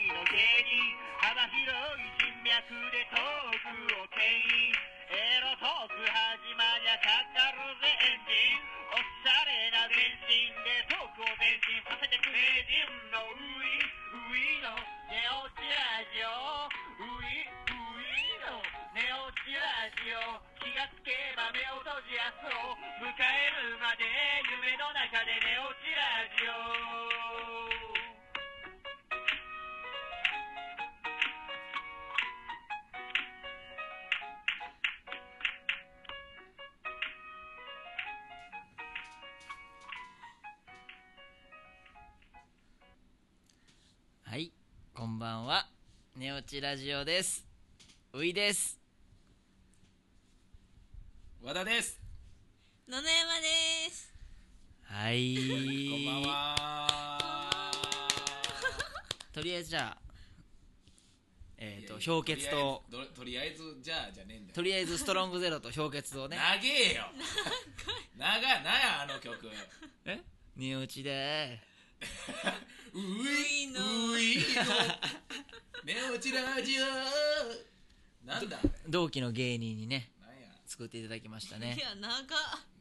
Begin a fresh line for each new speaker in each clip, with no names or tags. に幅広い人脈でトークを牽引エロトーク始まりゃかかるぜエンジンおしゃれな全身でトークを前進させてく名人のウイウイのネオチラジオウイウイのネオチラジオ気がつけば目を閉じ明日を迎えるまで夢の中でネオチラジオ
はい、こんばんは。寝落ちラジオです。ういです。
和田です
野々山です
はい。
こんばん。は
とりあえずじゃあ、えっ、と、
いや
氷結と、
とりあえずどとりあえずじゃあじゃねえんだよ
とりあえずストロングゼロと氷結をね。
長えよ長いなんやあの曲う
え寝落ちで。
いう
いの
いの 寝落ちラジオなんだあれ
同期の芸人にね、
なんや
作っていただきました
い
ね。
や長っ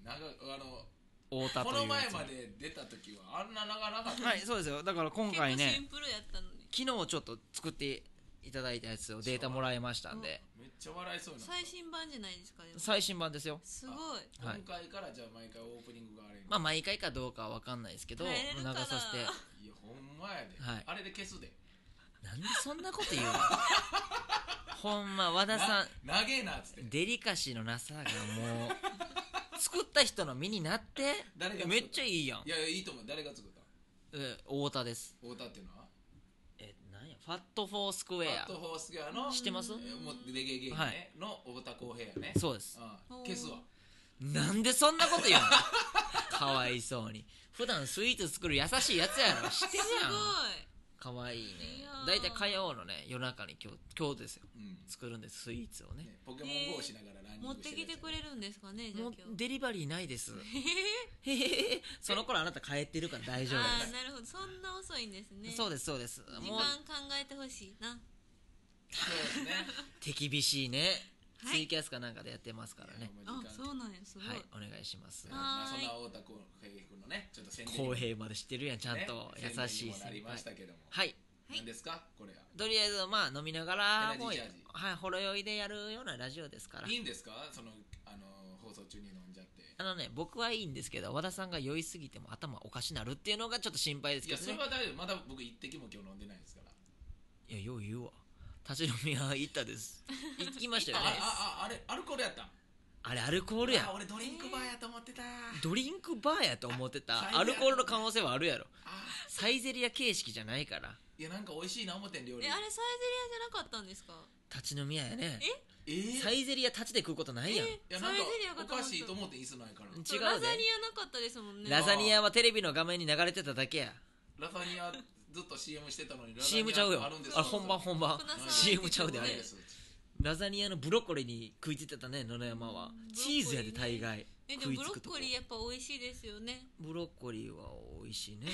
長あの
太田と
こ
いう
の前
やつ
まで出た時はあんな長なかった
はい、そうですよ。だから今
結構
回
シ
ね
ン、プルやったのに
昨日ちょっと作っていただいたやつをデータもらいましたんで、
めっちゃ笑いそうになった
最新版じゃないですかでも
最新版ですよ。
すごい
はい
今回からじゃあ毎回オープニングがあれに
まあ毎回かどうかは分かんないですけど、流
耐えれるかな
させて。
いやほんまやで、
はい
あれで消すで
なんでそんなこと 言うのほんま和田さ
な長えなっつって
んデリカシーのなさがもう作った人の身になって
誰が作った
めっちゃいいやん
いやいやいいと思う誰が作った
え太田です
太田っていうのは
えなんやファットフォースクウェ
アット
ア
フォースギアの
知ってます
えーもうレゲエ芸人
は
ねの太田康平やね
そうです
うん消すわ
なんでそんなこと言うの かわいそうに普段スイーツ作る優しいやつやろ知ってる
す
や
ごい
んかわいいね
いやー
大体火曜のね夜中に今日今日ですよ
うん
作るんですスイーツをね
ねポケモン GO しながらランニング
持ってきてくれ
る
るんですかねじゃ
も
あ
う
今日
デリバリーないです
え
へへへへその頃あなた帰ってるから大
ー
丈夫
あ
で
ーなるほどそんな遅いんですね
す、そう
で
ですそうです
時
もう
間考えてほしいな
そうですね
手厳しいね、
はい
ツイキャスかなんかでやってますからね
いやも
あ
う時間
そうなんやすごい
はいお願いします
うんまあ
は
そ
ー
ん
い
な太田康平君のねちょっと宣伝にも
公平まで知ってるやんちゃんと
ね
優しい
宣伝にもな
先輩
りましたけども
はい
はい
何ですかこれは
とりあえずまあ飲みながら
エナ
もう
ジーチャージ
はいほろ酔いでやるようなラジオですから
いいんですかそのあの放送中に飲んじゃって
あのね僕はいいんですけど和田さんが酔いすぎても頭おかしなるっていうのがちょっと心配です
い
け
や
ど
それ
ね
は大丈夫まだ僕一滴も今日飲んでないですから
いやよう言うわ立ち飲み屋行ったです行きましたよね
ああああれアルコールやったん
あれアルコールや
あ俺ドリンクバーやと思ってた
ドリンクバーやと思ってた
最悪
アルコールの可能性はあるやろ
あ
サイゼリヤ形式じゃないから
いやなんか美味しいな思ってん料理
えあれサイゼリヤじゃなかったんですか
立ち飲み屋やね
えー
サイゼリヤ立ちで食うことないやん違
いやな
サ
ん
イ
か
ゼリヤか
お
と思
か
った
しいと思って椅子ないから
う
ラザ
で
ニアなかったですもんね
ラザニアはテレビの画面に流れてただけや
ラザニアずっと CM してたのにラザニア
CM ちゃうよ
あるんです
あ本番
本
本番
福田さん
CM ちゃうであ
ない
れ
です
ラザニアのブロッコリーに食いついてたね野々山は
うん
チーズやで
ブロッコ
大
リーね
概
えで
食
も
い
ブ
つ
ロ
く
ッ
とこ
コリーやっぱ美味しいですよね
ブロッコリーは美味しいね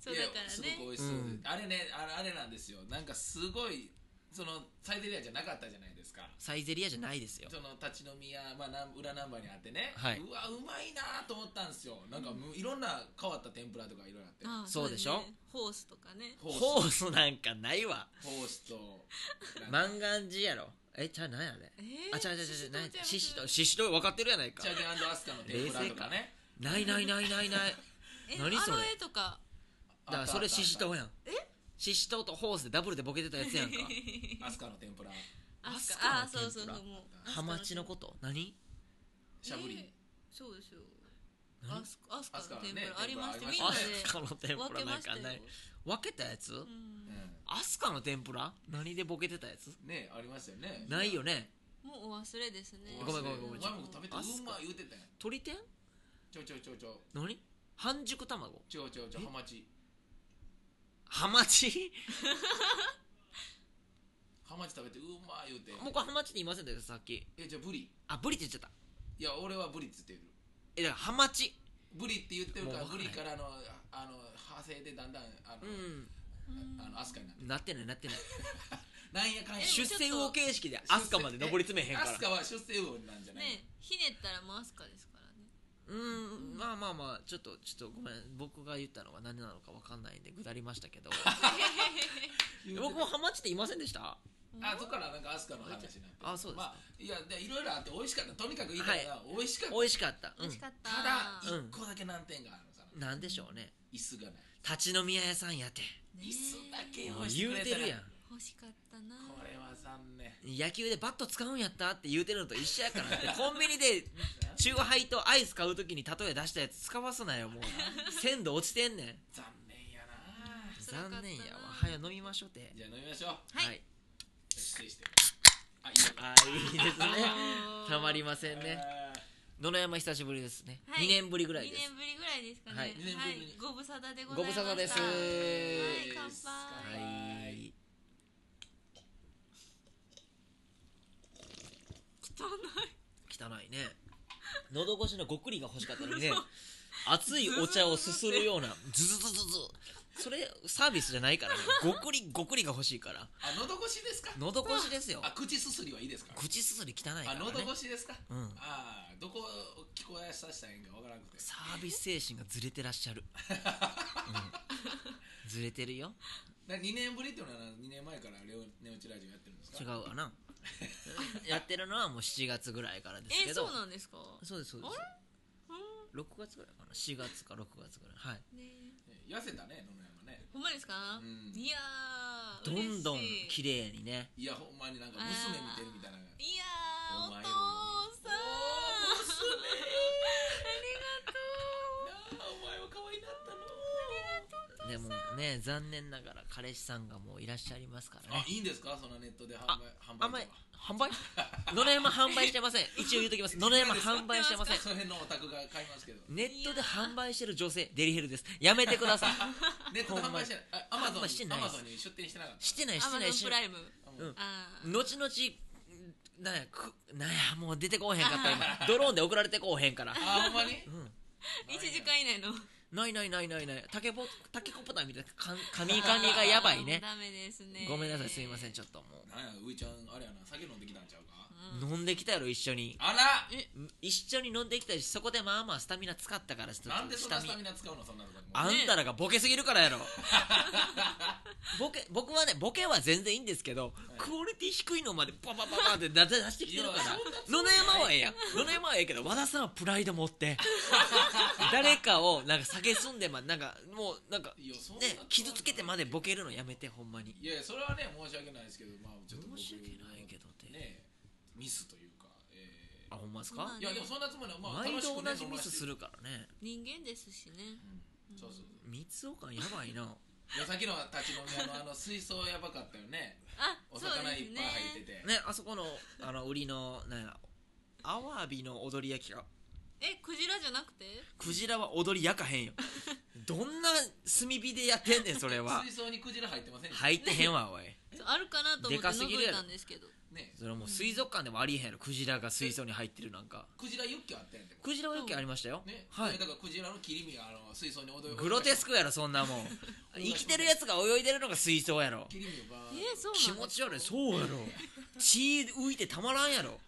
そうだから
いやすごく美味
ね
しそう
うん
であれねあれあれなんですよなんかすごいそのサイゼリアじゃなかったじゃないですか
サイゼリヤじゃないですよ
その立ち飲み屋、まあ、なん裏ナンバーにあってね、
はいう
わうまいなと思ったんですよなんかむいろんな変わった天ぷらとかいろいろあって
あー
そうでしょ
すねホースとかね
ホース
ホースなんかないわ
ホースと
マンガンジやろえちゃうなんやあれ
えー
あ、ちゃうちゃうちゃうちゃう、なんやった、シ
シ
シ
シトウ
ト、シシトウ分かってるやないか
チ。ャージアスカの天ぷらとかね
ないないないないない。
え
何それ
アロエとか
だからそれシシトウや
や
ん。えシシトウとホースでダブルでボケてたやつ やんか。
アスカの天ぷら
あ
アス
あ
カの
あーそうそ
天
う
ぷら
そうもう
ハマチのこと何
しゃぶり、
そうですよ
何
アスカアスカ
アスカ
の
の
天
ね
ぷらありまして
天
みん
ぷ
ア
ら
な
ありまし
で
スカの天ぷらなんか
分けました
ない
よ。
分けたやつ
うん
アスカの天ぷら何でボケてたやつ
うん、ねありますよね
ないよね。
もうお忘れですね
ごめんごめんごめん
お前も食べてう
アスカ
まい言うてたやん
鳥天
ちょちょちょちょ
何半熟卵
ちょちょちょ
え
ハマチ
ハマチ
ハマチ食べてうまい言うて
僕ハマチって言いませんでしたさっき。
えじゃあブリ
あ、ブリって言っちゃった。
いや俺はブリっつってる
え、だからハマチ。
ブリって言ってるから
もう
ブ
分
リ
か
かららのあの派生でだんだんあの、
うん。
うん
あの飛鳥になって
なってないなってない
なんやかんや
え
出世魚形式で飛鳥まで上り詰めへんか
え
ら
アスカは出世魚なんじゃない
ねひねったらもうアスカですからね
うーんまあまあまあちょっとちょっとごめん僕が言ったのが何なのか分かんないんでぐだりましたけど僕もハマチっていませんでした
あそこからなんかアスカの話になって
あそうですか
まあいやでいろいろあって美味しかったとにかく言いたいのは美味しかった、
美味しかった
美味しかった
ただ
うん
一個だけ難点があるのさ、
うん、なんでしょうね
椅子がない
立ち飲み屋さんやて
ね
椅子だけ用意して
言う
くれたら
てるやん
欲しかったな
これは残念
野球でバット使うんやったって言うてるのと一緒やから ってコンビニでチューハイとアイス買う時に例え出したやつ使わすなよもう鮮度落ちてんねん
残念やな
辛かったな
残念やわ早飲みましょうて
じゃあ飲みましょう
はい
失礼してあいいよ
あいいですね
あー
たまりませんね
あ
野々山久しぶりですね、
はい
2年ぶりぐらいで
2
す
年ぶりぐらいですかね
はい
二年ぶりに
ご無沙汰でございます
ご無沙汰です
は
ー
い乾
は
杯
い
汚い
汚いね喉越しのごくりが欲しかったのにね熱いお茶をすするようなズズズズズそれサービスじゃないからねごくりごくりが欲しいから
あ喉越しですか
喉越しですよ
あ口すすりはいいですか
口すすり汚いか
あ
らね
喉越しですか
うん
ああどこを聞こえさせたらいいんかわからなくて
サービス精神がずれてらっしゃる、うんずれてるよ
な2年ぶりっていうのは2年前からレオネオチラジオやってるんですか
違うわ なやってるのはもう7月ぐらいからです
え
けど
そうなんですか
そうですそうです
う
6月ぐらいかな4月か6月ぐらいはい
んね
ね痩せたね野々山ね
ほんまですか
うん
いやー
どんどん
嬉しい
綺麗にね
いやほんまになんか娘見てるみたいない
やー
お
お
前も
父さん
おー娘
あ
なあお前は可愛いなったの
でもね残念ながら彼氏さんがもういらっしゃいますから
あ
ね
いいんですかそのネットで販売販
あ
売
んまり
とか
販売野々山販売してません一応言うときます野々山販売してません
その辺のお宅が買いますけど
ネットで販売してる女性デリヘルですやめてください
ネットで販売してないアマゾ
販売して
ンに
な
ア
いで
マ
す
ゾンに出店してなかった
してない
り
し
がとう
てない
アマゾン
し
プライム
うん
あー
後々なんやくなんやもう出てこうへんかった今 ドローンで送られてこうへんから
あほんまに
1時間以内の
ないないないないないタケポタケコプターみたいなかん神々がやばいね
あーダメですね
ごめんなさいすいませんち
ょっ
ょっとも
なんやういちゃんあれやな酒飲んできたんちゃうか
う飲んできたやろ一緒に
あら
一緒に飲んできたしそこでまあまあスタミナ使ったからちょっと
なんでそんなス
下
タ
見
ミナ使うのそんなとこに
あんたらがボケすぎる からやろボケ僕はねボケは全然いいんですけど、クオリティ低いのまでパパパパって出出してきてるから
いや
野々山はええやん野々山はええけど和田さんはプライド持って 誰かをなんか蔑んでまなんかもうなんか
いやそんな
ね傷つけてまでボケるのやめてほんまに
いやいやそれはね申し訳ないですけどまあちょっと僕
申し訳ないけどって
ねミスというかえ
あほんまです
そ
か
う
ーいやでもそんなつもりはまあ
毎
楽し
度
く
同
ね
じミスするからね
人間ですしね
うんそうそうそう
三岡感やばいな
いやさっきの立ち飲み屋のあの水槽やばかったよね
あ
お
そう
魚
で
いっ
す
ぱ
ね
い入ってて
ねあそこのあの売りのなんやアワビの踊り焼きが
えクジラじゃなくて
クジラは踊り焼かへんよどんな炭火でやってんねんそれ は
水槽にクジラ入ってませんでした
入ってへんわおい
そうあるかなと思って
でかすぎる
覗
やろ
いたんですけど
ね
それはもう水族館でもありえへんやろクジラが水槽に入ってるなんか
クジラユッケあったやんて
クジラはよくありましたよ、
ね
はい
だからクジラの切り身があの水槽に踊る
グロテスクやろそんなもん生きてるやつが泳いでるのが水槽 やろ
切り身をバーッと
えー、そう
気
なん
持
です
ち
か
悪いそうやろ血浮いてたまらんやろ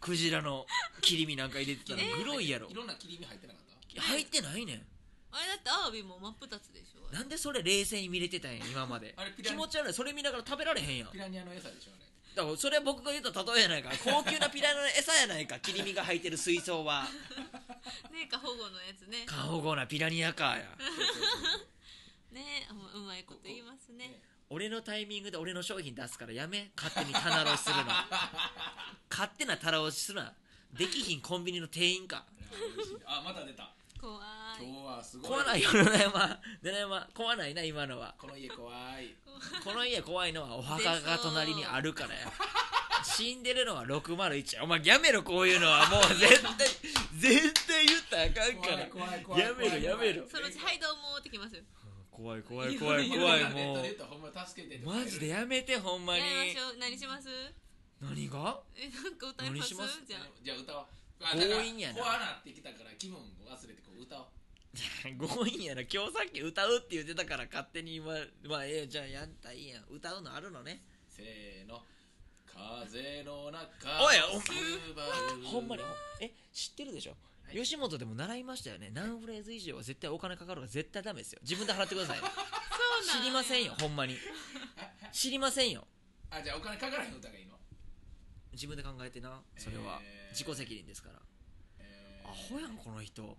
クジラの切り身なんか入れてたら
えー
グロいやろ
いろんな切り身入ってなかった
入ってないねん
あれだってアワビも真っ二つでしょ
なんでそれ冷静に見れてたんや今まで
あれピラ
気
ニ
持ち悪いそれ見ながら食べられへんやん
ピラニアの餌でしょあれ
だからそれは僕が言った例えやないか高級なピラニアの餌やないか切り身が入ってる水槽は
ね過保護のやつね
過保護なピラニアかや
ねあうまいこと言います ね
俺のタイミングで俺の商品出すからやめ勝手に棚卸しするの勝手な棚卸しするなできひんコンビニの店員か
あまた出た
怖い
今日はすごい
怖ないよ野々山野々山怖ないな今のは
この家怖い
この家怖いのはお墓が隣にあるからや死んでるのは601お前やめろこういうのはもう絶対絶対言ったらあかんから
怖い怖い怖い
やめろやめろ
そのうち「はいどうも」ってきますよ
怖い怖い怖い怖いもう
ネットで言ったらほんま助けてって
マジでやめてほんまに
やりましょう何します
何が
えなんか歌います
何します
じゃあ
じゃあ歌おう
強引やな
こうなってきたから気分を忘れてこう歌おう
強引やな今日さっき歌うって言ってたから勝手に今まあええじゃあやったらいいやん歌うのあるのね
せーの風の中
おいお
スバル
ほんまにほんえ知ってるでしょ
はい
吉本でも習いましたよね何フレーズ以上は絶対お金かかるから絶対ダメですよ自分で払ってください
そうなん
知りませんよほんまに知りませんよ
あじゃあお金かからへん歌が いいの
自分で考えてなそれは
えー
自己責任ですから
えー
アホやんこの人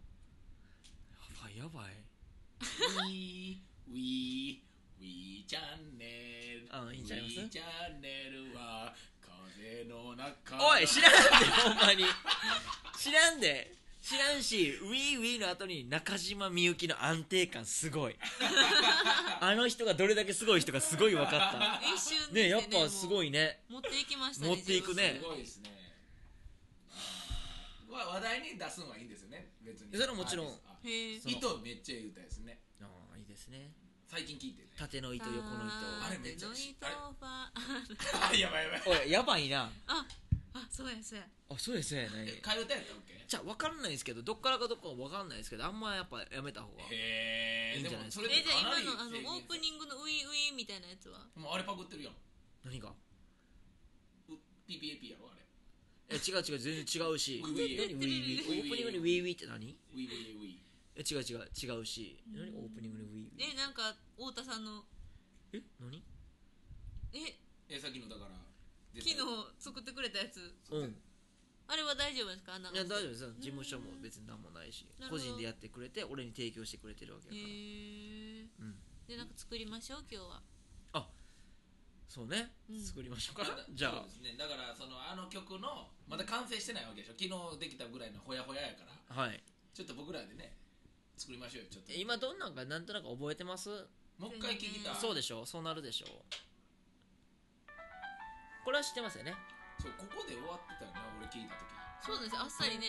やばいやばい
ウィーウィーウィーチャンネル
あいいんちゃいます
ウィーチャンネルは風の中
おい知らんで ほんまに知らんで知らんしウィーウィーの後に中島みゆきの安定感す ごいあの人がどれだけすごい人がすごい分かっ
一瞬
たねやっぱ
もう
すごいね
持っていきましたね
持っていくね
すごいですねあーわ話題に出すのはいいんですよね別に
それはもちろん
アーティストあ
自分でへ
その
糸めっ
え
ちゃいい歌ですね
ああいいですね
最近聞いてね
縦の糸横の
あれめっちゃ
ノイトファ
あ やばいやばい
糸おいやばいな
あそうやそうや
あそうですねない
え替え歌やったっけ
じゃあ分かんないですけどどっからかどっかは分かんないですけどあんまやっぱやめた方が
へ
いい
え
ん
で
じゃ
も
ないです
そ
か
れ
え
で
じゃ
かな
あ
り
今のあのオープ
ン
ニングのウイウイみたいなやつは
グもうあれパクってるやん
何が
う PPAP やろあれ
え違う違う全然違うし
ウィーウィ
何
ー
ウィーウィーオープニングにウィーウィーって何
ウィウィウィ
え違う違う違うし何オープニングにウィーウィー
えなんか太田さんの
え何
え
えさっきのだから
昨日作ってくれたやつ
うん
あれは大丈夫ですかなん
い
か
や大丈夫ですよ事務所も別に何もないし
なる
個
ほど
人でやってくれて俺に提供してくれてるわけ
へ
やから
え
うん
でなんか作りましょう今日は
そうね
うん
作りましょう
ま
か
だ
じゃ
そう
あ
ですねだからそのあの曲のまだ完成してないわけでしょ昨日できたぐらいのほやほややから
はい
ちょっと僕らでね作りましょうよちょっと
え今どんなんかなんとなく覚えてます
もう一回聞きたい
そうでしょそうなるでしょこれは知ってますよね
そうここで終わってたよな俺聞いた時
そうですあっさりね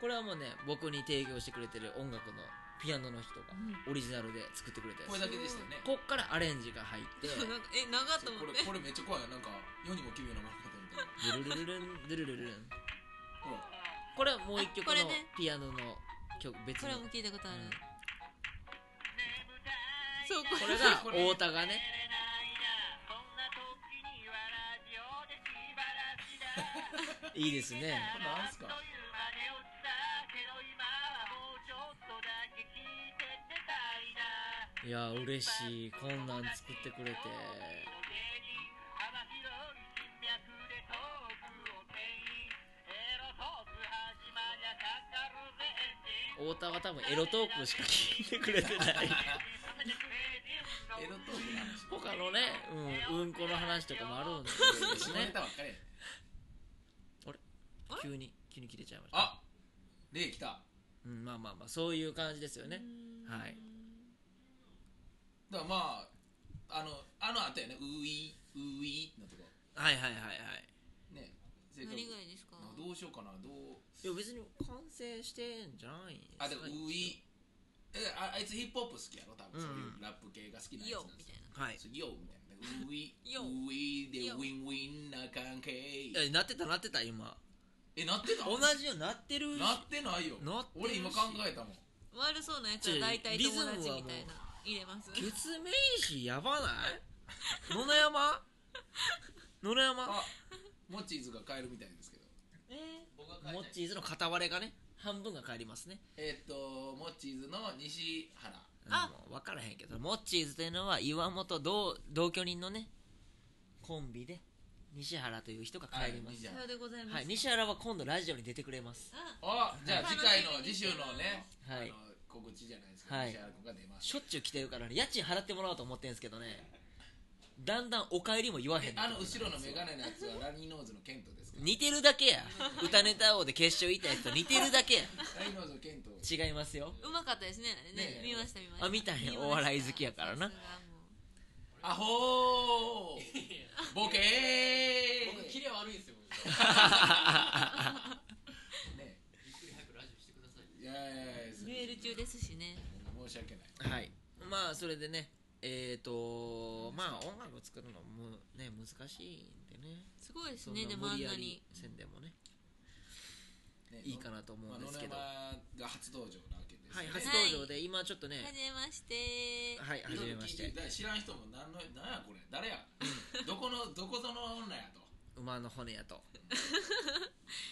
これはもうね僕に提供してくれてる音楽のピアノの人がオリジナルで作ってくれたや
これ
つ
だけでしたよね
こっからアレンジが入って
そうなんかえ長っと思
こ
っ
れ
て
これめっちゃ怖いよなんか世にも奇妙なものかと思った
ドゥルルルルンドゥルルルルン
ほら
これはもう一曲
あこれ
の
ね
ピアノの曲別
こ
の
れも聞いたことある
うん
そうこ
こ
れ
れ
だ
が太田がねいいですね
これなんすか
いや嬉しいこんなん作ってくれて太田は多分エロトークしか聞いてくれてない
エロトークの話
他のね、うん、うんこの話とかもあるんで
下
す
ネ
ね
タばっかりや
急に急に切れちゃいました
あレイ来た
うん、まあまあまあそういう感じですよねはい
だからまああのあのあったよねウイウイのとこ
はいはいはいはい
ね正
何
確
ぐらいですか
なんかどうしようかなどう
いや別に完成してんじゃないですか
あでもウイえああいつヒップホップ好きやろ多
う
分、
ん
そういうラップ系が好きなや
よ
つなん
み
です
た
は
よ
いな
い
そうよみたいなウイ
よ
ウイで
よ
ウィンウィンな関係
えなってたなってた今
えなってた
同じようになってるし
なってないよ
なってるし
俺今考えたもん
悪そうなやつは大体友達みたいな
リズムはも
入れます
ケツメイシやばない野々山野々山
あモッチーズが帰るみたいですけど
え
僕が
モッチーズの片割れがね半分が帰りますね
えーっとモッチーズの西原
あ
うんもう分からへんけどモッチーズというのは岩本同同居人のねコンビで西原という人が帰ります
西
ー、
原
さようでございま
は
す、
い、西原は今度ラジオに出てくれます
あ
あじゃあ
はい
次回の次週のね、
はい
あの告知じゃないですけど、
はい
西原君が出ます
しょっちゅう来てるから、ね、家賃払ってもらおうと思ってんすけどねだんだん「お帰り」も言わへん
あの後ろのメガネのやつはラニーノーズのケントですけど
似てるだけや歌ネタ王で決勝行ったやつと似てるだけ
ラニーノーズのケント
や違いますよ
うまかったですねあれね
ねえ
見ました見ました
あ見たんや
見ました
お笑い好きやからな
さすがもう
アホーボケー
僕キレ悪いんですよ 僕
ね
ゆっくり早くラジオしてください
いやいやいや
メール中ですしね
申し訳な
は
い
いまあそれでねえっ、ー、とまあ音楽を作るのもね難しいんでね
すごいです
そんな
ねでも
無
あん
理や
な
り
に
宣伝もね
ね
いいかなと思うんですけど、
まあ、野々山が初登場なわけです
はい
よね
初登場で今ちょっとね
はじめまして
はい初めまし
聞
て
いだから知らん人も何の何やこれ誰やどこのどこぞの女やと
馬の骨やと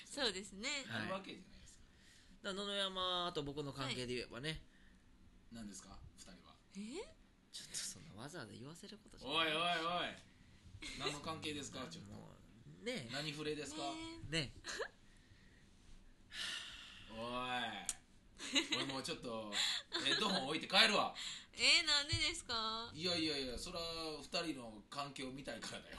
そうですね
はい
なるわけじゃないですか
だから野々山と僕の関係で言えばね、
何ですか二人は
え
ちょっとそんなわざわざ言わせることじゃ
お
ない
いおいおい何の関係ですかちょっと
もうね
何触れですか、
ね
えね
おい俺もうちょっとヘッドホン置いて帰るわ
えー、なんでですか
いやいやいやそれは二人の関係を見たいからだよ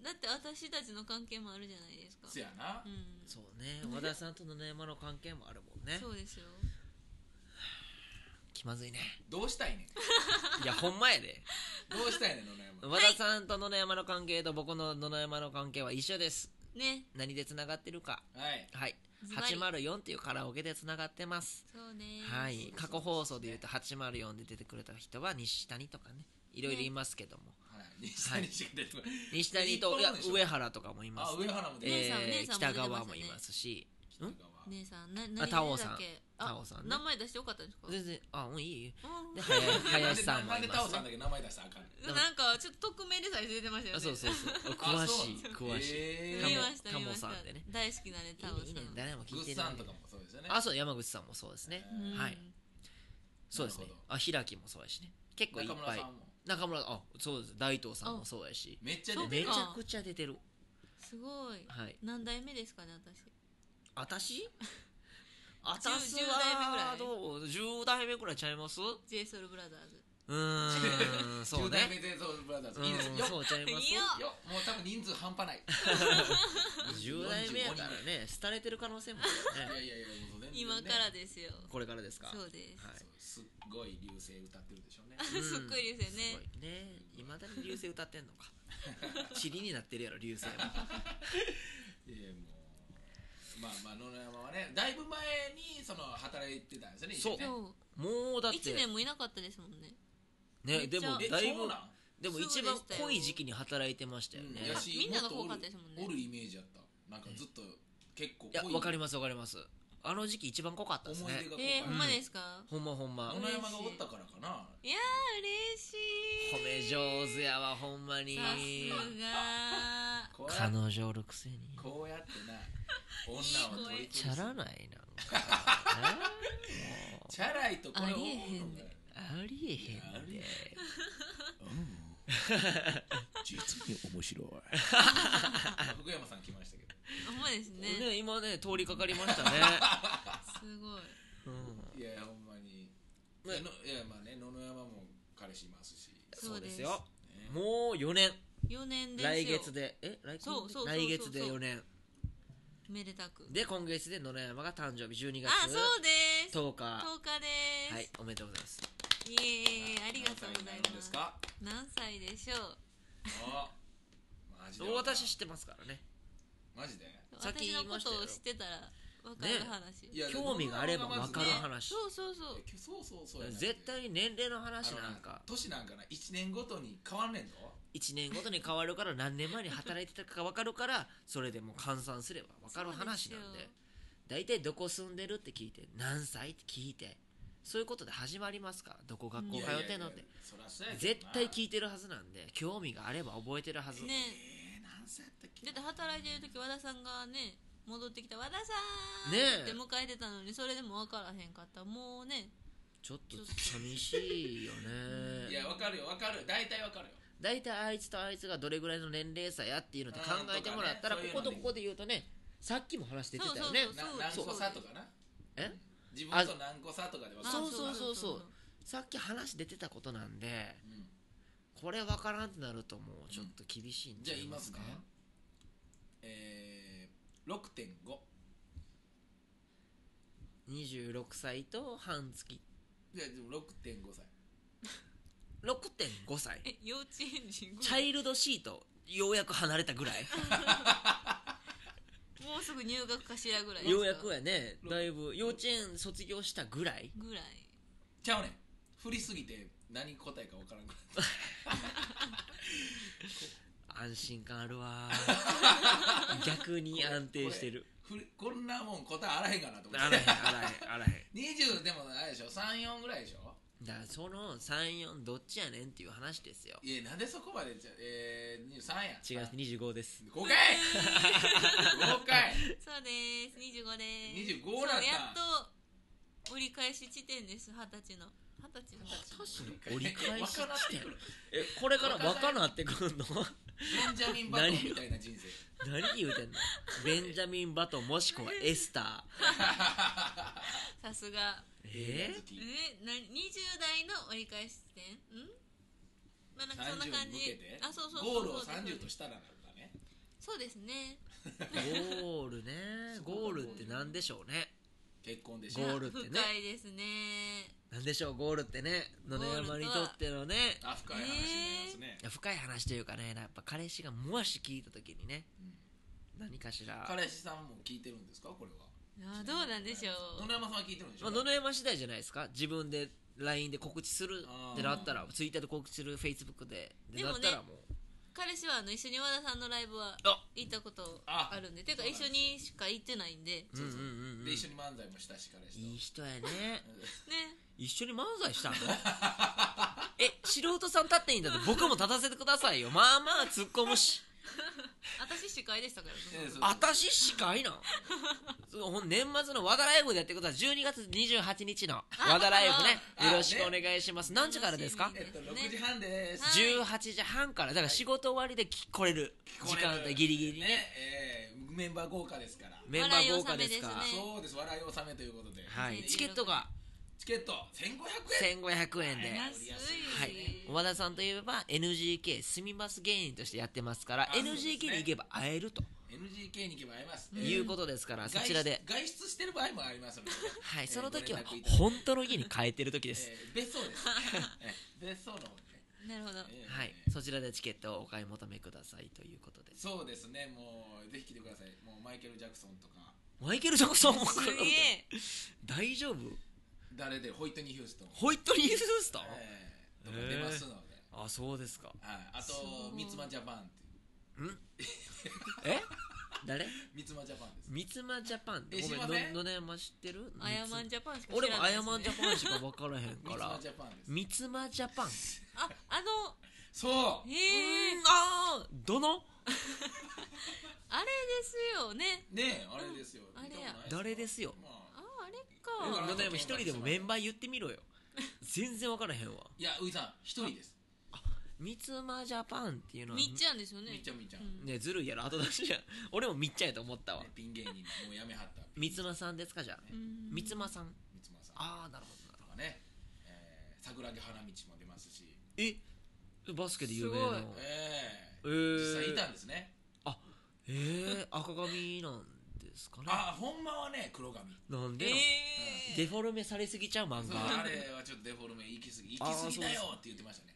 だって私たちの関係もあるじゃないですか
せやな、
うん
えそうね和田さんと野々山の関係もあるもんね
そうですよ
気まず いね
どうしたいねん
いやほんまやで
どうしたいねん野々 山
和田さんと野々山の関係と僕の野々山の関係は一緒です
ね
何でつながってるか
はい
はい
ズバリ
804っていうカラオケでつながってます
そうね
はい過去放送で言うと804で出てくれた人は西谷とかねいろいろいますけども、
はい西谷しか出てこない
西谷と
い
い
っぱい
や
おるでしょ
上原とかもいま
あ
す
上原も出て
姉
え
さん
ー
姉さんも
北
出
川
てま
も
したね
いますし
きた
ん
側
姉さんな何
タオさん
だっけ
タオさんね
名前出してよかったんですか
全然あうんいいよ
うん
で林林さんも
なん
い
で
ま
タオ
す
さんだけ名前出したらあかんねん
なんかちょっと匿名で最初出てま したよ
あ
ね
そうそうそう
あ
詳
そう
しい詳しい
え
見
ー
ました
タモ
見ました
タモさんでね
大好きなねタオ
いいねいいね
さん
誰も聞
グ
いて
ッ
ない
さんとかもそうですよね
あそう山口さんもそうですね
うん
はいそうですね
なるほ
あ開きもそうやしね結構いっ
中村
ぱい
さんも
中村あそうです大東さんもそうやし
めっちゃ
そ
出
う
て
め
る
ちゃくちゃ出てる
すごい
はい
何代目ですかね私
私私
10代目ぐら
はいどう10代目ぐらいちゃいます
JSOUL ブラザーズ
うーんそう
10代目
ね
でそうブラザーズ
う
いいですよ
んそうちゃいます
いいよ
よもう多分人数半端ない
10代目やからね廃れてる可能性もあるよ
いや
ね
いやいやもう全然ね
今からですよ
これからですか
そうです
はい
そうすっごい流星歌ってるでしょうね
うん
すっごい流星ね
すごいねいまだに流星歌ってんのか 塵になってるやろ流星も
いやもうまあまあ野々山はねだいぶ前にその働いてたんですよね
そう
一緒にね
もうだって
1年もいなかったですもんねめ
ね
っち
で
ゃ
も
え
だい
えそう
ぶ
なん
でも
そうでし
一
たよ
番濃い時期に働いてましたよね
うんやし
みんな
も
が
とお
濃か
る
ったですもんね
おるイメージやったなんかずっと結構
いや
濃い
わかりますわかりますあの時期一番濃かったです
思い
ね
出がこ
えー、
う
ほんまですか
ほんまほんま
野々山がおったからかない
やー
褒め
嬉しい
上手やわほんまに
さすが
こうや
彼女おるくせに
こうやってな女を取り
チャ
込む
ラ ないなんか
チャラいとこれ
ありえへん
思うのかよ
ありえへんで、
実に 面白い福山さん来ましたけど
ほんまですね
ね今ね通りかかりました ね、
すごい
うん
いやほんまに、
ね
えのいやまあね野々山も彼氏いますし、
そうです
そ
よ
う
ね
もう4年
4年ですよ
来月でえ来月
そうそうそうそう
来月で4年
めでたく
で今月で野々山が誕生日12月
あそうです
10日は
10日です、
いおめでとうございます
イエーイありがとうござい
何歳になるん
ま
ですすか
何歳でしょう
あマジで
私知ってますからね
マジで
さっき
私
言
の
いま
こ
したよ
とを知ってたら分かる話、
いや
興味があれば分かる
野々山がまず
話
ね
そうそうそう
えそうそうそうやな
絶対に年齢の
あ
話
の
なんか
年なんかな1年ごとに変わんねんぞ
1年ごとに変わるから何年前に働いてたか分かるからそれでもう換算すれば分かる話なんで
そうですよ
大体どこ住んでるって聞いて何歳って聞いてそういうことで始まりますからどこ学校通ってんのっ
い
て
やいやいやそらそうやけ
絶
どな
対聞いてるはずなんで興味があれば覚えてるはず、
ね
えー何歳やったっけ
だって働いてる時和田さんがね戻ってきた和田さん
ねえ
って迎えてたのにそれでも分からへんかったもうね
ちょっと寂しいよ
い
ね
やわかるよわかる大体わかるよ
大体あいつとあいつがどれぐらいの年齢差やっていうのって考えてもらったら
う
こ
ん
こと
とかねそう
こ
いうので
こで言うとねさっきも話出てたよね
そうそう
な何個差とかな
え
自分と何個差とかでわかる
そ
あ
うそうそうそうさっき話出てたことなんで
うん
これ分からんってなるともうちょっと厳しいん
じ
ち
ゃあ
ゃい
言い
ま
ます
す
か
か、
えー、6.5
26歳と半月
じゃあでも6.5歳
6.5歳
え幼稚園児ぐ
チ
ら
ャ
い
イルドシートようやく離れたぐらい
もうすぐ入学かしらぐらいです
よ
か
うやくやねだいぶ幼稚園卒業したぐらい
ぐらい
ちゃうねん振りすぎて何答えかわからんくなっ
安心感あるわ逆に安定してる
たくれこんなもん答えあらへんかなと思
あ
っ
ら
て
へんあらへんあらへん
20でもあれでしょ34ぐらいでしょ
だからその34どっちやねんっていう話ですよ
いやなんでそこまでじゃえー、23
違
や
う25です
5回5回
そうです25です
25だ
そうや
っ
ったと折り返し地点です二十歳の二十歳の
折り返し
わからなって
地
く
点
る
えこれから若なってくんの
ベンジャミン・バトンみたいな人生
何言うてんのベンジャミン・バトンもしくはエスタ
さすが
ーえ
時期
えな20代の折り返し地点んまあなんかそんな
30
感
に向
じ
けて
あそうそう
ゴール
そ
を
うそう
30としたらなんだね
そうですね
ゴールねゴールって何でしょうね
結婚でし
ゴ
ょ
ールってね
深いですね
何でしょうゴールってね野々山にとってのね
あ深い話になりますね
い、や深い話というかねやっぱ彼氏がもし聞いた時にね
うん
何かしら、ま
彼氏さんも聞いてるんですかこれは
あーどうなんでしょう
野々山さんは聞いてるんでしょ
あ、野々山次第じゃないですか自分で LINE で告知するってなったら
あ
Twitter で告知する Facebook でで
でも
な
ね
ったらもう
彼氏はあの一緒に和田さんのライブは
あ
行ったこと
あ
あるんでていうか
そうなんで
一
すよ
緒にしか行ってないんで
うんうんうんうん
で一緒に漫才もしたし彼氏と
いい人やね
ね
一緒に漫才したの え素人さん立っていいんだって僕も立たせてくださいよまあまあ突っ込む し
私司会でしたから
ええそう
私しかいなそうほん年末の和田ライブでやってください12月28日の和田ライブ
あ
ねよろしくお願いします何時からですか
楽し
えっと
ですね
6時半です
はい
18時半からだから仕事終わりで聞こえる時間帯ギリギリ
ね
ね
えーメンバー豪華ですから
メンバー豪華ですから
笑い納めですね
そうです笑い納めということで
は
う
い
ん
チケットが
チケット1500円
1500円で
安い
はい和田さんといえば NGK 住みます芸人としてやってますから
あそうですね
NGK に行けば会えると
NGK に行けば会えます
いうことですからそちらで
外出外出してる場合もありますのでね
はい
えー
その時は
ご連絡いただいて
本当の家に帰ってる時です
えー別荘です えー別荘の方にね
なるほど
えー
はい
えー
そちらでチケットをお買い求めくださいということです
そうですねもうぜひ来てくださいもうマイケル・ジャクソンとか
マイケル・ジャクソンも
す
来
げ
る
え
大丈夫
誰でホイットニー・ヒューストン
ホイットニー・ヒューストン
えーとか出ますので
あそうですか
はいあ
そ
と
う
ミツマジャパンっていうん
え誰
ミツマジャパンです
三つ間ジャパン
え
ごめん
知りません
の野山知ってる
アヤマンジャパンしか知らな
俺
いです、ね、
もアヤマンジャパンしか分からへん
ミ
か
ツマ
ら
ジャパンです
三つ間ジャパン
ああの
そう
へえ
うんああどの
あれですよね
ねえあれですよ
あれや
見たことない
誰ですよ
ま
あ
あ
あれ
野
うん
か
々山一人でもメンバー言ってみろよ全然分からへんわ
いやういさん一人です
三つ間ジャパンっていうのは
みっちゃんですよね
みっちゃんみっちゃん
うん
ねずるいやろ後出しじゃん俺もみっちゃんやと思ったわ
ねピン芸人もうやめはった
三つ間さんですかじゃあ
うん
三つ間さん
ミツマさん
ああなるほどなる
とかねえー桜木花道も出ますし
ほどえバスケで有名な
すごい
ええ
えー
実際いたんですね
えー、赤髪なんですかね
あほんまはね黒髪
なんで
え
なん、
え
デフォルメされすぎちゃう漫
そうあ
画
れはちょっとデフォルメ行き過ぎ
あー
行き過ぎだよ
そう
って言ってましたね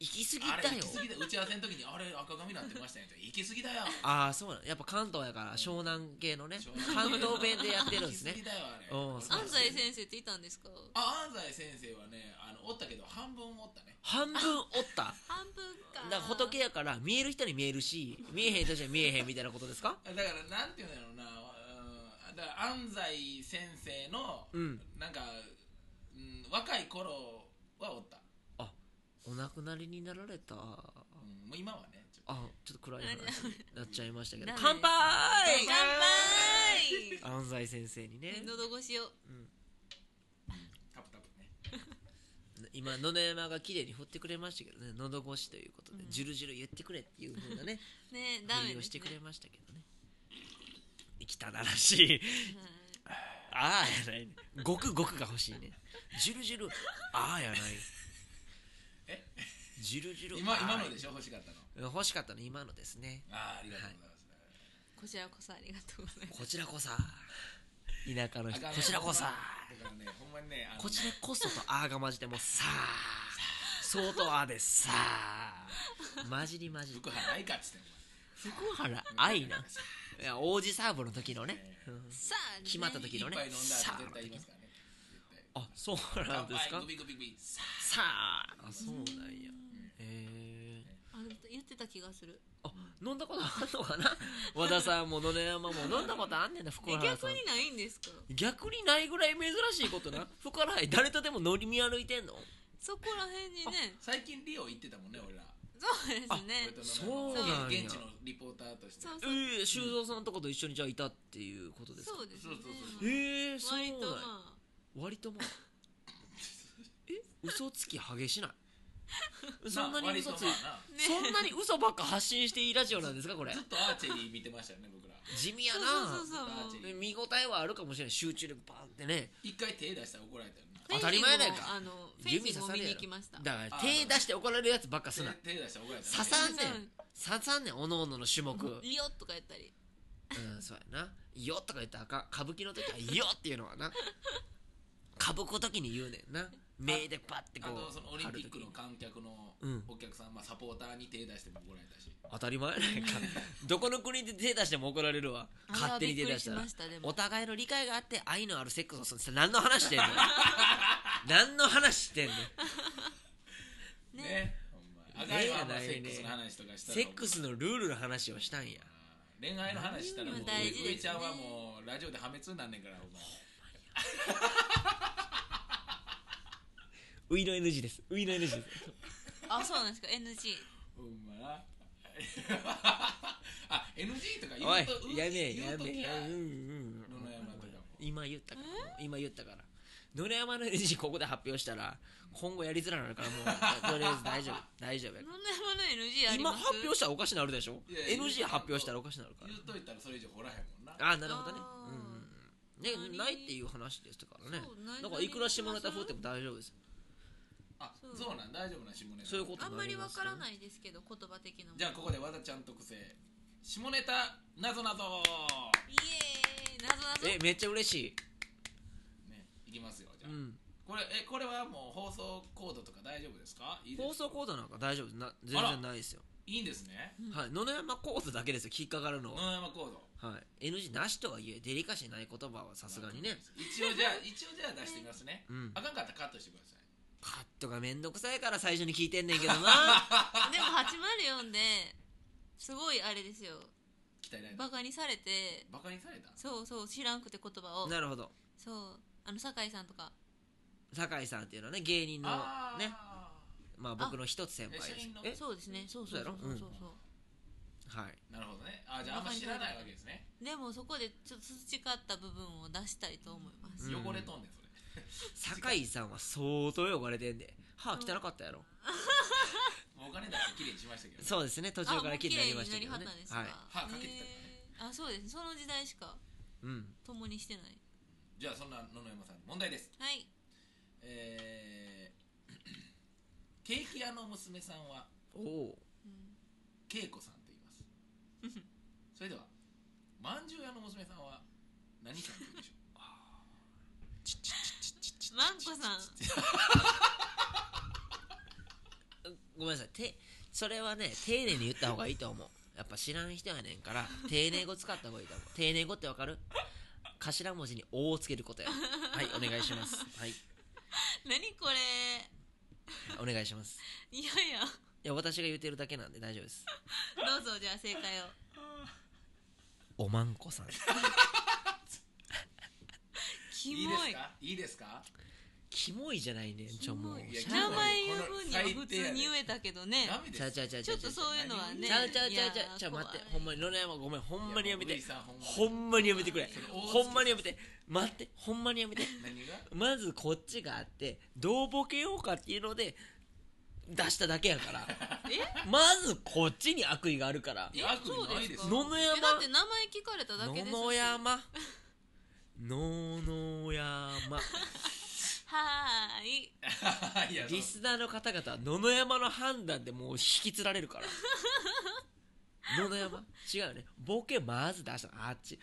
行き過
あ
ぎだ
れ行
よ
き過ぎだ打ち合わせの時にあれ赤髪になってましたねって行き過ぎだよ
ああそうなのやっぱ関東やから湘南系のね
湘南
関東弁でやってるんですね
行き過ぎだよあれ
うんそう
安西先生っていたんですか
あ安西先生はねあのおったけど半分おったね
半分おった
半分か
だから仏やから見える人に見えるし見えへん人には見えへんみたいなことですか
だからなんていうんだろうなうんだから安西先生の、
うん
なんか、うん、若い頃はおった、
お亡くなりになられた
うん、もう今はねちょっと
あちょっと暗い話になっちゃいましたけど
ダメ
乾杯
乾杯
安西先生にね
喉越しを
タプタプね
今野々山が綺麗に振ってくれましたけどね喉越しということで、ジュルジュル言ってくれっていうふうなね
ねダ
振
メ
り
で
を
す、
し
ね、
てくれましたけどね生きたならしいああやないねごくごくが欲しいねジュルジュルああやない
え
ジュルジュル
今
あー
今のでしょ欲しかったの
欲しかったの今のですね
あーありがとうございます、
こちらこそありがとうございます
こちらこそ田舎の
あ
人
かん
こ
ね
ちらこそ
だからねほんまにねあの
こちらこそとあーが混じってもうさあ相当あーですさあ混じり混じり
福原愛かっつってん
福原愛な。いや、王子サーブの時のね。
さあ、ね、
決まった時
お
の
前
ね
いっぱい飲んだ
さあ
って絶対言いますからね絶対
あ、そうなんですか
乾杯グビグビグビ
さあ。あ、そうなんや。へえ。
あでも言ってってた気がする
飲んだことあんのかな 和田さんも野々山も飲んだことあんねんな福
え
原さ
逆
ん
にないんですか
逆にないぐらい珍しい ことな福原愛誰とでも乗り見歩いてんの
そこら辺にね
最近リオ行ってたもんね俺ら
そうです
ベト
ね
ナムの
そうなんや
現地のリポーターとして
そうそう
ええ修造さんとかと一緒にじゃあいたっていうことですか
そうです
そ
ね
うそうそう
ええそうなんや
割とまあ
割とまあえ嘘つき激し ないそんなに嘘つい、
まあ割とまあな
そんなに嘘ばっか発信していいラジオなんですかこれ
ずっとアーチェリー見てましたよね僕ら
地味やな
そうそうそう
バー
そ
チ
う
ェ
で見応えはあるかもしれない集中力バーンってね
一回手出したら怒られたよね
当たり前だよ
フェンシングもあのフェン
弓
シ
刺
ングも
さ
見
れ
に
や
行き
ろ
ました
だから
あ
手出して怒られるやつばっかすな
手手出したら怒られた
刺さんね
うん
ん刺さんねんおのおのの種 目う
リオとかやったり
んそうやな「よ」とか言ったらあかん歌舞伎の時は「よ」っていうのはな歌舞伎時に言うねんな目でパッて
あ
こう
とそのオリンピッ
貼る時
ク
に
の観客の
うん
お客さん、まあ、サポーターに手出しても怒られたし
当たり前やない かどこの国で手出しても怒られるわ
あれは
勝手に手出したら
びっくりしましたでも
お互いの理解があって愛のあるセックスをするって何の話 してんの何の話してんの
ね
ねほんまあかんよあんまセックスの話とかしたら
セックスのルールの話をしたんや
恋愛の話したらもう
うん大事ですね
上ちゃんはもうラジオで破滅になんねんからお前
ウイの NG ですウイの NG です
あそうなんですか NG
ほんまなあ NG とか言
おいう
とう
やめえ
言
や
うと
め
き
え
や
うん
野
うん
々山とかも
今言ったから今言ったから野々山の NG ここで発表したら今後やりづらくなるからもうとりあえず大丈夫大丈夫や
野
か
々山の NG
ら
あり
今
ます
発表したらおかしなるでしょ
いやいや
NG 発表したらおかしなるから
言うといたらそれ以上掘らへんもんな
ああなるほどね
あ
うんうんうん
何
ねないっていう話ですからね
そうない
だからいくら下ネタ振っても大丈夫です
あ
そう
そうなん大丈夫な下ネタ
そういうこと
あんまりわから
い
ないですけど言葉的なもの
じゃあここで和田ちゃん特製下ネタなぞなぞ
イエーイ謎謎
えめっちゃ嬉しい
ねいきますよじ
う
ゃあ、
ん
これえこれはもう放送コードとか大丈夫ですかいいですか
放送コードなんか大丈夫ですな全然ないですよ
いいんですね
うん
はい野々山コードだけですよ引っかかるの
野
は
々山コード
はい、NG なしとはいえデリカシーない言葉はさすがにね
一応じゃあ一応じゃあ出してみますね
うん
あかんかったらカットしてください
カットがめんどくさいから最初に聞いてんねんけどな
でも804ですごいあれですよ
期待ない
バカにされて
バカにされた
そうそう知らんくて言葉を
なるほど
そうあの酒井さんとか
酒井さんっていうのはね芸人の
あー
ねまあ僕の一つ先輩です
え
え
そうですねそうそう
そうや
そう
ろ
そうそう
はい
なるほどねあじゃああんま知らないわけですね
でもそこでちょっと培った部分を出したいと思います、
うん
汚れとんねんそれ
酒井さんは相当汚れてんで歯汚かったやろ
もうお金出してきれいにしましたけど
そうですね途
あ
中
も
から
う
気に
綺
なり
麗にな
ましたけ
り
ど
はっ
ね
たんですか、
はい
歯かけてたからね
へーあそうですねその時代しか
うん
共にしてない
じゃあそんな野々山さん問題です
はい
えー ケーキ屋の娘さんは
おお
うん
恵子さんと言いますそれではまんじゅう屋の娘さんは何さんと言うでしょう
マンコさん
ごめんなさいてそれはね丁寧に言った方がいいと思うやっぱ知らん人やねんから丁寧語使った方がいいと思う丁寧語ってわかる頭文字に「お」をつけることやはいお願いしますはい
何これ
お願いします
いやいや
いや私が言ってるだけなんで大丈夫です
どうぞじゃあ正解を
おまんこさん
い
キ
いで
モ
す
い
かいいですか
キモいじゃないねんちょもう
キモい
や
ち
キモ
名
ゃ
い
前言う分には普通に言えたけどね
ダメです
うちゃうちゃう
ち
ちゃ
ょ
う
っとそういうのはね
ちゃうちゃうちゃうちゃうちゃう
怖い
待ってほんまに野々山ごめんほんまにやめ
い
て
もうウイさんほんま
ほんまにやめてくれ
それ大
ほんまにやめて待ってほんまにやめて
何が
まずこっちがあってどうボケようかっていうので出しただけやから
え
まずこっちに悪意があるから
いや悪意ないです
か
野
よ
々
えだ
山
って名前聞かれただけですし
野々山野々山
はーい
いやそう
リスナーの方々は野々山の判断でもう引きつられるから野々山違うよねボケまず出したのあっち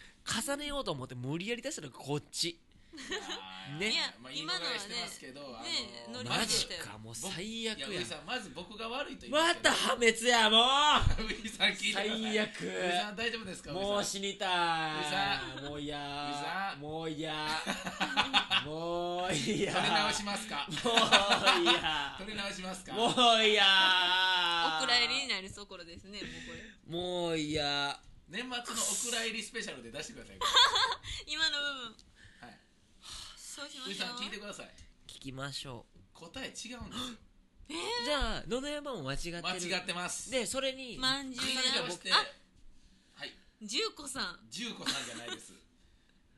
重ねようと思って無理やり出したのがこっち
あ
ね
いや
まあ、
今のは
言い逃れしてますけ
ね
ど、
ね
あの
ノリ
マ
で
ジ
したよ
かもう
僕
最悪
い
や
やウイさんまず僕が悪いと言い
ま
け
た
ど
破滅やも
ウイさん聞
う
いてください
最悪
ウイさん大丈夫ですか
も
ウ
う
イさん
死にた
ウイ
いもうい
ウイ
や
さん
もう いやもういや
取り直しますか
もういや
取り直しますか
もういや
お蔵入りになりそうころですねも
も
うこれ
ういや
年末のお蔵入りスペシャルで出してください
今の部分
はい
そうしま
ウイ
し
さん
ょ
聞いうてください
聞きましょ
答え違うんですよ
うじゃあ野々山も間違ってる
間違ってます
でそれに
まんじゅ
重
う
ね
や
てして
あ
はい
十子さん
十子さんじゃないです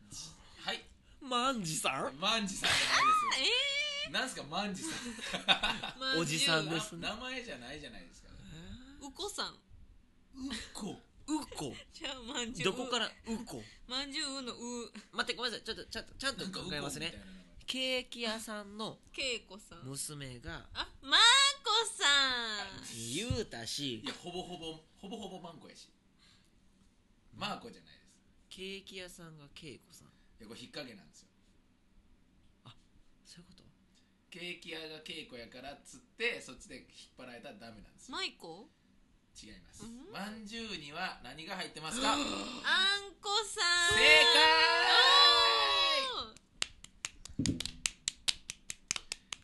じはい
万次さん
万次さんじゃないですなんすか万次さん
まんゅう
おじさんですね
な名前じゃないじゃないですか
うこさ
う
ん
こ
うこ
じゃあまんじゅ
ど
う
こからうこ
まんじゅうのう
待ってごめんなさいちょっとちゃんとちゃんと
なんかうこ
考えますね
みたいな名
ケーキ屋さんの
けいこさん
娘が
あまーこさ
言うたし
前いやほぼほぼほぼほぼマンコやしマーコじゃないです
ケーキ屋さんが恵子さん
いやこれ引っ掛けなんですよ
そういうこと
ケーキ屋が稽古やからっつってそっちで引っ張られたらダメなんですよ
んまいこ
違います
うん
まんじゅうには何が入ってますか
あんこさん
正解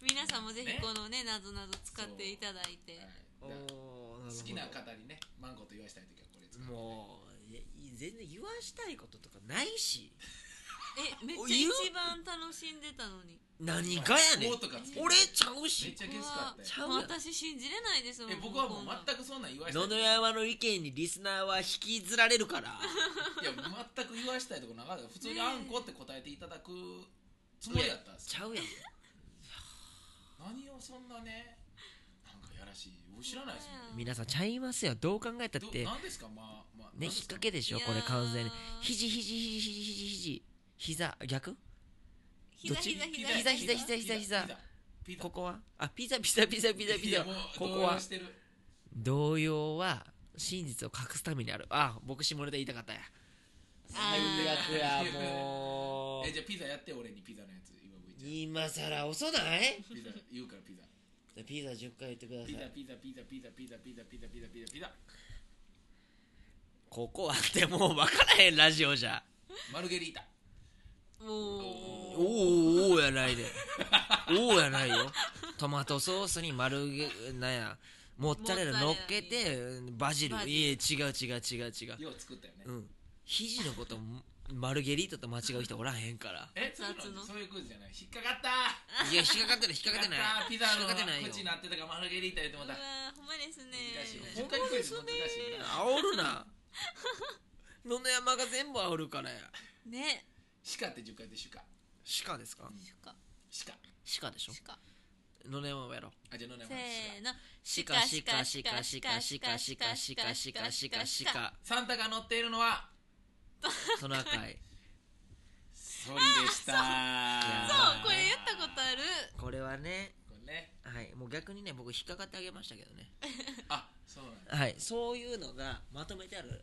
皆さんもぜひこのねなぞなぞ使っていただいて
はいだから
おー
好きな方にねマンコと言わしたい時はこれ使う
もういや全然言わしたいこととかないし
えめっちゃ一番楽しんでたのに
何がやねん
おとかつけて
俺ちゃう
めっ
し
ちゃゲスかったよ
ちゃう
もう
やん
私信じれないですもん
え僕はもう
こんなん
全くそんなん言わした
野
い
々山の意見にリスナーは引きずられるから
いや全く言わしたいとこなかった普通にあんこって答えていただくつもりだったんです
ちゃうやん
何をそんなねなんかやらしい僕知らないですもん
皆さんちゃいますよどう考えたっ
ど
てね
何ですかまあまあ
引っ掛けでしょこれ完全に肘肘肘肘肘肘膝逆
膝
どっち
膝膝
膝膝膝膝膝
ピザ
ここはあピザピザピザピザピザ
いやもう
ここ
動
は
揺してる
動揺は真実を隠すためにあるあ僕下ネタ言いたかったや
あー
最悪や も
えじ
う
ゃあピザやって俺にピザのやつ今向いちゃ
今さら遅ない
ピザ言うからピザ
ピザ10回言ってくださ
ピザ
い
ピザピザピザピザピザピザピザピザピザ
ここはってもう分からへんラジオじゃ
マルゲリータ
も
おーおーおーやないでおーやないよトマトソースに丸げなんやモッツァレラ乗っけてバジル
バジル
いえ違う違う違う違う
よう作ったよね
うん肘のことマルゲリータと間違う人おらへんから
えそういう
雑
の
の
そういうクイズじゃない引っかかった
いや引っかかってない引っかかってない
やったーピザ
引っかかってない
の
よ
口になってたからマルゲリータ言っても
うう
うた
わ
難
ーほんまですね
しいね10回クイズ難しいな
煽るな野々山が全部煽るからや
ね
鹿って10回で鹿
鹿ですか
しか
鹿
鹿でしょ
しか
野々山もやろ
あじゃあ野々
せ
山の
ーの
鹿鹿鹿鹿鹿鹿鹿鹿鹿鹿鹿
鹿サンタが乗っているのは
トナカイ
ソリでした
そうこれ言ったことある
これはね
これね
はいもう逆にね僕引っかかってあげましたけどね
あそうなんだ
はいそういうのがまとめてある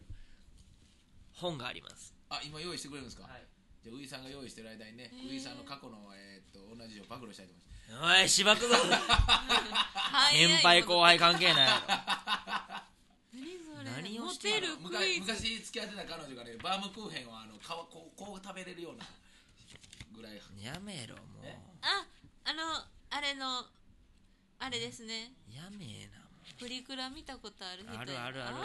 本があります
あ今用意してくれるんですか
はい
じゃあウイさんが用意してる間にねウイさんの過去のえーっと同じを暴露したいと思います
おい芝生ぞ
早い
先輩後輩関係ないやろ
何
何
それ
を
モ
してん
テ
の
るク
昔
イズ
昔付き合ってた彼女がねバームクーヘンをあの皮こうこう食べれるようなぐらい
やめろもう
え
ああのあれのあれですね
やめえなもう
プリクラ見たことある人
あるあるある
ー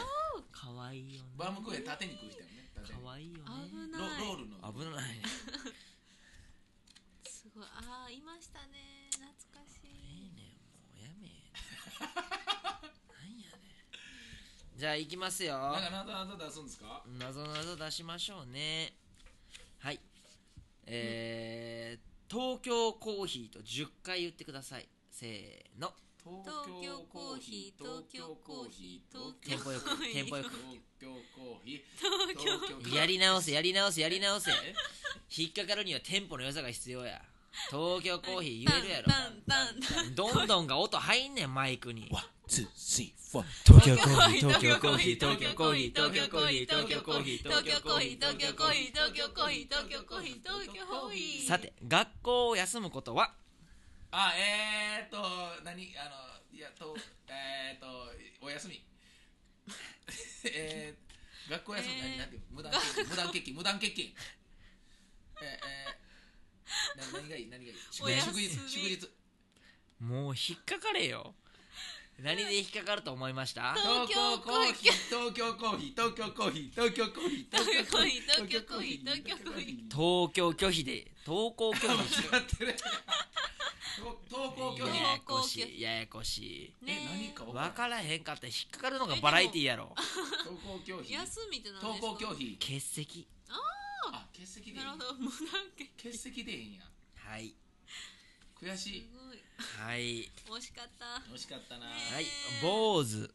かわいいよね
バームクーヘン縦に食う人よね縦に
かわいいよね
危
ロ
ない
ロールの
危ないね
すごいああいましたね懐かし
い
い
いねもうやめなんやねんじゃあ行きますよ
なんかなたなた出すんですか
なぞなぞ出しましょうねはいえー、東京コーヒーと10回言ってくださいせーの
東
東京コーヒー東京コーヒー東
テン
京コーヒー
ポよくテンポよく
東京コーヒー
東京
東京
やり直せやり直せやり直せ
え
引っかかるにはテンポの良さが必要や東京コーヒー言えるやろ
タンタンタン
どんどんが音入んねんマイクに
わ two, three, four
東
東
京
京
コ
コ
ー
ー
ヒー
ヒー
東
東
京
京
コー
コー
ヒ
ヒ
ー
ー
東
東
京
京
コ
コ
ー
ー
ヒ
ヒ
ー
ー
東
東
京コ
京コ
ーヒー
ーヒ
東
ー東
京
京
コー
コー
ヒ
ヒ
ー東京コーヒー東
ー東京コーヒー東
京
京
コ
コ
ー
ー
ヒー東
ヒー
京コーヒー東京コーヒー東京コーヒーさて学校を
東京コーヒー東京コーヒー東京コーヒー
休むことは
あえー、っと何あのいやとえー、っとお休みえー、学校休み、
え
何
ー
なんていう無断欠勤無断欠勤無断欠勤えー、えー、な何がいい何がいい祝
お
日祝
休み
日祝日
もう引っかかれよ何で引っかかると思いました
東
東
京
京
コ
コ
ー
ー
ヒ
ヒ
ー東京コーヒー東京コーヒー東京コーヒー
東京コーヒー東京コーヒー
東
東京コーヒー
京拒否で登校拒否
間違ってる登校拒
や
否
やこしいややこしい
ね
え何か
分
ん
からへんかったら引っかかるのがバラエティーやろ
ない登校拒否
休みって何です
登
か
校拒否
欠席
あ欠席でいい
なるほど無断 欠
欠席でいいんや
はい
悔し
す
い
ごい
はい
惜しかった
惜しかったな
はい坊主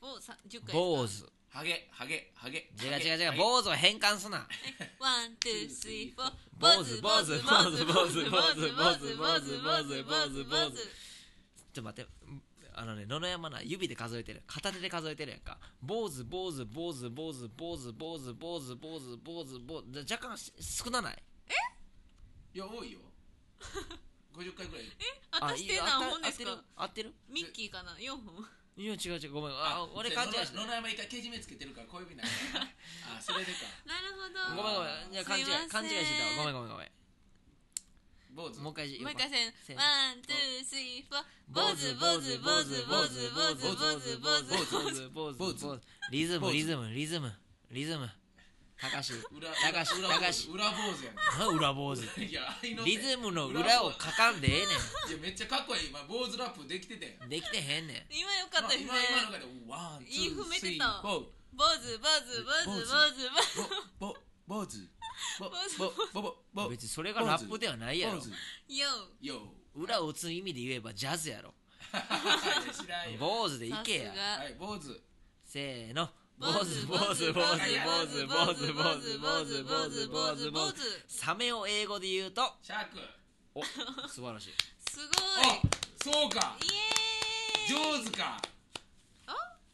おさ10回
坊主
ハゲハゲハゲ
違う違う違
ハ
う
ゲ
坊主を変換すな
ワン、ツー、スリー、フォー。
坊主坊主坊主坊主坊主坊主坊主坊主坊主坊主ちょっと待ってあのね野々山な指で数えてる片手で数えてるやんか坊主坊主坊主坊主坊主坊主坊主坊主坊主坊主じゃ若干し少なない
いや多 いよ50回ぐらい
あ、足してんのは本
あ
で
い
す
いよ
か
合ってる合ってる
ミッキーかな ?4 本。
いや違う違うごめんあ俺勘違いしてた
野々山一回けじめつけてるから小指 ないあそれでか
なる
ごめんご
ほど。
めんいや勘違い
すいません
勘違いしてたわごめんごめんごめん
坊主
もう一回し
もう一回せん。
せん
ワン、ツー、スリー、フォー。坊主、坊主、坊主、坊主、坊主、坊主、坊主、坊主。
坊主坊主リズムリズムリズムリズム高橋
裏
高橋
裏
高
坊
橋
主裏坊主やん
あ裏坊主
いや合いの手
リズムの裏をかかんでえ
いやめっちゃかっこいい今坊主ラップできてて
えねんできてへんねん
今よかったですね
今。今の中でワンツ
いい
ー
踏め
ス
て
リ
た
ーフォー
坊主、坊主、坊主、坊主、坊主。
ぼぼ坊主ぼぼ
坊
ぼぼ
別にそれがラップではないやろ
坊主
よ
よ
裏を打つ意味で言えばジャズやろ
いや知らんよ
坊主で
う。
い
さ
けや
すが
はい坊主
せーの坊
坊
主
主
坊主坊主坊主坊主坊主坊主坊主坊主坊主サメを英語で言うと
シャーク
お素晴らしい
すごい。
あそうか
イエーイ
上手か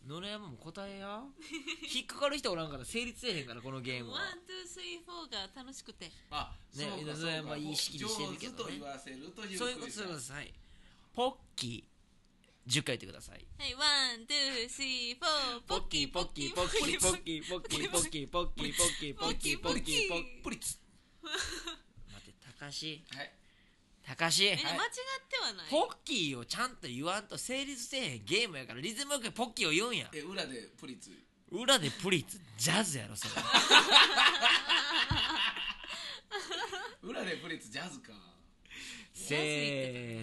野良山も答えや 引っかかる人おらんから成立せえへんからこのゲームは
ワン、ツー、スリー、フォーが楽しくて。
あ
ね
そうか
それはまあ
そうか
いい式にしてるけどね
上手と言わせるという
そういうことそういうこと
で
ですすはいポッキー10回言ってください
はい、ワン、ツー、スリー、フォー。
ポッキーポッキーポッキーポッキーポッキーポッキーポッキーポッキーポッキーポッキーポッキーポッキーポッキー
プリッツ
待ってたかし
はい
たかし
え、間違ってはない。
ポッキーをちゃんと言わんと成立せえへんゲームやからリズムよくポッキーを言うんや
え裏でプリッツ
裏でプリッツジャズやろそれ
裏でプリッツジャズか
せ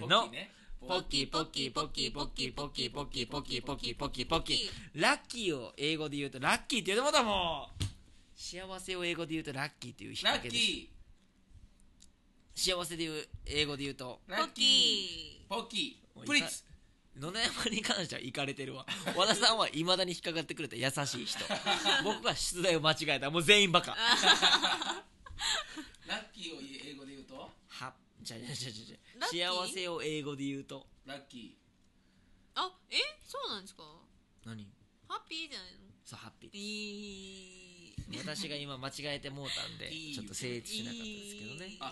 ー
ポッ
の
キーね
ポッキーポッキーポッキーポッキーポッキーポッキーポッキーポッキーポッキーポッキーラッキーを英語で言うとラッキーって言うてもだもう幸せを英語で言うとラッキーっていう引っ
ラ
掛
ッ
け
キ
です
ー
幸せで言う英語で言うと
ポ
ラッ
ッ
キ
キ
ーポッキープリッツ
野々山に関してはイかれてるわ和田さんはいまだに引っかかってくれた優しい人僕は出題を間違えたもう全員バカ
ラッキーを英語で言うと
はじゃじゃじゃじ
ラ
ゃ
ッキ
じゃ
ー
幸せを英語で言うと
ラッキ
ー。 あ、え、そうなんですか
何
ハッピーじゃないの
そうハッピー
いい。
私が今間違えてもうたんで
いい
ちょっと成立しなかったですけどね
いい
ー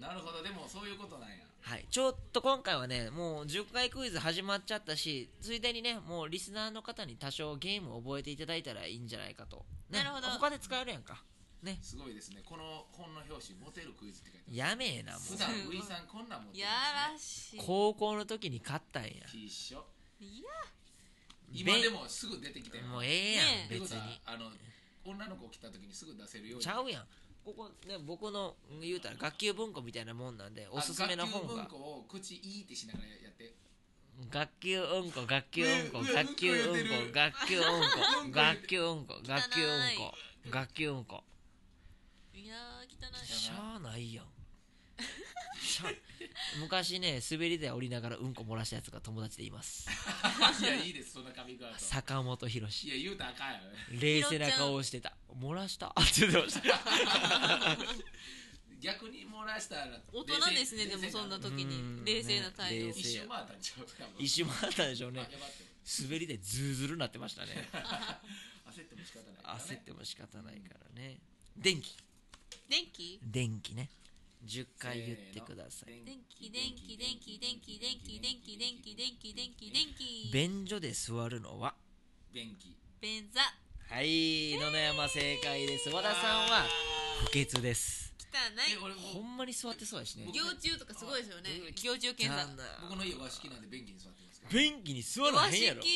あなるほどでもそういうことなんや
はい、ちょっと今回はねもう10回クイズ始まっちゃったしついでにねもうリスナーの方に多少ゲームを覚えていただいたらいいんじゃないかと、ね、
なるほど
他で使えるやんかね
すごいですねこの本の表紙モテるクイズって書いて
やめえなも
ある普
う
段ウイさんこんなん持ってるんですね
やらしい。
高校の時に勝ったんや
一緒
い
今
べ
でもすぐ出てきて
もうええやん、
ねえ
別に
あの女の子来た時にすぐ出せるように
ちゃうやんここね僕の言うたら学級文庫みたいなもんなんでおすすめの本が
あ学級文庫を口いいってしながらやって
学級うんこ学級うんこ
ねえ
学級うんこ
うんこ言うてる
学級うんこ
うんこ言うてる
学級うんこ学級うんこ
汚
学級うんこ
や、いやー汚い。
しゃあないやんしゃあ昔ね滑り台降りながらうんこ漏らしたやつが友達でいます
いやいいですそんな髪 型と
坂本
い
博
や言うたらあかんやろ
冷静な顔をしてた漏らしたって言ってました
逆に漏らしたら
大人ですね、
冷
で
静
もそんな
冷静
時
うん
に。冷静な
ね
対応
冷静。
一周回ったんちゃう多分
一瞬もあったでしょう
あや
ね
ばって
滑りでズルズルなってましたね
焦っても仕方ないから、ね、
焦っても仕方ないからね電気
電気
電気ね10回言ってください
電気電気電気電気電気電気電気電気電気電気
便所で座るのは
電気
便座
はい野々山正解です和田さんは不潔です
え
汚
俺
ほ
もうん
まに座ってそうやしね
い行中とかすごいですよね行中検査
僕の家和式なんで便器に座ってますけど
便器に座らへ
和
ん
式
や
で
ろ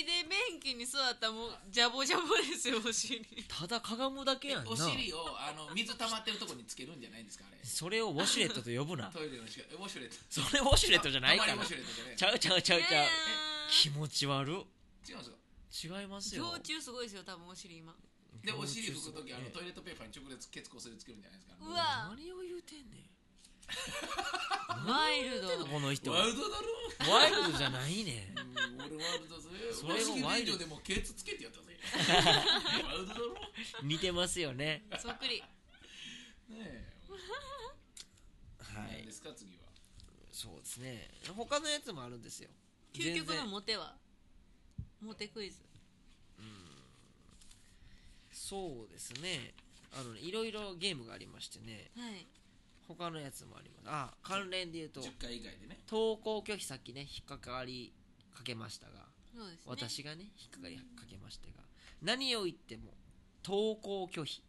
便器に座ったらもうジャボジャボですよお尻
ただかがむだけやんな
お尻をあの水溜まってるとこにつけるんじゃないんですかあれ
それをウォシュレットと呼ぶな
トイレのしかえウォシュレット
それウォシュレットじゃないか
あ
ら
んまりウォシュレットじゃない
ちゃうちゃうちゃうちゃう
い
気持ち悪
違うんですよ
違います
やー
よ
行中すごいですよ多分お尻今
でお尻拭くときあのト
イレ
イレットペーパーに直接血痕それつけるんじゃないですか
うわ
何を言うてんね
ワイルド
んこの人
ワ
ワ
イルドだろ
イルドじゃないねん
うん俺ワイルドだぜ
そ
和
れも
式
ワイ
便
ルド
所でもケツつけてやっ たぜワイルドだろ
似てますよね
そっくり
ね
は
え何
い
ですか次は
そうですね他のやつもあるんですよ
究極の
全然
モテはモテクイズ
そうですねあのねいろいろゲームがありましてね
はい
他のやつもありますあ関連で言うと
10回以外でね
投稿拒否さっきね引っかかりかけましたが
そうですね
私がね引っかかりかけましたが何を言っても投稿拒否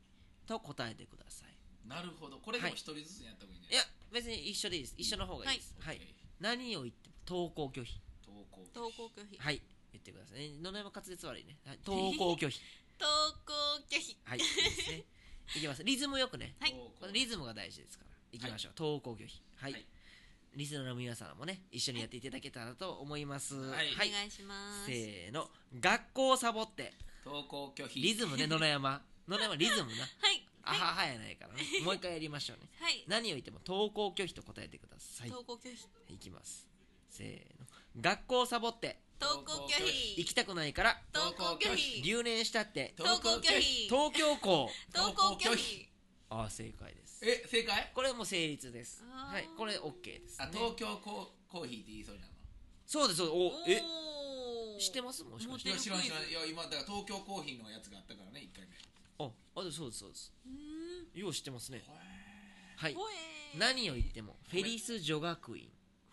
と答えてください
なるほどこれでも一人ずつやった方がいいん
い
じゃ
や別に一緒でいいです一緒の方がいいですは、
ないいです
何を言っても投稿拒否
投稿
投稿拒否
はい言ってくださいね野々山滑舌悪いね、はい、投稿拒否
投稿拒否
はいいいですねいきますリズムよくね
はい
投
こ
稿
のリズムが大事ですからいきましょう、投稿拒否はい、
はい
リスナーの皆さんもね一緒にやっていただけたらと思います
はい
お願いします
せーの学校をサボって
投稿拒否
リズムね野々山野々山リズムな
はい
あははやないから ねもう一回やりましょうね
はい
何を言っても投稿拒否と答えてください
投稿拒否
いきますせーの学校をサボって
投稿拒
行
否
きたくないから
投稿拒否
留年したって
投稿拒否
東京 校
投稿拒否
ああ正解です
え正解
これも成立です
あー
はいこれ OK です、
あ
ね、
東京コーコーヒーって言いそうになるの
そうですそうです
お
お
ー
え知ってますもしかし
い
て
や知らん知らんいや今だから東京コーヒーのやつがあったからね一回目
ああでもそうですそうです
うーん
よう知ってますねはい
ほえー
何を言ってもフェリス女学院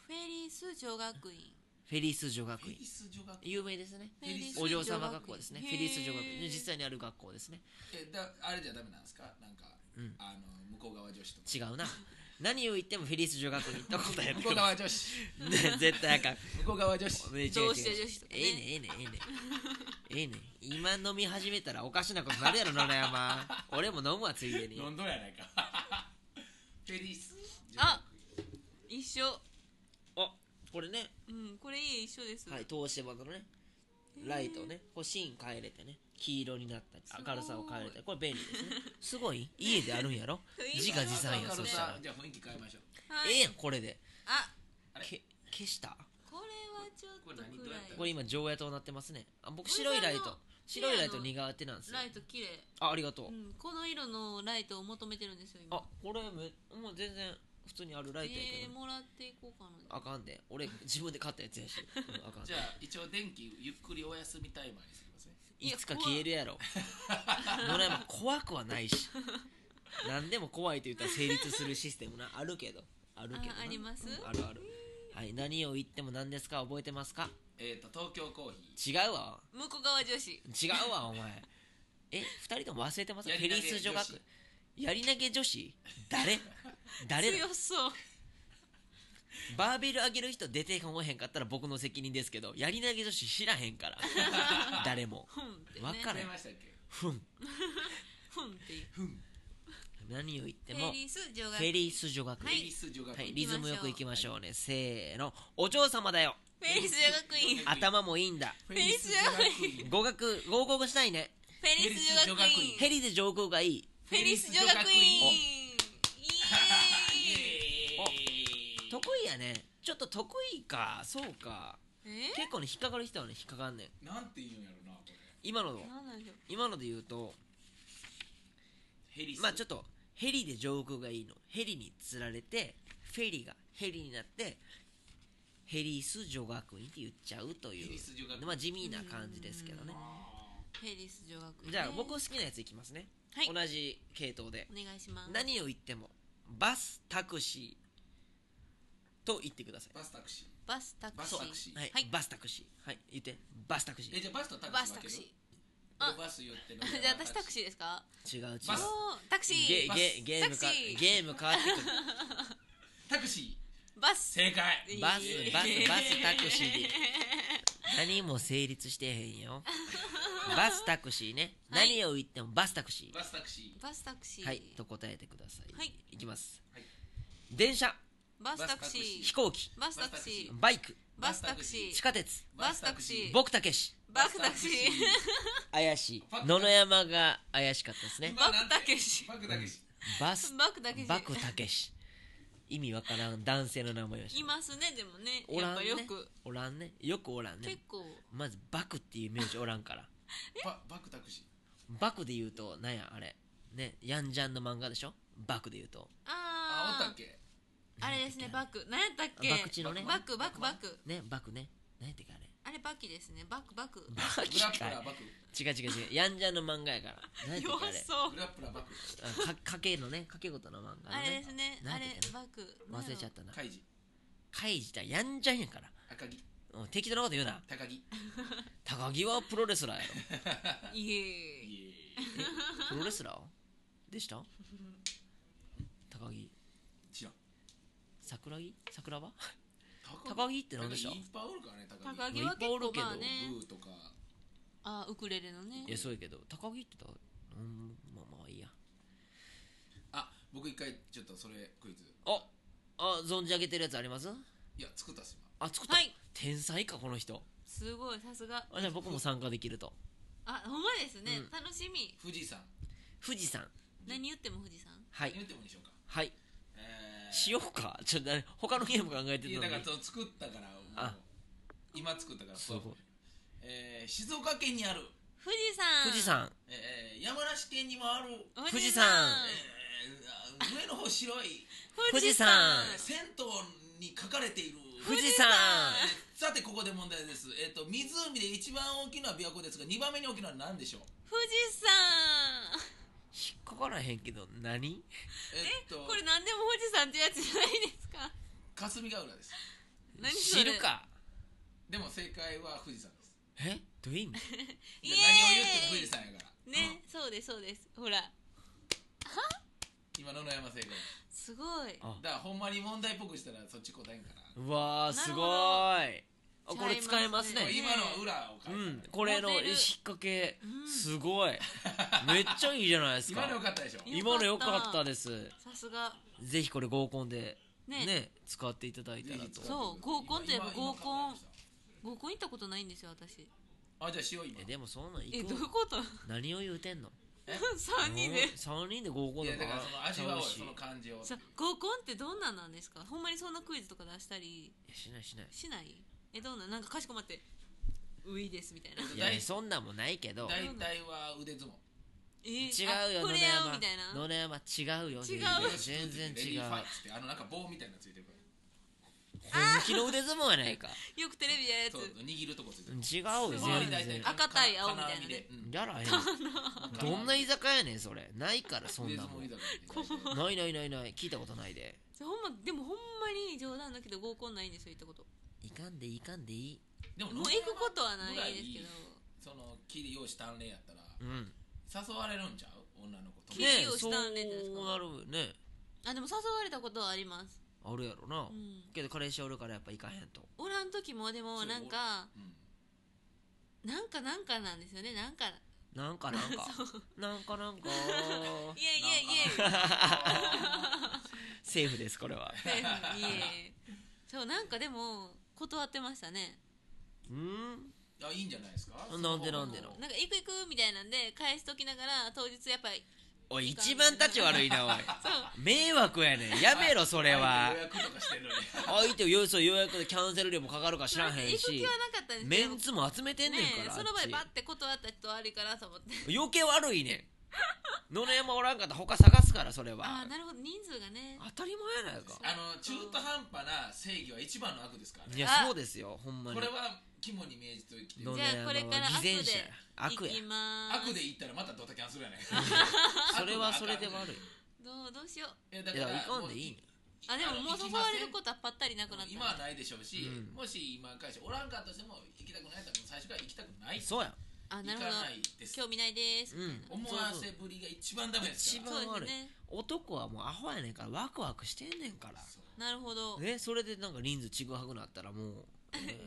フェリス女学院
フェリス女
フ
学院
ェリス女学
有名ですね
フェリス
お嬢
女学院
様学校ですねフェリス女学院
へー
実際にある学校ですね
えだあれじゃダメなんですかなんか、
うん
あの向こう側女子とか
違うな 何を言ってもフェリス女学院と答えて
向
く
こう
る
側女子
ね 絶対あかん
向こう 側女子
ね違違
どうして女子とかね
ええねええねええねええね今飲み始めたらおかしなことになるやろ野良山俺も飲むわついでに
飲んどるやないか フェリス女学
あ一緒
あこれね
うんこれいい一緒です
はい東芝のねライトをねこう芯変えれてね黄色になったり
すごい
明るさを変えれたりこれ便利ですねすごい家であるんやろ
雰囲気
自画自賛や
明るさ
そしたら
じゃあ雰囲気変えましょう
は
ええ
い
やんこれで
あ
あれ
け消した
これはちょっ
こ
と
れ何どうやった
こ
暗
れ
い
今常夜灯なってますねあ僕
これ
白いライ
あ
ト
の
白いライト苦手なんですよ
ライト綺麗
あありがとう、
うんこの色のライトを求めてるんですよ今
あこれめもう全然普通にあるライトやけ
えー
ど、
もらっていこうかな
あかんで俺自分で買ったやつやし、うん あかん
じ
で
ゃあ一応電気ゆっくりお休みタイマーにしてきますね
いつか消えるやろ 野良山怖くはないし何でも怖いと言ったら成立するシステムなあるけどあるけどな
ああります
うんあるあるはい何を言っても何ですか覚えてますか
えっ、と東京コーヒ
違うわ
向こう側女子
違うわお前え二人とも忘れてますフ
やり
ェ
投げ
リス女学やり投げ女子誰誰だ
強そう
バーベル上げる人出てこへんかったら僕の責任ですけどやり投げ女子知らへんから誰も
ふんってね
わか
ー
る
変えましたっけ
ふん
ふんっていう
何を言って
フェ
も
リス女学
フェリス女学
は
フ
い
ェリス女学
はい、
院
リズムよくいきましょうね、せーのお嬢様だよ
フェリス女学院
はい
頭もいいんだ
フ
ェリス女学
院
合格合格したいね
フェリス女学院
ヘリで上空がいい
フェリス女学院
お
イ
得意やねちょっと得意かそうか
エーイえ
結構ね引っかかる人はね引っかかんねん
なんて言うんやろなこれ
今の
なんなんでしょう
今ので言うと
ヘリス
まあちょっとヘリで上空がいいのヘリにつられてフェリーがヘリになってヘリス女学院って言っちゃうという
ヘリス女学院
まあ、地味な感じですけどね
ヘリス女学院ね
じゃあ僕好きなやついきますね、
はい
同じ系統で
お願いします
何を言ってもバスタクシーと言ってください
バスタクシー
バスタク
バ
シ
スタ
ー
クシー
はい、
はい
バスタクシーはい言ってバスタクシー
えじゃあバスとタクシー
バスタク
分ける
シあ
俺バス寄ってる
ー じゃあ私タクシーですか
違う違う
バス
おータクシ
ゲ
ー
バ
ゲ
ス
ゲームか
タクシー
ゲーム変わってく
タクシ
バ
ー
ス
正解
るバス
えー
バスバスタクシーで何も成立してへんよバスタクシーね、
はい
何を言ってもバスタクシ
バスタクシー
バスタクシ
ー
ー
はいと答えてください
はい
いきます、
はい
電車
バスタクシ
飛
ー
行機
バスタクシー
バイク
バスタクシ
地
ー
下鉄
バスタクシー
僕たけし
バスタクシー
怪しい
バクタケ
野々山が怪しかったですね
バクタケシ
バクタケシ
バス
バクだけし
バクたけし意味わからん男性の名前をし
いますねでもね
お
や
ら
っ
ん
ぱ
ね
よく
おらんねよくおらんね
結構
まずバクっていう名字おらんから
ババクタクシー
バクで言うとなんやあれねヤンジャンの漫画でしょバクで言うと
あおった
あ
っけ
ああれですねバク何やったっけ
あバクチのね
バクバクバク
ねバクね何やってかあれ
あれバキですねバクバク
バ
グ
キ
ラップ
か
ラ
い
ーバク
違う違う違うヤンジャンの漫画やから何やって
弱
かあれ
そう
グラップラーバク
あか賭けのね賭け事の漫画の
あれですねあ
何
れ
やったっ
バク
けな忘れちゃったたな
カイジ
カイジだヤンジャンやから
赤木
うん適当なこと言うな
高木イ
高木はプロレスラーやろ
い
エ
えいえ
ーイ
プロレスラーでした高木
知らん
桜木桜葉
高
高木って何でした
いっぱいおるからね高木
高木は結構まあね
ブーとか
あウクレレのね
いやそうやけど高木ってだうんまあまあいいや
あ僕一回ちょっとそれクイズ
ああ存じ上げてるやつあります
いや作ったっす今
あ作った、
はい
天才かこの人
すごいさすが
あじゃあ僕も参加できると
あほんまですね
うん
楽しみ
富士山
富士山
何言っても富士山
はい
言ってもいいでしょうか
はい
えー
しようかちょっとあれ他のゲーム考えて
い
た
や
の
だ
に
からそう作ったからもう
あ
今作ったから
すごい
そうえー静岡県にある、
富士山
富士山
えー山梨県にもある、
富士山
えーあ上の方白い
富士
山
山
銭湯に書かれている
富士山
さてここで問題です、えー、と湖で一番大きいのは琵琶湖ですが2番目に大きいのは何でしょう
富士山
引っかからへんけど何
えっと
これ何でも富士山ってやつじゃないですか
霞ヶ浦です
何そ
知
れ
るか
でも正解は富士山です
えどういう意味
イ
で何を言
エーイ
っても富士山やから
ねそうですそうですほら
今野々山正解です
すごい
あ
だからほんまに問題っぽくしたらそっち答えんから
うわーすごいあこれ使えますね
使えますね
今のは裏を書
う
いたから
んこれの
モ
引
デル
っ掛け
うん
すごいめっちゃいいじゃないですか
今のよかったでしょ
い
今の良か
良か
っ
ったた
です
さすが
ぜひこれ合コンで
ね
ね使っていただいたらと
そう合コンといえば
今今
合コン
考えまし
合コン行ったことないんですよ私
たあじゃあしよう今
えでもそんなん
え
行
どう
こ
いううこと
何を言うてんの
三人で
3人で合コン
い
だ
やだからその味わおうよ
楽しい
その感じを
さ合コンってどんなんなんですかほんまにそんなクイズとか出したり
いやしないしない
しないえどんなんなんかかしこまってウイですみ たいな
いやそんなんもないけど
大体は腕相撲
え
違うよ
あ
野
これ
々
や
山
おみたいな
野々山違うよ
違う
全然
レデ
違
ィ
う
ーファイトってあのなんか棒みたいなのついてるから
本気の腕相撲やないか
よくテレビでやるやつ
そう握るとこついてる
違うよ
すごい
全然
赤対青みたいなね
やらへんどんな居酒屋やねんそれないからそん
腕
な
相
も
撲居
ん
酒屋
ないないないない聞いたことないで
ほんまでもほんまに冗談だけど合コンないんですよ行ったこと
いかんでいいかんでいい
でも
もう行くことはないですけど
その切り用紙鍛錬やったら
うん
誘われるんちゃう女の子と
切
ね
りを
そう
したんでですか
なるね
あでも誘われたことはあります、
あるやろな
うん、
けど彼氏おるからやっぱ行かへんと
おらん時もでも
そう
なんか
うん
なんかなんかなんですよねなんか
なんか なんかなんかなんか
いえいえいえ
セーフですこれ は
セーフいえそうなんかでも断ってましたね
うん
あいいんじゃないですか
なんでなんでなん
なんか行く行くみたいなんで返しときながら当日やっぱり
おい一番立ち悪いなおい
そう
迷惑やねんやめろそれは
予約とかしてるのに
相手をよそ予約でキャンセル料もかかるか知らへ ん
行く気
し
はなかったんですけ
メ
ど
ンツも集めてんねん
ね
から
その場
あっ
合
ち
バッて断った人悪いかなと思って
余計悪いねん 野々山おらんかったら他探すからそれ
あ
は
ーなるほど人数がね
当たり前やないか
あの中途半端な正義は一番の悪ですから
い
ね
や
あ
そうですよほんまに
これは肝に銘じておきて
野々
じゃあ
山
これから
は
悪で
偽善者や
行
悪や
きまーす
悪で言ったらまたドタキャンするや ないか
それはそれで悪
どうどうしよう
えだ
いい
か
や
ら
行かんでいい
も
ね
う
あでももう
あの行
誘
きま
わ
せん
れることはぱったりなくなった
今はないでしょうし、
うん
もし今会社おらんかったとしても行きたくないやったらもう最初から行きたくない
そうや
あな
行
る
か
ほど
ないです
興味ないです
うん
思わせぶりが一番ダメです
一
から
番
そう
悪
で
い
すね
男はもうアホやねんからワクワクしてんねんから
そう
なるほど
ねそれでなんか人数ちぐはぐなったら もう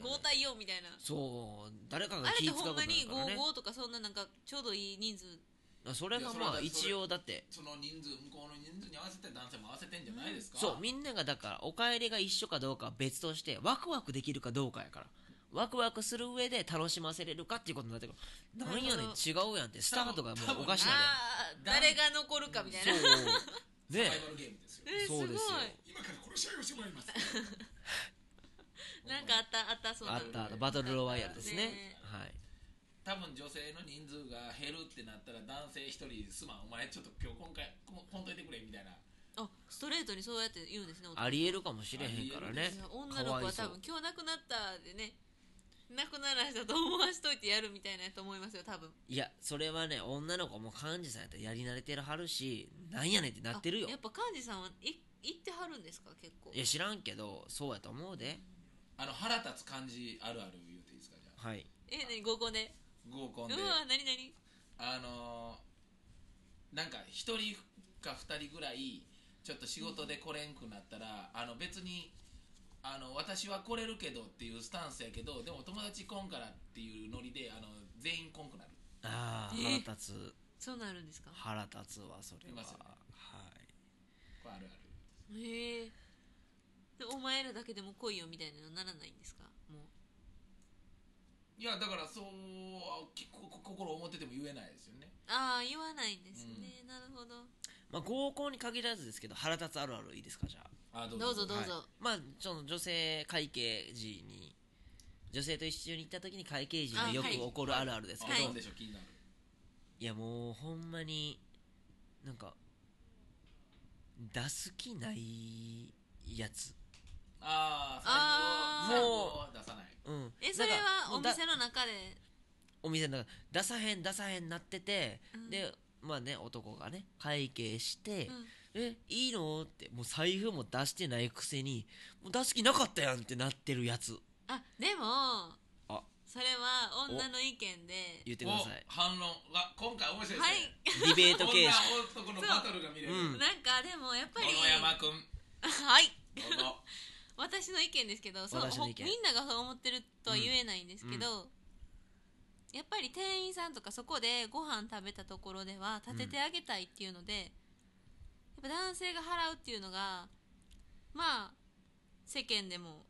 合体用みたいな
そう誰かが
あれっ
気
て
使うこ
ほ
と
ん
にな
ま
る
に
からね
55とかそんななんかちょうどいい人数
あそれがまあ一応だって
その人数向こうの人数に合わせて男性も合わせてんじゃないですか、
そうみんながだからお帰りが一緒かどうかは別としてワクワクできるかどうかやからワクワクする上で楽しませれるかっていうことになってくるなんやねん
なる
違うやんってスタートがもうおかしな
あー誰が残るかみたい
で
な
そう
サ
ね
バイバルゲームですよ
えーす
そ
ご
う
い
ですよ
今から殺し合いをしてまいり ます
なんかあったあったそうな
あ
の
ったあったバトルロワイヤルですね
ね
はい
多分女性の人数が減るってなったら男性一人すまんお前ちょっと今日今回こほんといてくれみたいな
あストレートにそうやって言うんですね男
ありえるかもしれへんからね
いや女の
かわ
子はい
そ
多
う
分今日亡くなったでね亡くならしたと思わしといてやるみたいなやと思いますよ多分
いやそれはね女の子も幹事さんやったらやり慣れてるはるしなんやねんってなってるよ
あやっぱ幹事さんはい行ってはるんですか結構
いや知らんけどそうやと思うで
あの腹立つ感じあるある言うていいですかじゃあ
はい
え何合コンで
合コ
う
ン
わ
で
何何
あのーなんか一人か二人ぐらいちょっと仕事で来れんくなったらあの別にあの私は来れるけどっていうスタンスやけどでも友達来んからっていうノリであの全員来んくなる
ああ
え
腹立つ
そうなるんですか
腹立つわそれ
い
は、
ますよね
はい
これあるある
へえでお前らだけでも来いよみたいなのならないんですかも
いやだからそうあきこ心思ってても言えないですよね
うああ言わないんですね、なるほど
まあ、合コンに限らずですけど腹立つあるあるいいですかじゃあ
あど
どうぞどうぞ、
はいまあその女性会計時に女性と一緒に行った時に会計時によく
あはい
起こるあるあるですけど、
あ
はい
どうでしょう気になる
いやもうほんまになんか出す気ないやつ
あ
あ
あ
ー
最後は最後は出さない
うん
えそれは
な
お
んかもうだ
店の中で
お店の中出さへん出さへんなってて、
うん
でまあね男がね会計して
うん
「えいいの?」ってもう財布も出してないくせにもう出す気なかったやんってなってるやつ
あでも
あ
それは女の意見で
言ってください
お反論が今回面白いですね、
はい
ディベート形式
女男のバトルが見れる。
そううん
なんかでもやっぱり
野々山くん、
はい
どうぞ。
私の意見ですけどそう
私の
ほ
意
み
見
んながそう思ってるとは言えないんですけど、やっぱり店員さんとかそこでご飯食べたところでは立ててあげたいっていうので、やっぱ男性が払うっていうのがまあ世間でも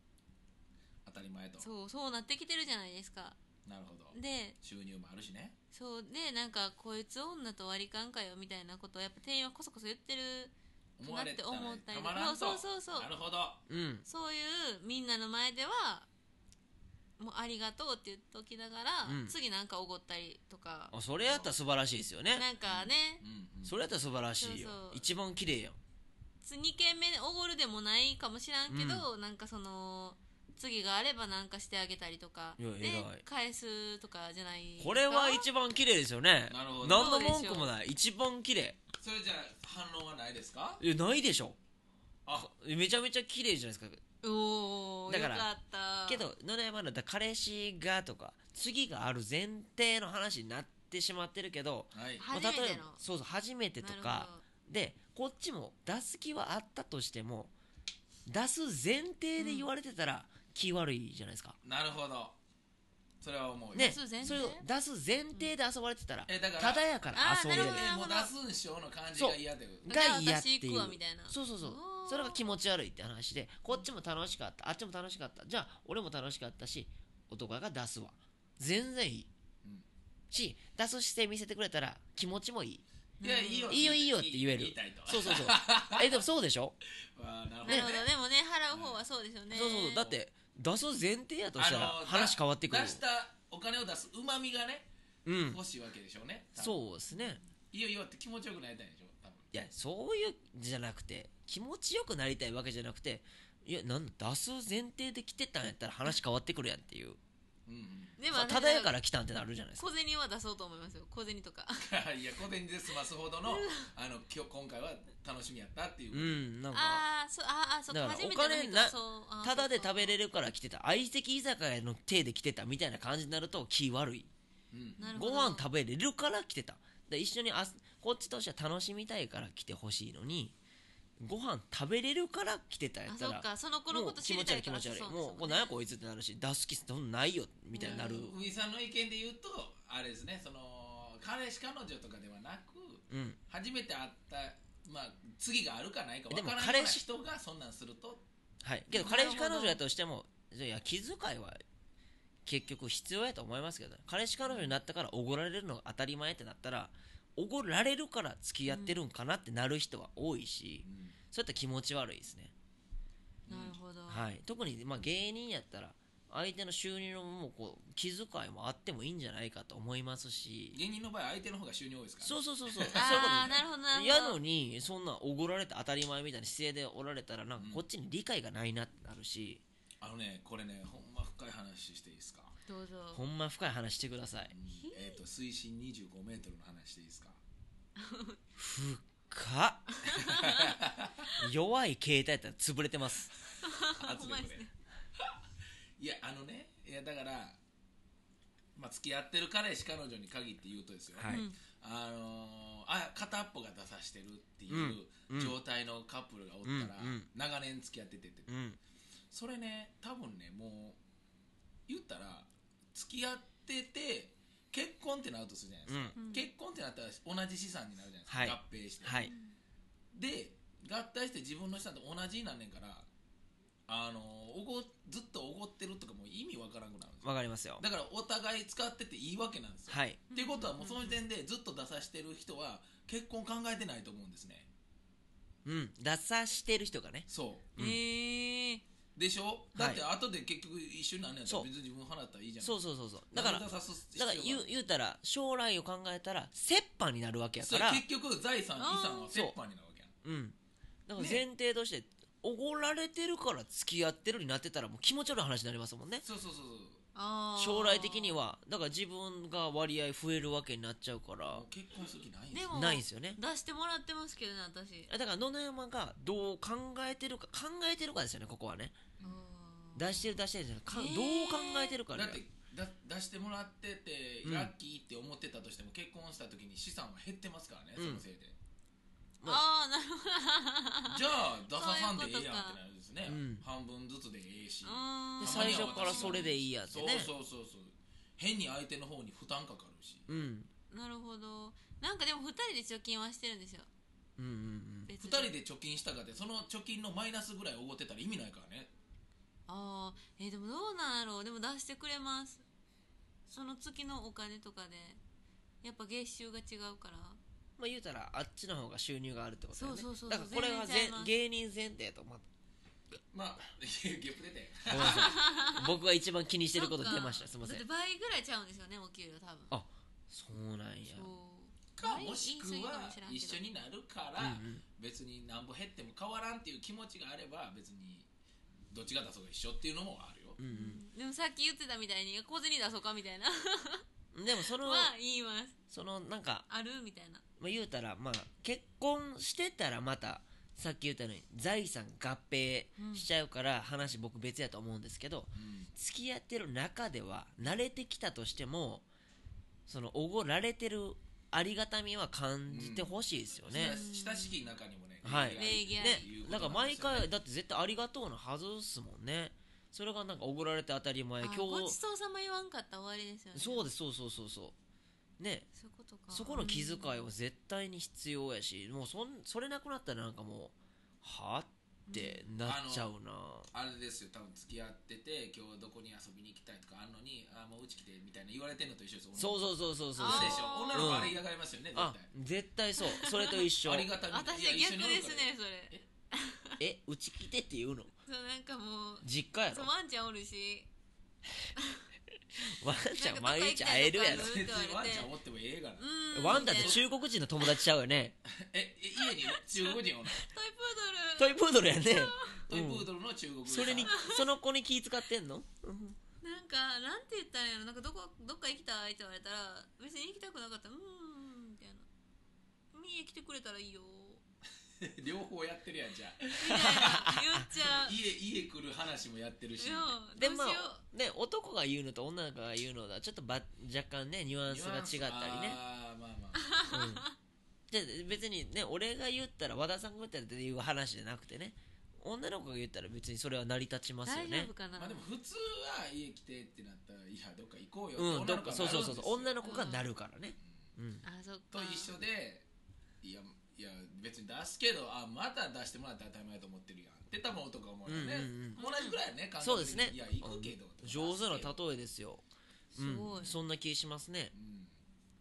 当たり前と。
そうそうなってきてるじゃないですか
なるほど。
で
収入もあるしね。
そうでなんかこいつ女と割り勘かよみたいなことをやっぱ店員はこそこそ言ってる
思われたら
思っ
た
たり
まらんと。
そうそうそうそう
なるほど。は
うん
そういうみんなの前ではもうありがとうって言っときながら、
うん
次なんかおごったりとか
あそれやったら素晴らしいですよね
なんかね
うんうん。
それやったら素晴らしいよ
そうそう
一番綺麗やん
2軒目でおごるでもないかもしらんけど、なんかその次があればなんかしてあげたりとか
いや
で
偉い
返すとかじゃないですか
これは一番綺麗ですよね
なるほど
何の文句もない一番綺麗
それじゃあ反論はないですか？
いやないでしょ
あ、
めちゃめちゃ綺麗じゃないですか
おお
だ
よ
か
からった
けど野々山のだ彼氏がとか次がある前提の話になってしまってるけど
はい。
まあ
初めての
例えばそうそう初めてと
なる
かでこっちも出す気はあったとしても出す前提で言われてたら気悪いじゃないですか、
なるほど。それは思うよ。
ね
出す前提
それを出す前提で遊ばれてたら,、
えだから
ただやから
あー
遊べる
なるほど
えもう出すんしょうの感じが嫌で。
ど
が嫌ってい
じゃあ私行
う
くわみたいな
そうそうそう
おー
それが気持ち悪いって話でこっちも楽しかったあっちも楽しかったじゃあ俺も楽しかったし男が出すわど全然いい、
うん
し出す姿勢見せてくれたら気持ちもいい
いやいいよ。
いいよいいよって言える
いたいと。
そう そうそうえでもそうでしょ、
あーなるほど
な
ね
るほど、でもね払う方はそうですよね
そうそうだって出す前提やとしたら
あの
話変わってくるよ
出したお金を出す旨味がね
うん
欲しいわけでしょうね。
そうですね
いいよいいよって気持ちよくなりたいんでしょ多分
いやそういうじゃなくて気持ちよくなりたいわけじゃなくていやなんだ出す前提で来てたんやったら話変わってくるやんっていう
うん
でも
そう
私
ただやから来たんってなるじゃないですか
小銭は出そうと思いますよ小銭とか
うん いや小銭で済ますほどのあの今日今回は楽しみやったっていうう、
んなんか
あーそうあーあーそう
だから
初めて
お金
の人
な
はそうあー
ただで
そうそう
食べれるから来てた相席居酒屋の手で来てたみたいな感じになると気悪い
うん
なるほ
ご
ど
飯食べれるから来てたで一緒にあこっちとしては楽しみたいから来てほしいのにご飯食べれるから来てたや
あ
った
そっ
ら
かその子の
も
こ
う
と
気
知
持
り
ち
た
悪
い
い気
か
持
ら
ち悪い
そう
もうこ
そ
れ
うね
何やこいつってなるし出す気そんなないよみたいになる
うん
海さんの意見で言うとあれですねその彼氏彼女とかではなく
うん
初めて会ったまあ次があるかないか分
でも
からない
彼
ような
氏
人がそんなんすると
はいけど
なる
彼
ほ
氏
ど
彼女やとしてもいや気遣いは結局必要やと思いますけどね彼氏彼女になったからおごられるのが当たり前ってなったらおごられるから付き合ってるんかなってなる人は多いし、そういった気持ち悪いですね
なるほど、
はい、特に、まあ、芸人やったら相手の収入のもうこう気遣いもあってもいいんじゃないかと思いますし
芸人の場合相手の方が収入多いですからね、
そうそうそうそうそういうこ
ああ
と
なるほどなるほど
やのにそんなおごられて当たり前みたいな姿勢でおられたらなんか
うん
こっちに理解がないなってなるし、
あのねこれねほんま深い話していいですか、
どうぞ
ほんま深い話してください
うんえっ、と水深25メートルの話していいですか
深っ弱い携帯やったら潰れてます
圧
ほ
力
んま
で
ですね
いやあのねいやだからまあ付き合ってる彼氏彼女に限って言うとですよ、
はい
うん
あのーあ片っぽが出さしてるっていう
うんうん
状態のカップルがおったら、
うんうん
長年付き合っててて、
うん
それね多分ねもう言ったら付き合ってて結婚ってなるとするじゃないで
う
すか、
ん
うん
結婚ってなったら同じ資産になるじゃないですか、
はい
合併して、
はい
で合体して自分の資産と同じになんねんからあのーおごずっとおごってるとかもう意味わからんくなるんですよ
わかりますよ
だからお互い使ってていいわけなんですよ、
はい
っていうことはもうその時点でずっと出さしてる人は結婚考えてないと思うんですね
うん出さしてる人がね
そ
うん
ええ
うでしょ
い
だって後で結局一緒になんねやった
そ
ら
う
別に自分払ったらいいじゃん
そうそうそうそうだから
なんで出さす必
だ
要
か
が
ら言う言うたら将来を考えたら折半になるわけやから
そう結局財産遺産は
あー
折半になるわけやん
うんだから
ね
前提としておごられてるから付き合ってるになってたらもう気持ち悪い話になりますもんね
そうそうそう
あー
将来的にはだから自分が割合増えるわけになっちゃうか
そう
ら
もう結婚する気ないん
でも
ないんですよね
出してもらってますけどね私
だから野々山がどう考えてるか考えてるかですよねここはね
うん
出してる出してるじゃないか
へー
どう考えてるか
だ
ね
ってだ出してもらってて
うん
ラッキーって思ってたとしても結婚した時に資産は減ってますからね、
うん
そのせいで
まあ
ああなるほど
じゃあ出ささんでええやんってなるんですね、
うん
半分ずつでええし、
う
で
たま
ん
最
には
初からそれでいいやって
そう
ね
そうそうそう変に相手の方に負担かかるし
うん
なるほどなんかでも二人で貯金はしてるんですよ
うんうんうん
別
2
に
人で貯金したかってその貯金のマイナスぐらいおごってたら意味ないからね
ああえーでもどうなんやろうでも出してくれますその月のお金とかでやっぱ月収が違うから
まあ言うたらあっちの方が収入があるってことだよね
そうそうそうそ
だ
う
からこれは
全然ちゃい
全
ます
芸人前提やと思って
まあ ゲップ出て
ごめんなさ い僕が一番気にしてること出ましたす
そ
い
っ
ま
か
せん
だって倍ぐらいちゃうんですよねお給料多分
あそうなんや
そう
か
倍
もしく
言い過ぎか
は
もしらんけど
一緒になるか
うん
ら別になんぼ減っても変わらんっていう気持ちがあれば別にどっちが出そうが一緒っていうのもあるよ
うんうん
でもさっき言ってたみたいに小銭出そうかみたいな
うんでもその
は言います
そのなんか、
あるみたいな
まあ、言うたらまあ結婚してたらまたさっき言ったように財産合併しちゃうから話僕別やと思うんですけど
うん
付き合ってる中では慣れてきたとしてもそのおごられてるありがたみは感じてほしいですよね、
親しき中にもね
はい
礼儀あり
ね
いう、こ
な
と
んか
なん
毎
ですよね
回だって絶対ありがとうのはずっすもんねそれがなんかおごられて当たり前
あ
今
ごち
日
そうさま言わんかったら終わりですよね
そうですそうそうそうそうね
そういうことか
そこの気遣い
うん
は絶対に必要やしもうそんそれなくなったらなんかもうはあってなっちゃうな
あれですよ多分付き合ってて今日どこに遊びに行きたいとかあんのにあもううち来てみたいな言われてんのと一緒ですよ
そうそうそうそうそう
女の子
あ
でし
ー
ょ女の子あれ嫌がりますよね絶
あ絶対そうそれと一緒
対ありがたみ
私
いや一
逆
緒におる
で
から
すねそれ
えうち来てって言うの
そうなんかもう
実家やろ
そうワンちゃんおるし
ワンちゃん毎日会えるやろ
なんか
別にワンちゃ
うん
おってもええがな
うん
ワンちゃんって
みたいな
中国人の友達ちゃうよね
え家に中国人おる
トイプード
ト
ル
イプードルやね
トイプードルの中国人
それにその子に気使ってんの
なんかなんて言ったらいいのなんかどこどっか行きたいって言われたら別に行きたくなかったらうーんみたいな三重来てくれたらいいよ
両方やってるやんじゃあ
みたいな言っち ゃうい
家家来る話もやってるし
や
で
どう
まあ
しよう
ね男が言うのと女の子が言うのとはちょっとば若干ねニュアンスが違ったりね
あーまあまあ
うん じゃあ別にね俺が言ったら和田さんが言ったらっていう話じゃなくてね女の子が言ったら別にそれは成り立ちますよ
大
ね
丈夫かな、
まあでも普通は家来てってなったらいやどっか行こうよ
うん
って
ど
女
っか
の子は
そうそうそうそう女
なる
の
んですよ
子がなるからねうん
あそっ
と
か
一緒でいやいや別に出すけどあまた出してもらったら当たり前だと思ってるやんって多分男は思うよね、
うんうん
同じぐらいやね感
そう
覚
で
的
す
に
ね
いや行くけど
うん上手な
た
例えですよう
すごい
んそんな気しますね
うん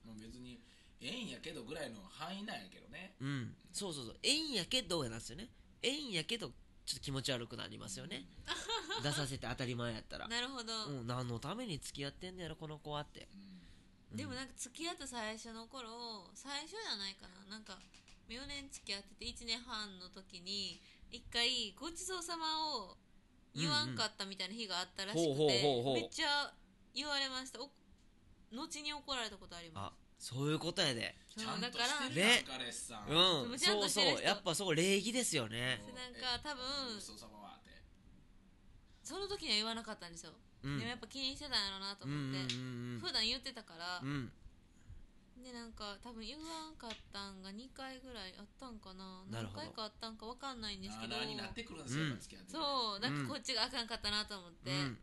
まあ、別にええんやけどぐらいの範囲なんやけどね
うんそうそうそう縁やけどなんですよね縁やけどちょっと気持ち悪くなりますよね出させて当たり前やったら
なるほど、
うん何のために付き合ってんのやろこの子はって
うん
うん
でもなんか付き合った最初の頃最初じゃないかななんか4年付き合ってて1年半の時に一回ごちそうさまを言わんかったみたいな日があったらしくて、
うんうんほうほうほうほう
めっちゃ言われましたお後に怒られたことありま
あそういうことやで
す
ちゃん
だ
と
から
してる
ね
やん彼氏さん
う
でも
ん
ちゃん
そ
と
う
して
そう
る人
やっぱそこ礼儀ですよね
そう
なんか
え
多分
ごちそうさまはって
その時には言わなかったんですよ、
うん
でもやっぱ気にしてたんやろうなと
うん
思
う
っ
ん
て、
うん
普段言ってたから、
うんうん
でなんか多分言わんかったんが2回ぐらいあったんかな
なる
何
ほど
回かあったんか分かんないんです
なあ
けど
なあになってくるんです
う
よ、
ん
付き合って
そうなん
うん
かこっちがあかんかったなと思って
うん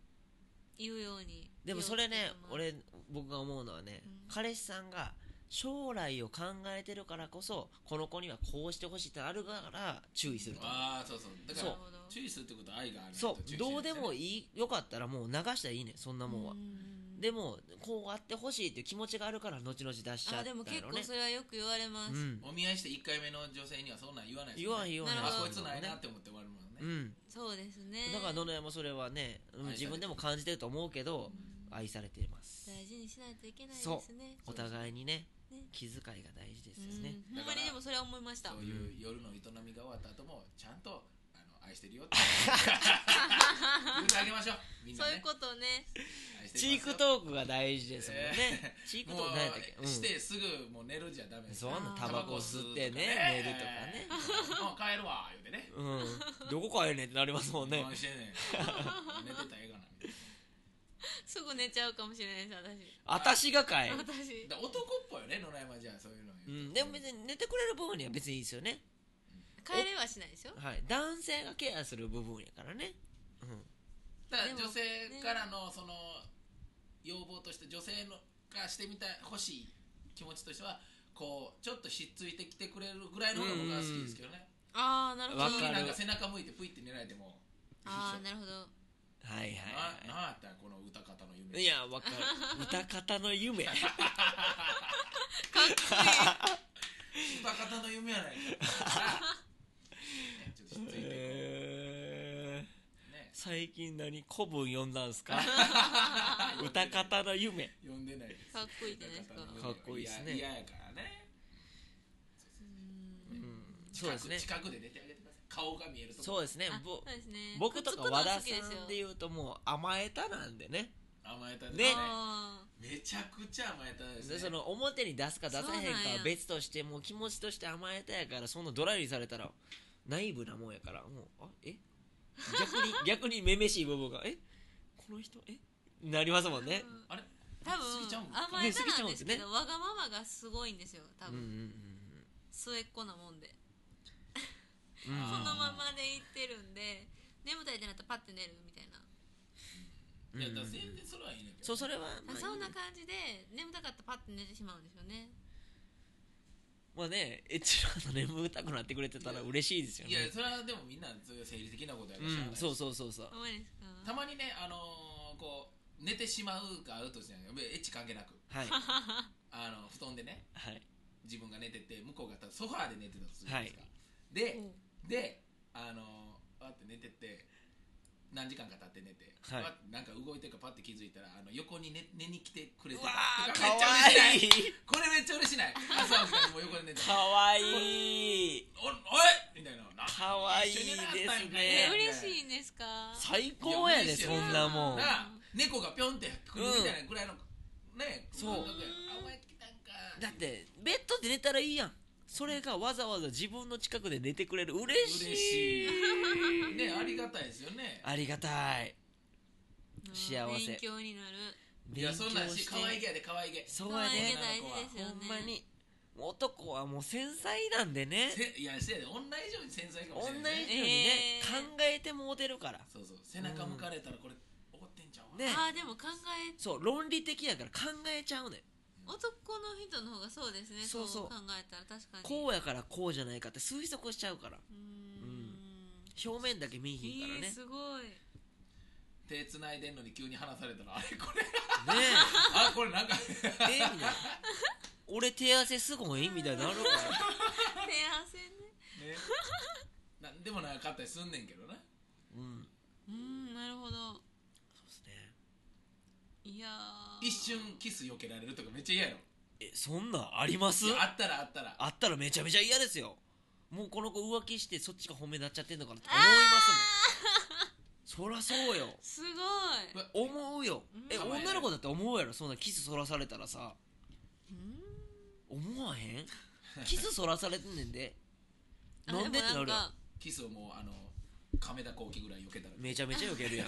言うように、
でもそれね
気をつけて
俺
ます
僕が思うのはね
うん
彼氏さんが将来を考えてるからこそこの子にはこうしてほしいってあるから注意すると思う
ああそうそうだか
そう
ら注意するってことは愛がある
そ
と注
う
意して
ど
るん
うです
よね
もいいよかったらもう流したらいいねそんなもんは
うん
でもこうあってほしいっていう気持ちがあるから後々出しちゃった
あ
んだ
で
ろう
も結構
ね
それはよく言われます、
うん
お見合いして1回目の女性にはそんなん言わないです
言わん言わん
なる
あこい
ほど
つないなって思って終わるもんね、
うん
そうですね
だから野々山それはね、うん
愛されて
自
る
分でも感じてると思うけど
うん
愛されています
大事にしないといけないです
そう
ね
お互いにね
ね
気遣いが大事です
う
よ
ん
ね、
ほんまにでもそれは思いました
そういう夜の営みが終わった後もちゃんとあの愛してるよって言ってあげましょうみんな
そういう
ね
ことね
愛して
チー
ますよ
クトークが大事ですもんね、チークトー
もう
ク何やったっけ、うん、
してすぐもう寝るじゃダメです
そうなの
タ
タ
バ
バ
コ
コ吸
吸
っ
う
てね寝るとかね
えーもう帰るわ言うてね
うんどこ帰るねんってなりますもんね
何してんねん 寝てたらええかなみたい
すぐ寝ちゃうかもしれないです
私がかい、
私私
なだから男っぽいよね野良山じゃあそういうの
う
言
ん、
うと
でも別に寝てくれる部分には別にいいですよね、
帰れはしないでしょ
はい、男性がケアする部分やからね、うん、
ただ女性からのその要望として女性のがしてみたい欲しい気持ちとしてはこうちょっとひっついてきてくれるぐらいの方が僕は好きですけどね
ああなるほど
わ
急
か
に
る
なんか背中向いてプイって寝られても
ああなるほど
はいはい
な
は
なんやったんこの歌方の夢
いいやわかる歌方の夢
かっ
歌方の夢やな いかねちょっとひっついてこう
えー
ね
最近何古文読んだんすか歌方の夢
呼んでないです
かっこいいじゃないです
か
か
っこいいですね
嫌やからね
こいいう
うんんそうですね
近く近くで寝てあげてください顔が見えるとこ
そうですね
あ
ぼ
そうですね
僕とか和田さん
くっつくのは
で
好き
す
よ
言うともう甘えたなんでね
甘えた
ね
あー
めちゃくちゃ甘えたです
で
ね
その表に出すか出さへんか
そうなんや
は別としてもう気持ちとして甘えたやからそんなドライにされたらナイーブなもんやからもうあえ逆に逆にめめしい部分がえこの人えなりますもんね
うん
あれ
多分
過ぎちゃうんですか
甘えたなんですけ
ね過ぎちゃうんですね
どわがままがすごいんですよ多
うんうん
分末っ子なもんで
うんうん
そ
あ
のままでいってるんで眠たいってなったらパッて寝るみたいな
うん
いやだから全然それはいいねんけど
そうそれはまあ
あそんない
いね
感じで眠たかったらパッて寝てしまうんですよね
まあねエチローの眠たくなってくれてたら嬉しいですよ
いや
ね
それはでもみんなそういう生理的なことやからしゃあない
うん
し
そうそうそうそう
思いです
た
か
まにねあのーこう寝てしまうがあるとしてエッチ関係なく
はい
あの布団でね
はい
自分が寝てて向こうがただソファーで寝てたとするじゃないですか、
は
で、であのーあって寝てて何時間か経って寝て、
はい
パッなんか動いてるかパッて気づいたらあの横に寝寝に来てくれ
う
て
わー
ため
か
っちゃ
わ
嬉し
い
ない
い
これめっちゃ嬉しない朝起きたらもう横で寝て
かわいい
おおいみたいなな
かわいい
一緒になった
で
ん
す
か
え
ね
ね
嬉しいんですか
最高や
いや
ね
嬉しい
そ
よ
んなもん
なあ猫がぴょんって来るみたいなぐらいの、ね
そう
感覚やあお前来たんか
だってベッドで寝たらいいやんそれがわざわざ自分の近くで寝てくれる嬉しい
嬉しいねありがたいですよね
ありがたい
うん
幸せ
勉強になる
い
勉
や
強
そんなんし
して
可愛げやで可愛げ
そう
可
や
愛
ね
げ大事ですよね
ほんまに男はもう繊細なんでね
せいやせやで女以上に繊細かも
女
しれ
以上に
ないね、
ね、
えー
考えてもうてるから
そうそう背中向かれたらこれ怒ってんちゃうわ
ね
あーでも考え
そう論理的やから考えちゃうねん
男の人の方がそうですね
そ
そう
そう
う考えたら確かに
こうやからこうじゃないかって推測しちゃうから
うー
ん
ん
表面だけ見えひんからね
いいすごい
手つないでんのに急に離されたらあれこれ
ね
あこれなんか
ええみたいな俺手汗すごいみたいになるから
手汗ね
ねなんでもなかったりすんねんけどな
うん
うーんなるほど
そうですね
いやー
一瞬キス避けられるとかめっちゃ嫌やろ
えそんなんあります
いやあったらあったら
あったらめちゃめちゃ嫌ですよもうこの子浮気してそっちが褒めなっちゃってんのかなって思いますもんそらそうよ
すごいう
わ
思うよえ
うん
女の子だって思うやろそんなキスそらされたらさ
うーん
思わへんキスそらされてんねんで
あ
なんでってな
も
るやん
か
キスをもうあの亀田光輝ぐらい避けたら
めちゃめちゃよけるやん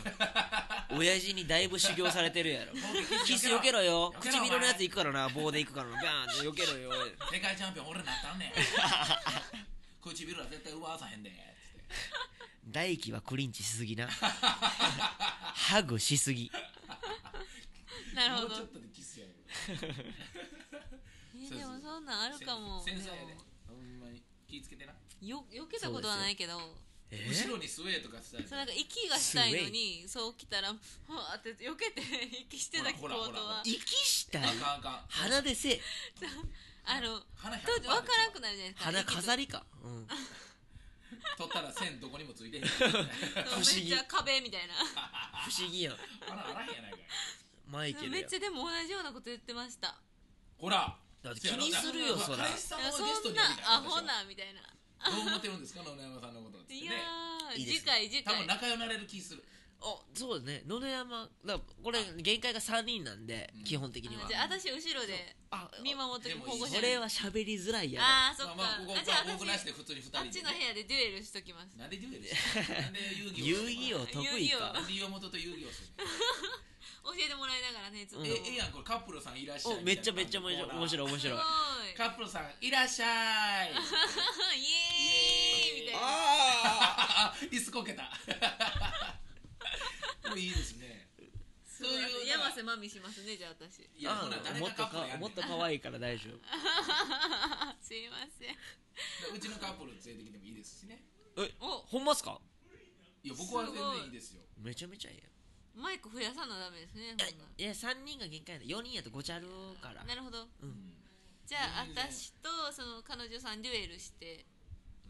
親父にだいぶ修行されてるやろキスよけろよ
避けろ
唇のやついくからな棒でいくからなバーンってよけろ よ
世界チャンピオン俺なったんねん唇は絶対奪わさへんでつって
大輝はクリンチしすぎなハグしすぎ
なるほ
もう
ど
ちょっとでキスやる
え
そう
で
そう
もそんなんあるかも
繊細やで
でも
ほんまに気ぃつけてな
よ避けたことはないけど
え
後ろにスウェーとかしたら
そうなんか息がしたいのにそう来たらふわーって避けて息してたコ
ほ
ート
らほらほら
は
息したい
あかんあかん
鼻でせえ
あの
花100%
当時分からんくなるじゃないですか
鼻
息と
飾りか、うん、
取ったら線どこにもついてへん
そう
不思議
めっちゃ壁みたいな
不思議やん
花あらへんやないかい
マイケル
め
や
っちゃでも同じようなこと言ってました
ほら
だって気にするよ
せ
そら
やろ彼氏さんを
い
ゲ
やそん
ストに呼びたい
なアホなみたいな
私はどう思ってるんですか野々山さんのことっつって
い
ね
やー
いいです
次回次
多
回
分仲良くなれる気する
おそうですね野々山だからこれ限界が3人なんで、
うん
基本的には
あじゃあ私後ろで
あ
見守って
でもいい
保護者
これは喋りづらいやろ
ああそっ
ま
か
あまあここ
あじゃあ
多くなし
私
で普通に2人
あっちの
で
部屋でデュエルしときます
なんでデュエルしてんのなんで遊
遊
戯王
戯王得
遊
意
戯
か
王
なんで岩本と遊戯王する
教えてもらいながらねずっと
うん
のえええやんこれカップルさんいらっしゃ
お
い
めっちゃめっちゃ面白い面白い面
すご
白
い
い
いカップルさんいらっしゃ い
イエーイみたいな
あ
あ椅子こけた もういいですねそういう
山瀬まみしますねじゃあ 私す
いやほな誰
も
が
っ
カ
と
ップルや
か
ん
も
ねん
っと可愛いから大丈
いません
うちのカップル連れてきてもいいですしね
夫え
お
ほんまっすか
いや僕は全然いいですよ
めちゃめちゃええ
マイク増やさなダメですね
やんいや3人が限界だ4人やとごちゃるから
ほんならなるほど
う
じゃあ
全然
私とその彼女さんデュエルして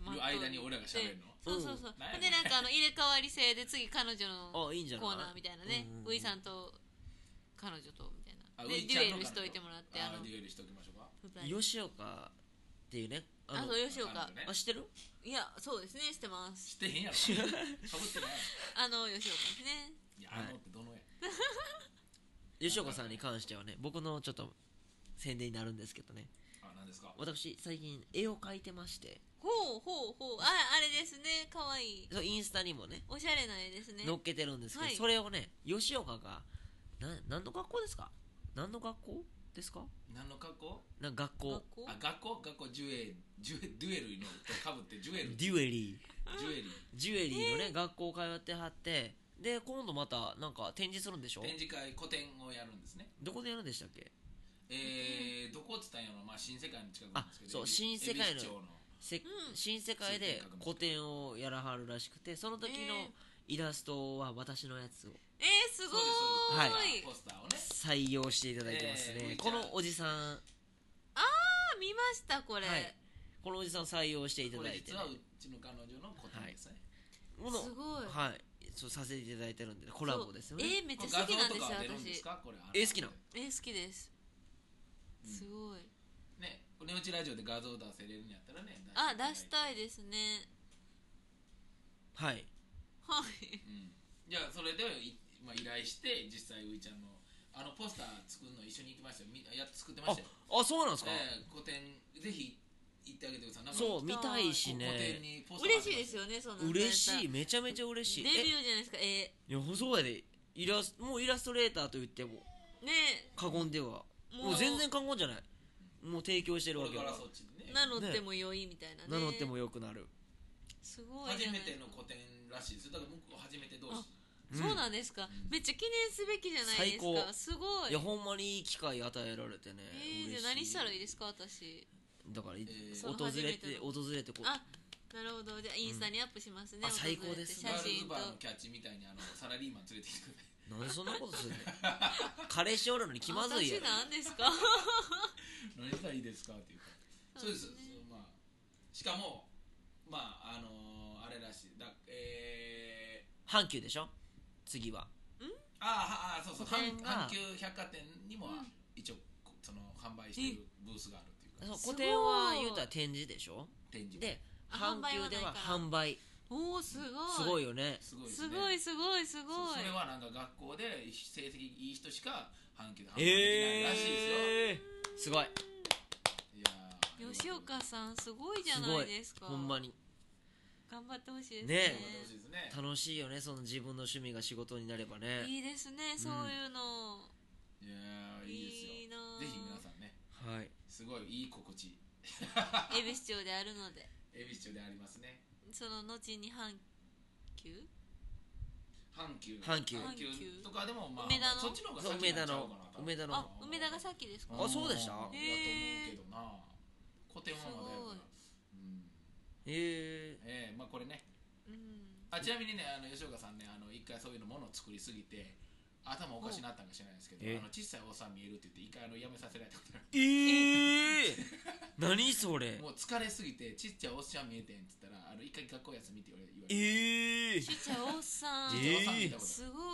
いる間に俺らが喋るの
そうそうそう
うんなんや
ほんでなんかあの入れ替わり制で次彼女の
あいいんじゃない
コーナーみたいなね
うんうんうん
ウイさんと彼女とみたい
あ
なで
うい
デ
ちゃんの
ュエルしといてもらってあ
あ
の
デュエルしときましょうか
舞台
吉岡っていうね
あそう吉岡
あのね
あ知ってる
いやそうですねしてます
して へんやろかぶってない
あの吉岡ですね
いやあのってどのや
吉岡さんに関してはね僕のちょっと宣伝になるんですけどね
あ何ですか
私最近絵を描いてまして
ほうほうほうああれですねかわいい
そうインスタにもね
おしゃれな絵ですね
載っけてるんですけど、
はい
それをね吉岡がな何の学校ですか何の学校ですか
何の格好
なんか学校
学校
あ学校学校ジュエジュエデュエルのかぶってジ ュエルジ
デュエリー
ュエル
ジュエリーのね、学校通ってはってで今度またなんか展示するんでしょ
展示会個展をやるんですね
どこでやるんでしたっけ
えー、どこっつったんやろまあ新世界の近くなんですけど
あそう
恵比
新世界の
恵比寿町の
せ、
うん
新世界で個展をやらはるらしくてその時の
えー
イラストは私のやつを
えー、すごー、
はい
いポスターをね
採用していただいてますね、
えー
このおじさん
あ見ましたこれ、
はいこのおじさんを採用していた
こ
だい
れ
てね
実はうちの彼女の個展ですね、
もの
すごい
はいそうさせていただいてるんでコラボですよね
絵めっちゃ好きなんですよ私
かこれ
え好きなの
絵好きです
うん
すごい
ねお値打ちラジオで画像出せれるんやったらね
あ出したい
で、
ですね
はい
はい
うん、じゃあそれでい、まあ、依頼して実際ういちゃんのあのポスター作るの一緒に行きましたよみや作って
あ
ましたよ、
あそうなんですか、
ええ個展ぜひ行ってあげてくださいなんか
そう
こ
見たいし
個展
ね
にポスター
嬉しいです
よ
よねそんなん
嬉しい
デ
めちゃめちゃ嬉しい
ビューじゃないですか
え
絵
いやそうやでイラスもうイラストレーターと言っても
ね
過言では
え
もう全然過言じゃないもう提供してる
こ
わ
れ
け
か
だからら
そっちでね
名乗っても良いみたいなね
名乗ってもよくなる、
すごいじ
初
ゃな
め
い
ての個展らしいですよだから僕初めて同士
うん
そうなんですか
うん
めっちゃ記念すべきじゃない
最
ですか
高
すごい
いやほんまにいい機会与えられてね、
えー、じゃあ何したらいいですか私
だから、い
えー
訪れて
そ
訪れてこう
あなるほどじゃあインスタにアップしますね、
あ最高です
訪
ガ
れ
ール
て写
ズ
真と
バーのキャッチみたいにあのサラリーマン連れてきてください
なんでそんなことするの彼氏おるのに気まずいやろ
私なんですか
何したらいいですかっていうかそうです、
そうですね
そうまあ、しかもまああのーあれらしいだえー、
阪急でしょ次は
あーはあーそうそう
個展
阪
が
阪急百貨店にも、
うん
一応こその販売してるブースがあるっていうか
そう
すご
個
い
展は言うたら展示でしょ
展示
で
あ
阪
販売は
急では
ないか
販売
らおおす
すごい
ごい
よね
すごいです
す
ね
ごいすごいすご
そうそ
い
れはなんか学校で成績いい人しか阪急で販売できないらしいです
え
よ、
ー、すごい
いやー
吉岡さんすごいじゃ
す
な
ご
い
い
ですか
ほんまに
頑張ってほしいです
ね
頑張ってほしいですね
楽しいよねその自分の趣味が仕事になればね
いいですねそういうの、
いやーいいですよ
いいなあ
ぜひ皆さんね
はい
すごいいい心地
恵比寿町であるので
恵比寿町でありますね
その後に阪急
阪急
阪急
とかでもまあ
梅田の
そっちの方が
そう
先に
梅
な
田
っちゃ
の
うかな多分
梅田の
あ梅田が先ですか
あそうでした
んだと思うけどな古典はまだやから
すごい
うん
え
ええまあこれね
うん
あちなみにねあの吉岡さんねあの一回そういうのものを作りすぎて頭おかしになったんか知らないですけど
え
あの小さいおっさん見えるって言って一回あのやめさせられたことある
ー、ええー、 何それ
もう疲れすぎてちっちゃいおっさん見えてんって言ったらあの一回学校休みって言われ言われて
ええ
ちっ
ー、
ちゃいおっさん、
え
おっさん見たことある
すごい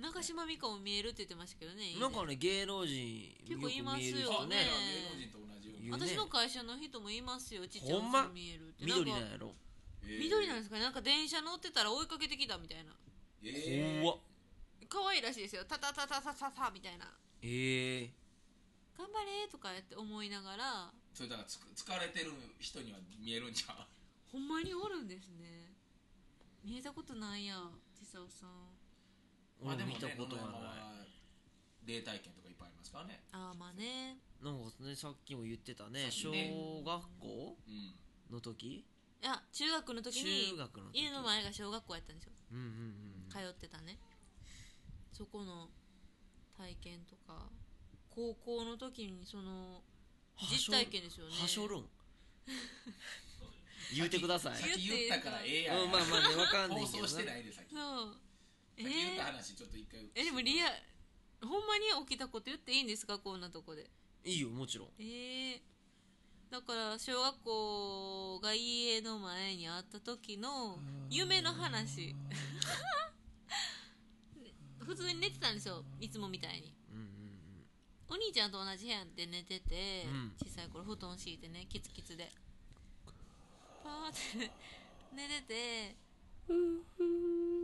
中島美嘉も見えるって言ってましたけどね
なんかね芸能人
結構いますよね
よく見える人ね
芸能人と同じよう
言
に
うね
私の会社の人もいますよちっちゃいお
ほ
っ
ん
さ
ま
ん見えるって
緑なん
か
やろ
緑なんですかねなんか電車乗ってたら追いかけてきたみたいな
え
怖っ
可愛いらしいですよタタタタタタタみたいな
ええ
頑張れとかやって思いながら
それだからつく疲れてる人には見えるんちゃう
ほんまにおるんですね見えたことないやちさおさん
俺も見たことがない
霊体験とかいっぱいありますからね
ああまあね
なんかねさっきも言ってたね
そ
小
うね
学校
うん
の時
いや中学の時に
中学の時
家の前が小学校やったんですよ
うんうんうん
通ってたねそこの体験とか高校の時にその実体験ですよね
はしょるん言うてください
さっき言ったからええやん、
うんまあまあねわかんない
放
けどな
送してないでさっき、
そうえ
さっき言った話ちょっと一回
ーえでもリアほんまに起きたこと言っていいんですかこんなとこで
いいよもちろん
えー、だから小学校が家の前にあった時の夢の話 普通に寝てたんですよいつもみたいに
うんうん
お兄ちゃんと同じ部屋で寝てて、
うん
小さい頃布団敷いてねキツキツでパーって寝てて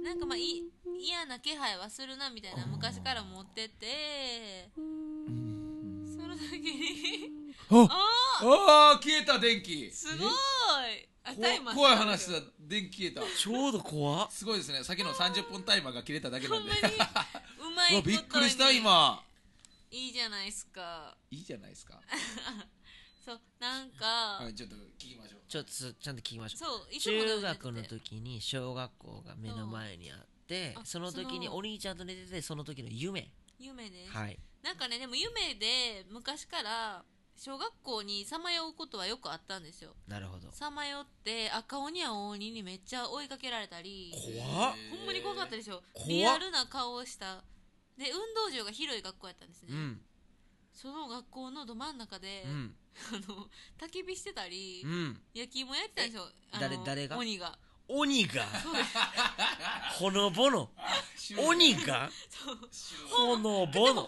なんかまあい嫌な気配はするなみたいな昔から持っててその時にあ
ああ消えた電気
すごいあタイマー
怖い話
だ
だ電気消えた
ちょうど怖っ
すごいですねさっきの30分タイマーが切れただけ
ほ
なんんで
まにうま
うわ
いこと
び
に
っくりした今
いいじゃないですか
いいじゃないですか
そうなんか、
はいちょっと聞きましょう
ちょっとすちゃんと聞きましょう
そういつも
中
のよう
学
に
の
寝てて
時に小学校が目の前にあって
うんあ
その時に
その
お兄ちゃんと寝ててその時の夢
夢です、
はい
なんかねでも夢で昔から小学校にさまようことはよくあったんですよ
なるほど
さまよって赤鬼や青鬼にめっちゃ追いかけられたり
怖っ
ほんまに怖かった
で
でしょ
怖っ
リアルな顔をしたで運動場が広い学校やったんですね、
うん
その学校のど真ん中で、
うん
あの焚き火してたり
う、ん
焼き芋やってたんですよあの
誰誰が
鬼が
鬼がほのぼの鬼が
そう
ほの
で
ぼ
もほ
の
んまに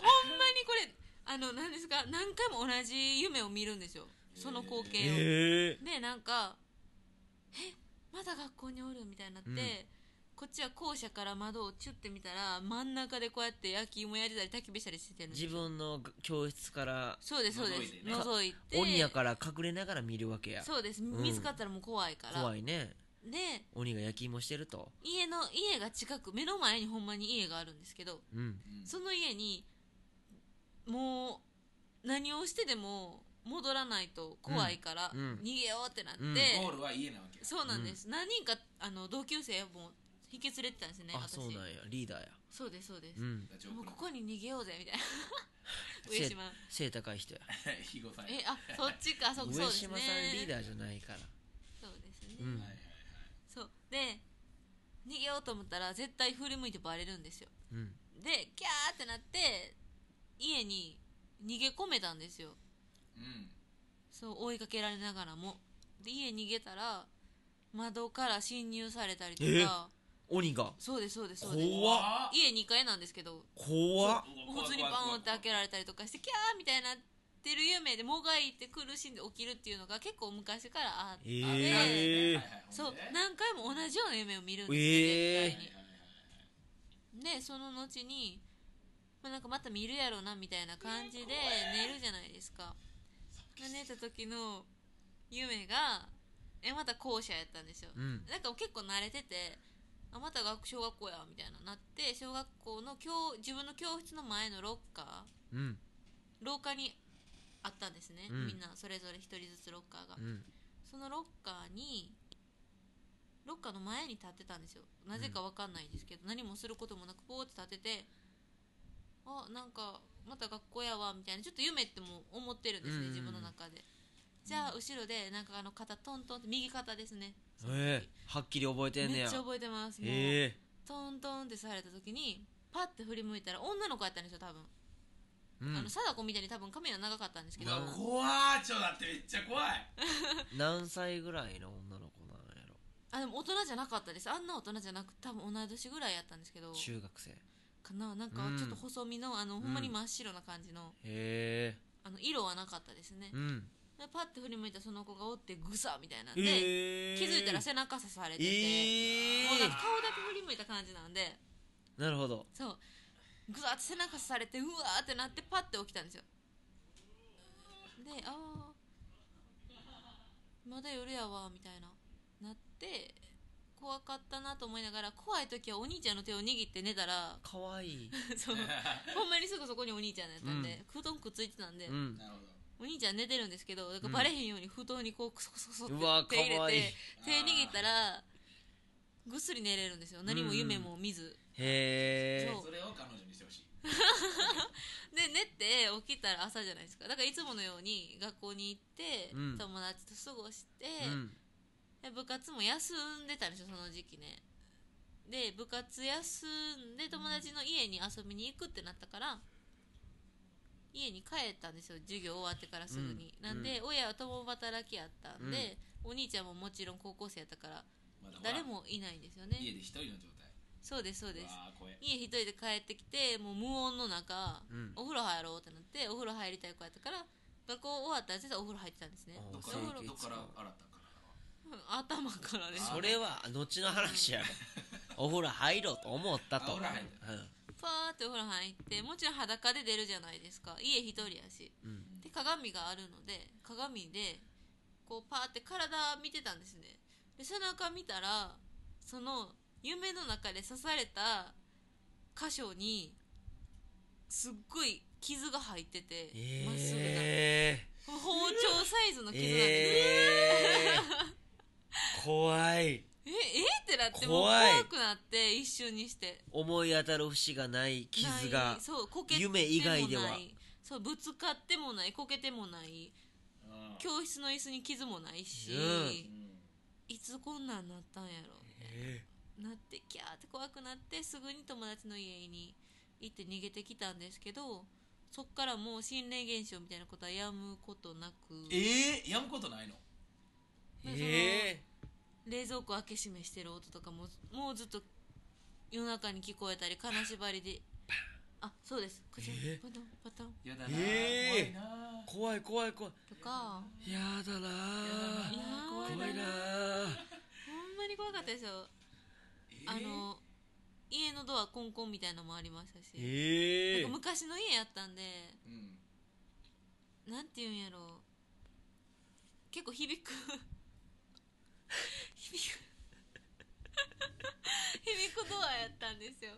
これあの何ですか何回も同じ夢を見るんですよその光景を、
ええ
でなんか「えまだ学校におる」みたいになって、
うん
こっちは校舎から窓をチュッて見たら真ん中でこうやって焼き芋やりたり焚き火したりしてるんです
自分の教室から
そうですそうです
覗いてね
覗いて
鬼やから隠れながら見るわけや
そうです
ん
見つかったらもう怖いから、
怖いね
で
鬼が焼き芋してると
家の家が近く目の前にほんまに家があるんですけど
うん
その家にもう何をしてでも戻らないと怖いから、
うんうん
逃げようってなって、
うん
ゴールは家なわけ
そうなんです、何人かあの同級生も引き連れてたんですね
あ
私
そうなんやリーダーや
そうですそうです、
うん
ダチョウ
もう
倶
こ
楽部
こに逃げようぜみた いな上
せ
島
背高い人や
肥後さん
えあそっ ちかそそう
上
ですね
島さんリーダーじゃないから
そうですね、
うん
はいはい
そうで逃げようと思ったら絶対振り向いてバレるんですよ
うん
でキャーってなって家に逃げ込めたんですよ
うん
そう追いかけられながらもで家逃げたら窓から侵入されたりと
え
か
鬼が
そうですそうですそうです
怖っ
家2階なんですけど
怖っ
普通にバーンって開けられたりとかしてキャーみたいになってる夢でもがいて苦しんで起きるっていうのが結構昔からあって、
ええ
そう
な
何回も同じような夢を見るんですよ、
えー
絶対に。でその後に、まあ、なんかまた見るやろなみたいな感じで寝るじゃないですか、まあ寝た時の夢がえまた校舎やったんですよ、
うん
なんか結構慣れててあまた学小学校やみたいななって小学校の教自分の教室の前のロッカ
うん
ー廊下にあったんですね、
うん
みんなそれぞれ一人ずつロッカーが、
うん
そのロッカーにロッカーの前に立ってたんですよなぜかわかんないですけど、何もすることもなくポーって立っててあなんかまた学校やわみたいなちょっと夢ってもう思ってるんですね、
うんうんうん
自分の中でじゃあ後ろでなんかあの肩トントンって右肩ですね
ええはっきり覚えてんね
めっ
や
ちゃ覚えてますもう、
え
トントンってされた時にパッて振り向いたら女の子やったんですよ多分、
えう
あ
ん
の貞子みたいに多分髪は長かったんですけど
うん
怖ーちょっとだってめっちゃ怖い
何歳ぐらいの女の子なんやろ
あでも大人じゃなかったですあんな大人じゃなく多分同い年ぐらいやったんですけど
中学生へ
かななんか
うん
ちょっと細身の、あのほんまに真っ白な感じの
え
あの色はなかったですね、
うん
でパッて振り向いたその子がおってグサみたいなんで、
ええ
気づいたら背中刺されてて、
ええ
もうなんか顔だけ振り向いた感じなんで
なるほど
そうグサって背中刺されてうわーってなってパッて起きたんですよでああまだ夜やわみたいななって怖かったなと思いながら怖い時はお兄ちゃんの手を握って寝たら
かわいい
そうほんまにすぐそこにお兄ちゃんやったんで、布団くっついてたんで、
うん
なるほど
お兄ちゃん寝てるんですけどだか
うん
らバレへんように布団にこうクソクソクソって
うわ
手入
かわ
れ
いい
て手握ったらぐっすり寝れるんですよ何も夢も見ず、
へえ
そう
それを彼女にしてほしい
で寝て起きたら朝じゃないですかだからいつものように学校に行って、
うん
友達と過ごして、
うん
で部活も休んでたんですよその時期ねで部活休んで友達の家に遊びに行くってなったから家に帰ったんですよ授業終わってからすぐに、
うん
なんで、親は共働きやったんで、お兄ちゃんももちろん高校生やったから
まだほら
誰もいないんですよ
家
ね
で一人の状態
そうですそうです
わあ怖え
家一人で帰ってきてもう無音の中、
うん
お風呂入ろうってなってお風呂入りたい子やったから学校終わったら絶対お風呂入ってたんですね
あ
どっか
お
ら
風呂
どっから洗ったから
うん頭からね
それは後の話やお風呂入ろうと思ったと
あお風呂入る
パーってお風呂入ってもちろん裸で出るじゃないですか家一人やし
うんうん
で鏡があるので鏡でこうパーって体見てたんですねで背中見たらその夢の中で刺された箇所にすっごい傷が入っててまっすぐな
ええ
包丁サイズの傷なんです、
ええ怖い
ええってなってもう怖
怖い
くなって一瞬にして
思い当たる節がない傷が
ないそうこけてもな
夢
い
以外では
そうぶつかってもないこけてもない
うん
教室の椅子に傷もないし、
う
うん
いつこんなんなったんやろ
え
なってキャーって怖くなってすぐに友達の家に行って逃げてきたんですけどそっからもう心霊現象みたいなことはやむことなく
えーやむことないの
なんかその
ええ
冷蔵蔵庫開け閉めしてる音とかももうずっと夜中に聞こえたり金縛りであそうですこちら
え
パタンパタン
やだな、
えー
怖
怖
いな
い怖い怖い
とか
やだな
や
いやー
怖
怖
い
い
な
な
ー
ほんまに怖かったですよ
えー
あの家のドアコンコンみたいなのもありましたし、
ええ
なんか昔の家やったんで
うん
なんて言うんやろう結構響く響く 響くドアやったんですよ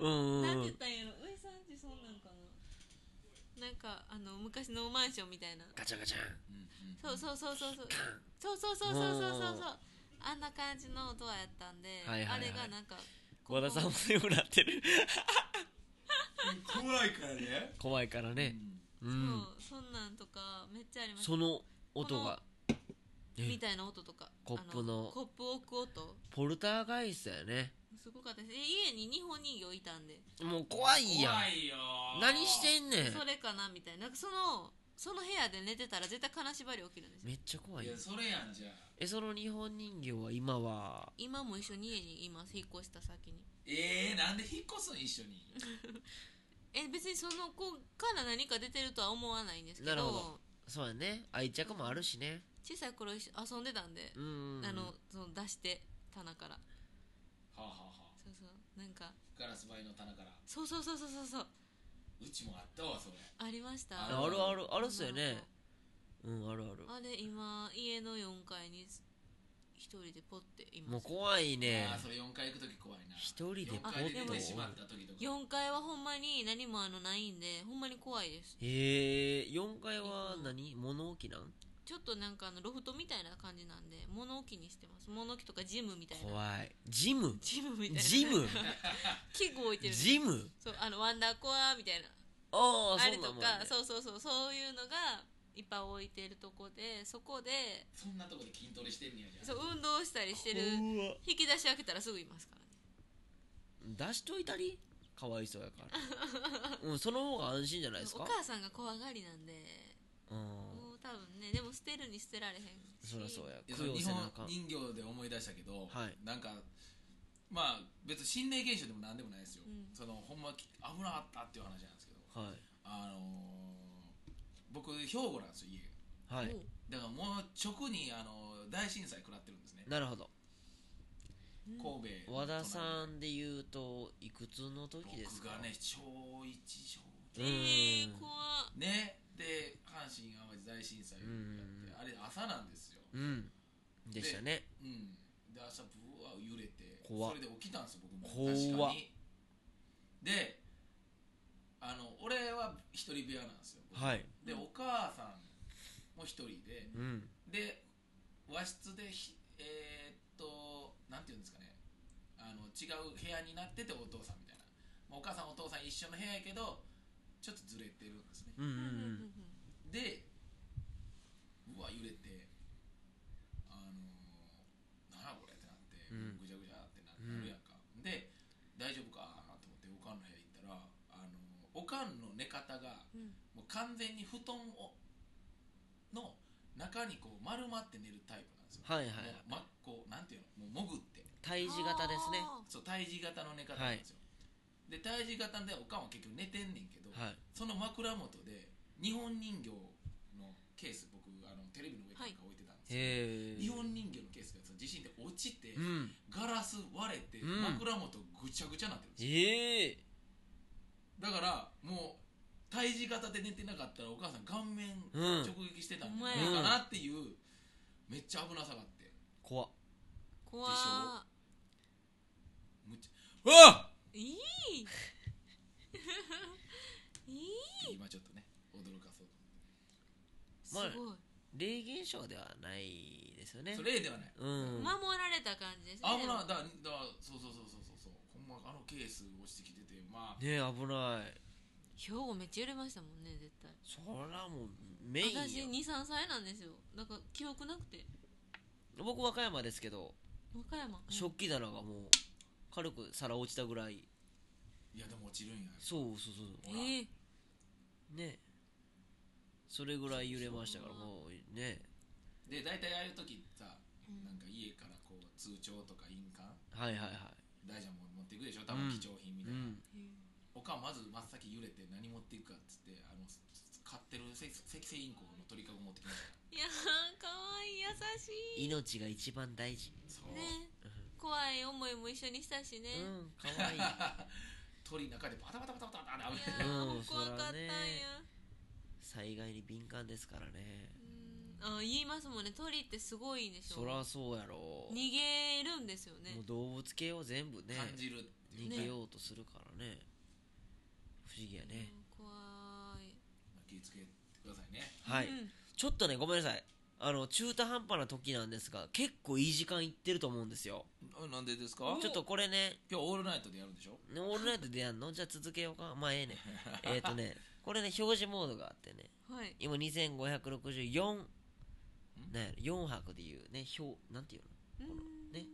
うん
な
うんん
て
う
言っ
ん
たんやろ上さんちそうなんかななんかあの昔のマンションみたいな
ガチャガチャン
うんうん
そうそうそうそうそうそうそうそうそうそうそうそうあんな感じのドアやったんで、
はいはいはい
あれがなんか
和田さんも強くなってる
怖いからね
怖いからねう
そうんそんなんとかめっちゃありました
その音がえ
みたいな音とか
コップの
あコップを置く音
ポルターガイストやね
すごかったですえ家に日本人形いたんで
もう怖いやん
怖いよー
何してんねん
それかなみたいななんかそのその部屋で寝てたら絶対金縛り起きるんですよ
めっちゃ怖い
い
や
や
ん
それやんじゃあ
えその日本人形は今は
今も一緒に家にいます引っ越した先に
えー、なんで引っ越すん一緒に
え別にその子から何か出てるとは思わないんですけど
なるほどそうやね愛着もあるしね
小さい頃一緒遊んでたんで、
うん
あのその出して棚から
はあ、はあはあ、
そうそうなんか
ガラス張りの棚から
そうそうそうそうそうそう
うちもあったわそれ
ありました
ああるあるあるっすよね
あ
うんあるある
のあれ今家の4階に一人でポッてい
も
ま
う
す
怖いね
ああそれ4回行く時怖いな
一人で
4
ポッと
回で出てしまった時とか
4階はほんまに何もあのないんでほんまに怖いです
へえ4階は何物置なん
ちょっとなんかあのロフトみたいな感じなんで物置にしてます物置とかジムみたいな
怖いジム
ジムみたいな
ジム
器具置いてる
ジム
そうあのワンダーコアみたいな
ああ
あ
そ
れ
う
と
なもん
か
ね
そうそうそうそういうのがいっぱい置いてるとこでそこで
そんなとこで筋トレしてんねやじゃ
そ
あ
う運動したりしてる
怖
引き出し開けたらすぐいますからね
出しといたりかわいそうやから うんその方が安心じゃないです
お
か
母さんが怖がりなんで
うん
もう多分ねでも捨てるに捨てられへんし
そりゃそうや
いやそ
供
の
養
日
せ
本
なあかん
人形で思い出したけど、
はい
なんかまあ別に心霊現象でも何でもないですよ、
うん
そのほんまき危なかったっていう話なんですけど
はい
あのー僕兵庫なんですよ家が
は
も
いう
だからもう直に、あのー大震災食らってるんですね
なるほど
うん
神戸
和田さんで言うといくつの時です
僕
か
がね小一小
う
え
ーん
ー、怖っ
二ねで阪神・淡路大震災が
うん
あってあれ朝なんですよ
うんでしたね
うんで朝ブワー揺れて
怖っ
それで起きたんですよ僕も
怖っ
確かにであの俺は一人部屋なんですよ僕
はい
でお母さんも一人で
うん
で和室でひえーっとなんていうんですかねあの違う部屋になっててお父さんみたいなまあお母さんお父さん一緒の部屋やけどちょっとずれてるんですね
うんうん
うんうんうん
うん
でうわ揺れてあのー、なんやこれってなって、
うん
ぐちゃぐちゃってな
うん
なるやんか、で大丈夫かなと思っておかんの部屋行ったら、あのーおかんの寝方が
うん
もう完全に布団をの中にこう丸まって寝るタイプなんですよ、
はいはいはい
もうまこうなんていうのもう潜って
胎児型ですね
あ
そう胎児型の寝方なんですよ、で胎児型でおかんは結局寝てんねんけど、
はい
その枕元で日本人形のケース僕あのテレビの上かなんか置いてたんですけ
へ
ど、
え
日本人形のケースがその地震で落ちて、
うん
ガラス割れて
うん
枕元ぐちゃぐちゃになってるんですよ、
ええ
だからもう胎児型で寝てなかったらお母さん顔面
うん
直撃してたん
ほん
じ
ま
ゃ
や
ないかなっていう、めっちゃ危なさがあって
怖っ
怖っ
でしむっちゃうわっ
いいいい
今ちょっとね驚かそう
す
ま
ご
あ
い、
霊現象ではないですよね
それではない
うん
守られた感じですね
危ないだだそうそうそうそうそうそうほんまあのケース落ちてきててまあ
ねえ危ない
兵庫めっちゃ揺れましたもんね絶対
そらもうメイン
私
よ
23歳なんですよなんか記憶なくて
僕和歌山ですけど
和歌山
食器棚がもう軽く皿落ちたぐらい
いやでも落ちるんや
そうそうそう
ほら
ええ
ねそれぐらい揺れましたから
そう
もうね
で大体ああいう時さ
うん
なんか家からこう通帳とか印鑑
はいはいはい
大ちゃんも持っていくでしょ多分
うん
貴重品み
う
たいな、
ん
おかんまず真っ先揺れて何持っていくかっつってあのすす買ってるせセキセイインコの鳥かご持ってきました
いやーかわいい優しい
命が一番大事
そう、
ね怖い思いも一緒にしたしね、
うんかわいい
鳥の中でバタバタバタバタってあれ
い
危
や
ない
ー
うん
怖かっ
そ
たんや、
らね災害に敏感ですからね
うんあ言いますもんね鳥ってすごいんでしょ
そらそうやろ
逃げるんですよね
もう動物系は全部ね
感じるっていう
逃げようとするからね不思議やね、
うん怖い
まあ気をつけてくださいね
はい、
うん
ちょっとねごめんなさいあの中途半端な時なんですが結構いい時間いってると思うんですよ
なんでです
ちょっとこれね
今日オールナイトでやるんでしょ
ねオールナイトでやんのじゃあ続けようかまあええね えっとねこれね表示モードがあってね
はい
今2564なんやろ4泊でいうね表なんていう
うん
のね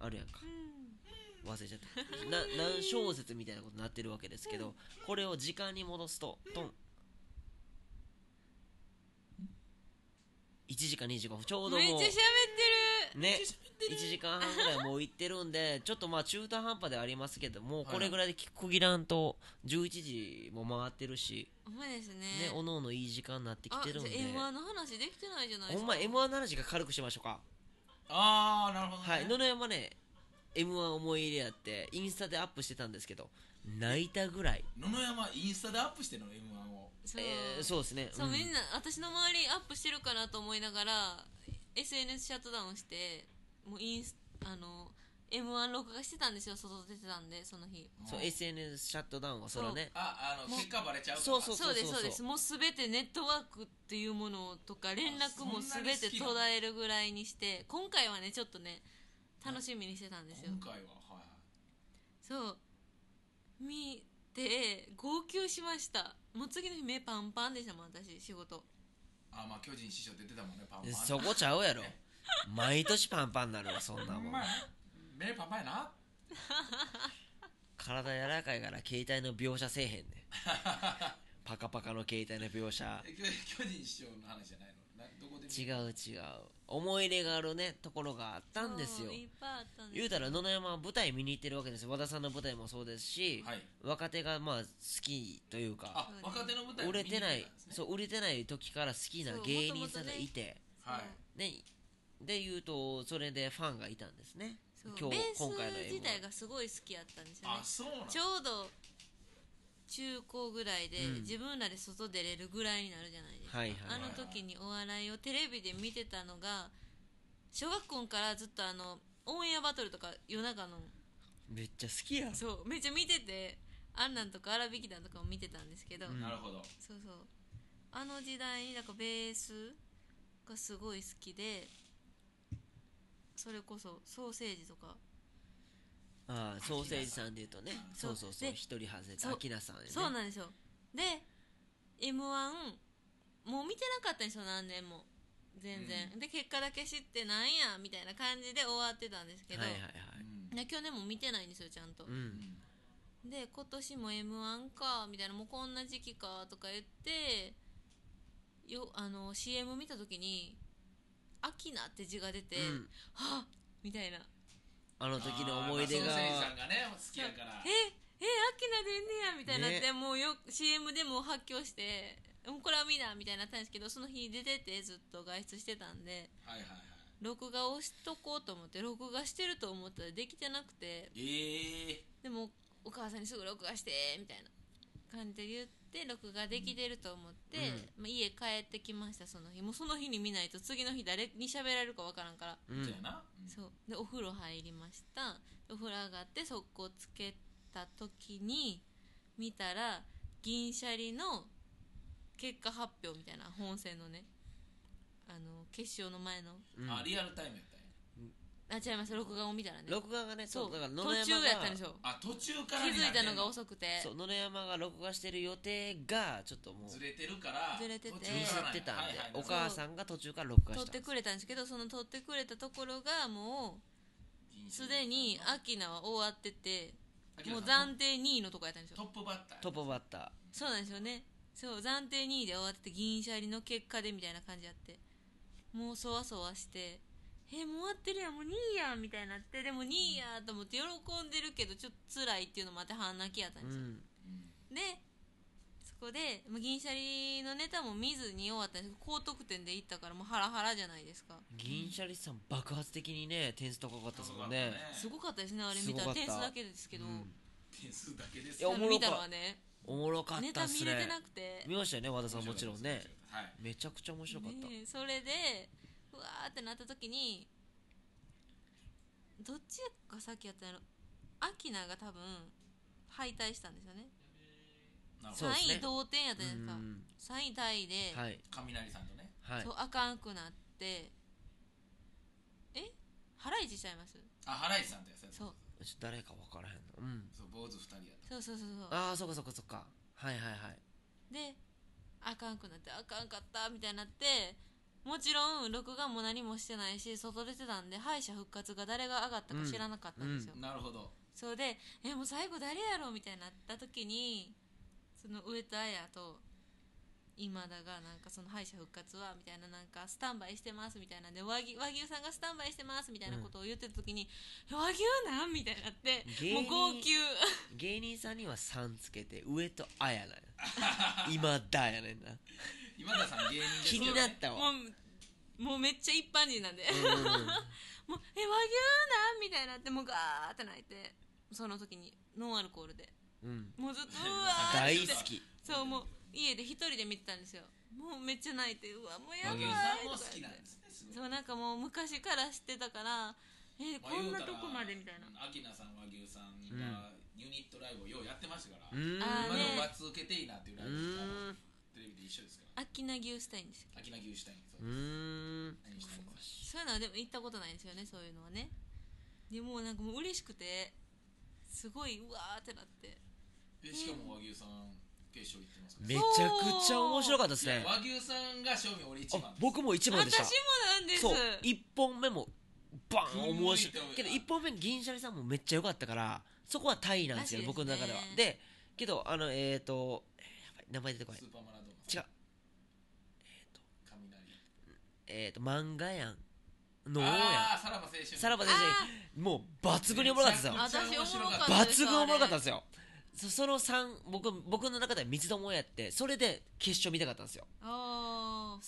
あるやんか
うん
忘れちゃったな何小節みたいなことになってるわけですけどこれを時間に戻すとトン1時間25分ちょうども
めっちゃ喋って
う
る
ね1時間半ぐらいもう行ってるんでちょっとまあ中途半端ではありますけどもうこれぐらいで区切らんと11時も回ってるし
ほんまですね
ねおのおのいい時間になってき
あ
て
じゃ
るん
あ
で
M1 の話できてないじゃないで
ほ
す
ん
か
ま m 1の話が軽くしましょうか
ああなるほど、ね、
はい野々山ね m 1思い入れやってインスタでアップしてたんですけど泣いたぐらい
野々山インスタでアップしてんの m 1を
そう,、
えーそうですね
そうみん
な
な私の周りアップしてるかなと思いながら SNS シャットダウンしてもうインスあの m 1録画してたんですよ外出てたんでその日
そう SNS シャットダウンはそれはね
ああの結果バレちゃうから
そうそう
そうですそうですもうすべてネットワークっていうものとか連絡もすべて
そんなに好きな
途絶
の
えるぐらいにして今回はねちょっとね楽しみにしてたんですよ
今回はは
そう見て号泣しましたもう次の日目パンパンでしたもん私仕事
いあまあ巨人師匠出てたもんねパンパン
そこちゃうやろ毎年パンパンになるわそんな
ほん
も
ま
ん
や目パンパンやな
体柔らかいから携帯の描写せえへんねんパカパカの携帯の描写
え巨巨人師匠の話じゃないのなどこで見
違
る
う違う思い入れがあるねところがあったんですよ
そういっぱいあったんです
言うたら野々山は舞台見に行ってるわけですよ和田さんの舞台もそうですし、
はい
若手がまあ好きというか
あ若手の舞台
売れてない
そう
そう売れてない時から好きな芸人さんがいて
はい
ねで言うとそれでファンがいたんですね
そう
今日
ベース
今回の M
自体がすごい好きやったんですよね
あそうなん
ちょうど中高ぐらいで、
うん
自分らで外出れるぐらいになるじゃないですか、
はいはい
あの時にお笑いをテレビで見てたのが小学校からずっとあのオンエアバトルとか夜中の
めっちゃ好きや
そうめっちゃ見ててあんなんとか荒引き団とかも見てたんですけど、
うん
なるほど
そうそうあの時代になんかベースがすごい好きでそれこそソーセージとか
ああソーセージさんで言うとねそ
そ
ううそうそう
で
一人外れ
そ
た
う
アキナさんやね
そうなんですよで m 1もう見てなかったんですよ何年も全然、で結果だけ知ってなんやみたいな感じで終わってたんですけど、
はいはいはい
うん
で去年も見てないんですよちゃんと、
うん
で今年も m 1かみたいなもうこんな時期かとか言ってよあの CM 見た時に「アキナ」って字が出て、
うん
はっみたいな
あの時の思い出が
あーまあソーセージさんがね好きやから
ええアキナ出んねやみたいになって、もうよ CM でもう発狂してもうこれは見なみたいになったんですけどその日出ててずっと外出してたんで
はいはいはい
録画をしとこうと思って録画してると思ったらできてなくて
ええ
でもお母さんにすぐ録画してみたいな感じで言って録画できてると思って、まあ、家帰ってきましたその日もうその日に見ないと次の日誰に喋られるかわからんから
うん
そうやなうん
そうでお風呂入りましたお風呂上がって速攻つけた時に見たら銀シャリの結果発表みたいな本戦のねあの決勝の前の
うん
あリアルタイムやったんや
あ違います録画を見たらね
録画がねそ
そ
ううだから野
途
々山が
中やったんでしょ
あ途中か
気
らに
づ
ないって
た
ん
のが遅くて
そう野々山が録画してる予定がちょっともう
ずれてるから
ずれてて
途中
ミス
からなんや
ってたんで
はいはい
お
か
母さんが途中から録画
撮っ
した
てくれたんですけどその撮ってくれたところがもうすでにアキナは終わっててもう暫定2位のとこやったんですよ
トップバッター
トップバッタ
そうなんですよねそう暫定2位で終わってて銀シャリの結果でみたいな感じやってもうそわそわしてえもう終わってるやんもう2位やんみたいになってでも2位やと思って喜んでるけどちょっと辛いっていうのもあって半泣きやったん
う
ですよ、
ん
でそこでまあ銀シャリのネタも見ずに終わったんですけど高得点でいったからもうハラハラじゃないですか
銀シャリさん爆発的にね点数高かったですもん
な
ね
んか
すごかったですねあれ見た
すごかっ
ら
た
点数だけですけど、
うん
点数だけです
いやおもろか
見たのはね
おもろかっ
ネ
た
タ
っす
見れて
ね
なくて
見ましたよね和田さんもちろんね
はい
めちゃくちゃ面白かった、
ねえそれでうわーってなった時にどっちがさっきやったのアキナが多分敗退したんですよね
なるほ
そうですね
3位同点やったじゃないで
うん
すか3位タイで、
はい
ど雷さんとね
はい
そうあかんくなってえハライチしちゃいます
あ原市さんとやつ
そう
ちょっと誰か分からへんのうん
そう坊主二人やっ
そうそうそうそう
ああそっかそっかそっかはいはいはい
であかんくなってあかんかったみたいになってもちろん録画も何もしてないし外出てたんで敗者復活が誰が上がったか知らなかったんですよ、
たなるほど
それで「えもう最後誰やろ?」みたいになった時にその上戸彩と今田がなんかその敗者復活はみたいななんかスタンバイしてますみたいなんで和牛和牛さんがスタンバイしてますみたいなことを言ってた時に「和牛なん?」みたいになって
芸人
もう号泣
芸人さんには「さん」つけて上と「あ」や な今だやねんな
今田さん芸人です
気
けどね
にな った
も
わ
うもうめっちゃ一般人なんで
うん
もう「え和牛なん?」みたいになってもうガーって泣いてその時にノンアルコールで
うん
もうずっと「うわー」って
大
言って
好き
そうもう家で一人で見てたんですよもうめっちゃ泣いてうわもうや
和
ばい
牛
と
さんも
か
好き
言
な
っ
ん
て
ですねすごい
そうなんかもう昔から知ってたからえー
まあ
こんなとこまでみたいな
言うらアキナさん和牛さん今ユニットライブをようやってましたか
う
ら今
ん
あーね
のは続けていいなっていうラ
う
イブした
ん
テレビで一緒ですから
秋名牛したいんですよ
アキナ牛したいんですよ
うん
何したいんです
そういうのはでも行ったことないんですよねそういうのはねでもうなんかもう嬉しくてすごいうわーってなって
でしかも和牛さん決勝行ってますから
めちゃくちゃ面白かったです
い
ね
や和牛さんが正面俺一番
あ僕も一番でし
私
た
もなんです
そう1本目もバーン面白い
うん
けど1本目銀シャリさんもめっちゃ良かったからそこはタイなんですよ
確
僕
か
の
に
中
ね
ではでけどあのえっ、ー、とえーやばい名前出てこない
スーパーマラドーナ
違う
雷
えっ、ー、と漫画やんの
あ
や
あーさらば青春
んさらば先
あ
生もう抜群におもろかったですよ
めちゃ
私おもろかったです
抜群おもろかったん
あ
ですよそその3僕僕の中では三つどもやってそれで決勝見たかったんですよ
れあー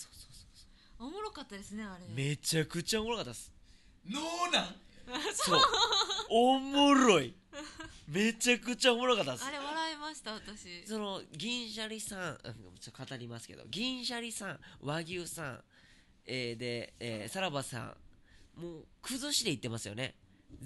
おもろかったですねあれ
めちゃくちゃおもろかったです
ノーナン
そうおもろいめちゃくちゃおもろかったです
あれ笑いました私
その銀シャリさんあちょっと語りますけど銀シャリさん和牛さん、えーで、えーさらばさんもう崩していってますよね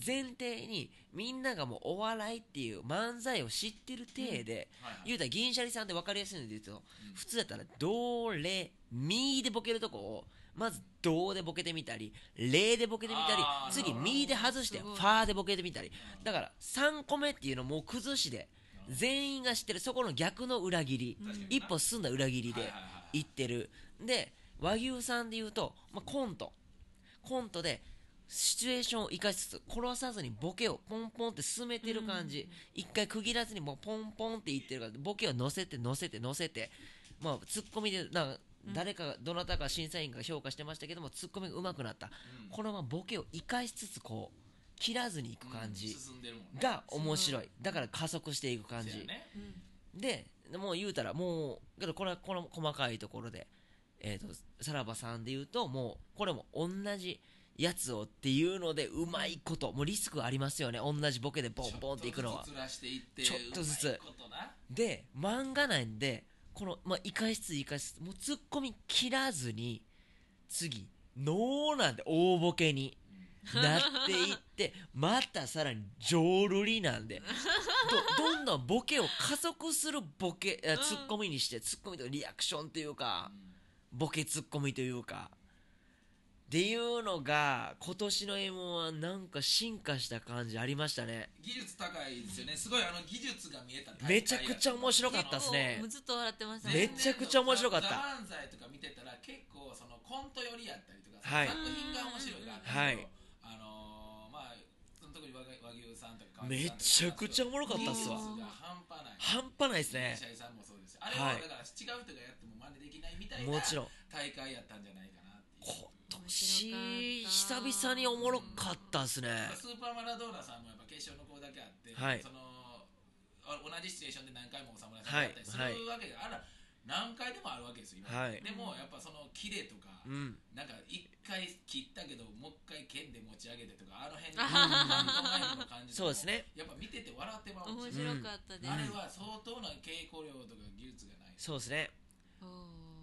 前提にみんながもうお笑いっていう漫才を知ってる体で、
はいはい
言うたら銀シャリさんって分かりやすいので言うと、
うん
普通だったら「ドレミ」でボケるとこをまず「ド」でボケてみたり「レ」でボケてみたり
あー
次「ミ」で外して「
す
フ
ごい
ァ」でボケてみたり
うん
だから3個目っていうのもう崩しで全員が知ってるそこの逆の裏切り
確かにな
一歩進んだ裏切り
はい
で
はいはい
行ってるで和牛さんで言うと、まあ、コントコントでシチュエーションを生かしつつ殺さずにボケをポンポンって進めてる感じ一回区切らずにもうポンポンっていってるからボケを乗せて乗せて乗せてまあツッコミでなんか誰かがどなたか審査員が評価してましたけどもツッコミが上手くなった
うん
このままボケを生かしつつこう切らずにいく感じ、
うん進んでるもんね
が面白いだから加速していく感
そ
じ、
うやね
うん
でもう言うたらもうけどこれはこの細かいところで、えー、とさらばさんで言うともうこれも同じやつをっていうのでうまいこともうリスクありますよね同じボケでボンボンっていくのは
ちょっとずつずらしていって
ちょっとずつ
うまいことな
で漫画なんでこの、まあ、生かしつつ生かしつつもうツッコミ切らずに次ノーなんて大ボケになっていって またさらに浄瑠璃なんでどどんどんボケを加速するボケあツッコミにしてツッコミとリアクションというかボケツッコミというかっていうのが今年の m 1はなんか進化した感じありましたね
技術高いですよねすごいあの技術が見えた大会
めちゃくちゃ面白か
結
ったですね
構もうずっと笑ってました
めっちゃくちゃ面白かった
ザ漫才とか見てたら結構そのコント寄りやったりとか、
はい
作品が面白いがあった
はい
けど、あのー、まあその特に和和牛さんとか
めちゃくちゃおもろかったっすわ
技術が半端
半端な
ない
いですね
シャイさんもそうですしあれは
はい
だから違う人がやっても真似できないみたいな
もちろん
大会やったんじゃないかなっていう
今年久々におもろかったっすね
スーパーマラドーナさんもやっぱ決勝の子だけあって、
はい
そのあ同じシチュエーションで何回もお侍さんがやったりする
は
わ
い
けで、あら何回でもあるわけですよ今、
はい
でもやっぱそのキレとか、
うん
なんか一回切ったけどもう一回剣で持ち上げてとかあの辺
あ
のハン
は
ド
は
マイムの感じと
そう
かも
ですね
やっぱ見てて笑ってまうん
面
ですよ、
白かったです、
あれは相当な稽古量とか技術がない
そうですね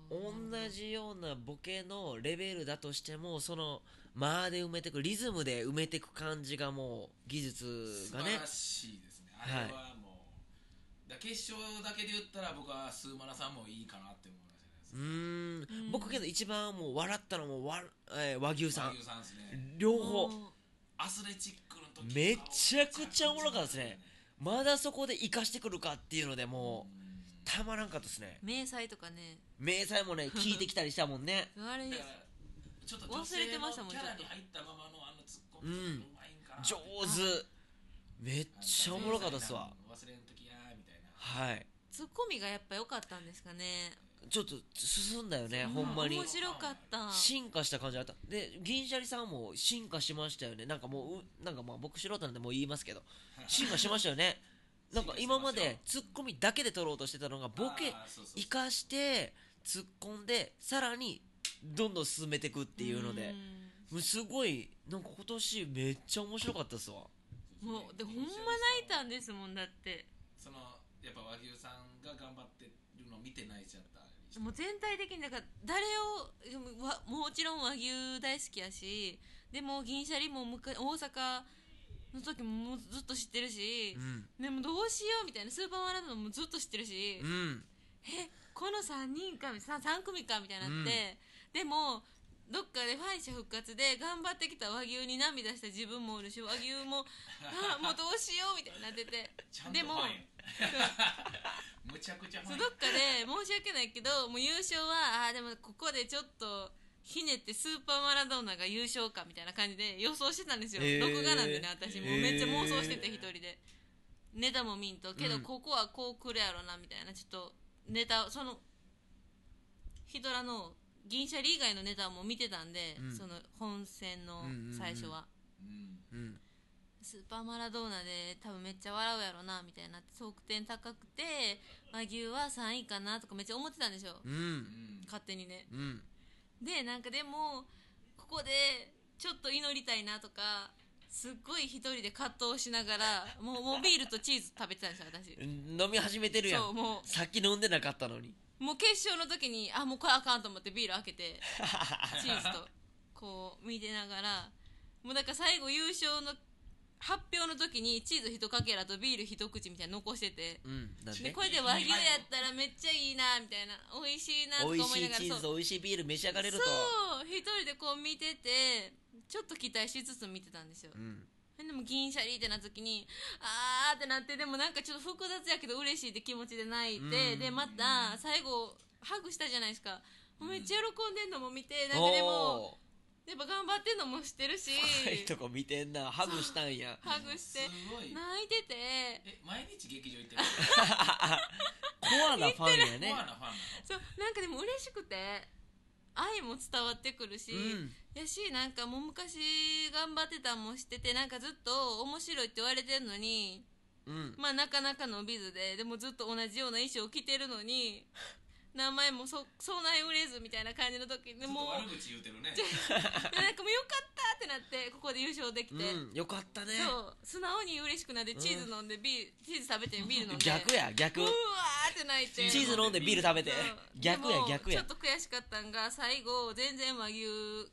お
同
ー
じようなボケのレベルだとしてもその間で埋めてくリズムで埋めてく感じがもう技術
素
が
晴
ね
らしいですねあれはもう、だから決勝だけで言ったら僕はスーマラさんもいいかなって思いまし
う
たね
ーん僕けど一番もう笑ったのもわ、えー和牛さん
和牛さんですね
両方
アスレチックの時
めちゃくちゃおもろかったですねまだそこで生かしてくるかっていうのでもうたまらんかったですね
迷彩とかね
明細もね聞いてきたりしたもんね
あれ
だからちょっと女
忘れ
性
てました
の
もん
キャラに入ったままのあのツッコミとかうまいんかな
上手めっちゃおもろかったっすわ
忘れんときやみたいな
はい
ツッコミがやっぱ良かったんですかね
ちょっと進んだよねほんまに
面白かった
進化した感じあったで銀シャリさんも進化しましたよねなんかもううなんかまあ僕素人なんでもう言いますけど進化しましたよねなんか今までツッコミだけで取ろうとしてたのがボケ
あーそうそう
生かして突っ込んでさらにどんどん進めていくっていうので
ん
もうすごいなんか今年めっちゃ面白かったっすわ
もうでほんま泣いたんですもんだって
そのやっぱ和牛さんが頑張ってるのを見て泣いちゃったりして
もう全体的にだから誰をでもわもちろん和牛大好きやしでも銀シャリもむか大阪の時ももうずっと知ってるし
う、ん
でもどうしようみたいなスーパーワールドもずっと知ってる
う
し、
ん
えこの3人か 3, 三組かみたいになっ
うん
て、でもどっかで敗者復活で頑張ってきた和牛に涙した自分もおるし和牛も あもうどうしようみたいになってて
ちゃんと
でも
ファンやむちゃくちゃファ
そ
ン
うど
や
っかで申し訳ないけどもう優勝はあーでもここでちょっとひねってスーパーマラドーナが優勝かみたいな感じで予想してたんですよ、
へー
録画なんでね私もうめっちゃ妄想してて
へー
一人でネタも見んとけ
う
ど
ん
ここはこう来るやろなみたいなちょっとネタそのヒドラの銀シャリ以外のネタも見てたんで、
うん
その本戦の最初は、
うん
うん
スーパーマラドーナで多分めっちゃ笑うやろなみたいな得点高くて和牛は3位かなとかめっちゃ思ってたんでしょ
う
うんん
勝手にね
うん
でなんかでもここでちょっと祈りたいなとかすっごい一人で葛藤しながらもうもうビールとチーズ食べてたんですよ私
飲み始めてるや
そうんも
さっき飲んでなかったのに
うもう決勝の時にあもうこれあかんと思ってビール開けてチーズ とこう見てながらもうだから最後優勝の発表の時にチーズ一かけらとビール一口みたいなの残してて
うんなん
で
で
これで和牛やったらめっちゃいいなみたいな美味しいなとか思
美味し
い
い
なが
チ
ら
ー
そう
ズと美味しいビール召し上がれると
そう一人でこう見ててちょっと期待しつつ見てたんですよ、
うん
でも銀シャリってなった時にあーってなってでもなんかちょっと複雑やけど嬉しいって気持ちで泣いて、
うん
でまた最後ハグしたじゃないですかもうめっちゃ喜んでんのも見てなんかでも
お
やっぱ頑張ってんのも知って るし
ー深いとこ見てんなハグしたんや
ハグして
すごい
泣いてて
え毎日劇場行ってる
コアなファンやね
コアなファンなの
そうなんかでも嬉しくて愛も伝わってくるし、
うん
やしなんかもう昔頑張ってたんもしててなんかずっと面白いって言われてんのに
うん
まあなかなか伸びずででもずっと同じような衣装着てるのに名前もそそんなに売れずみたいな感じの時
ち
で
ょっと
も
悪
う
口言うてるね
でなんかもうよかったってなってここで優勝できて、
うんよかったね
そう素直に嬉しくなってチーズ飲んでビール、チーズ食べてビール飲んで
逆や逆
うわーって泣いて
チーズ飲んでビール食べて
そう
逆
で
や
も
逆や
ちょっと悔しかったんが最後全然和牛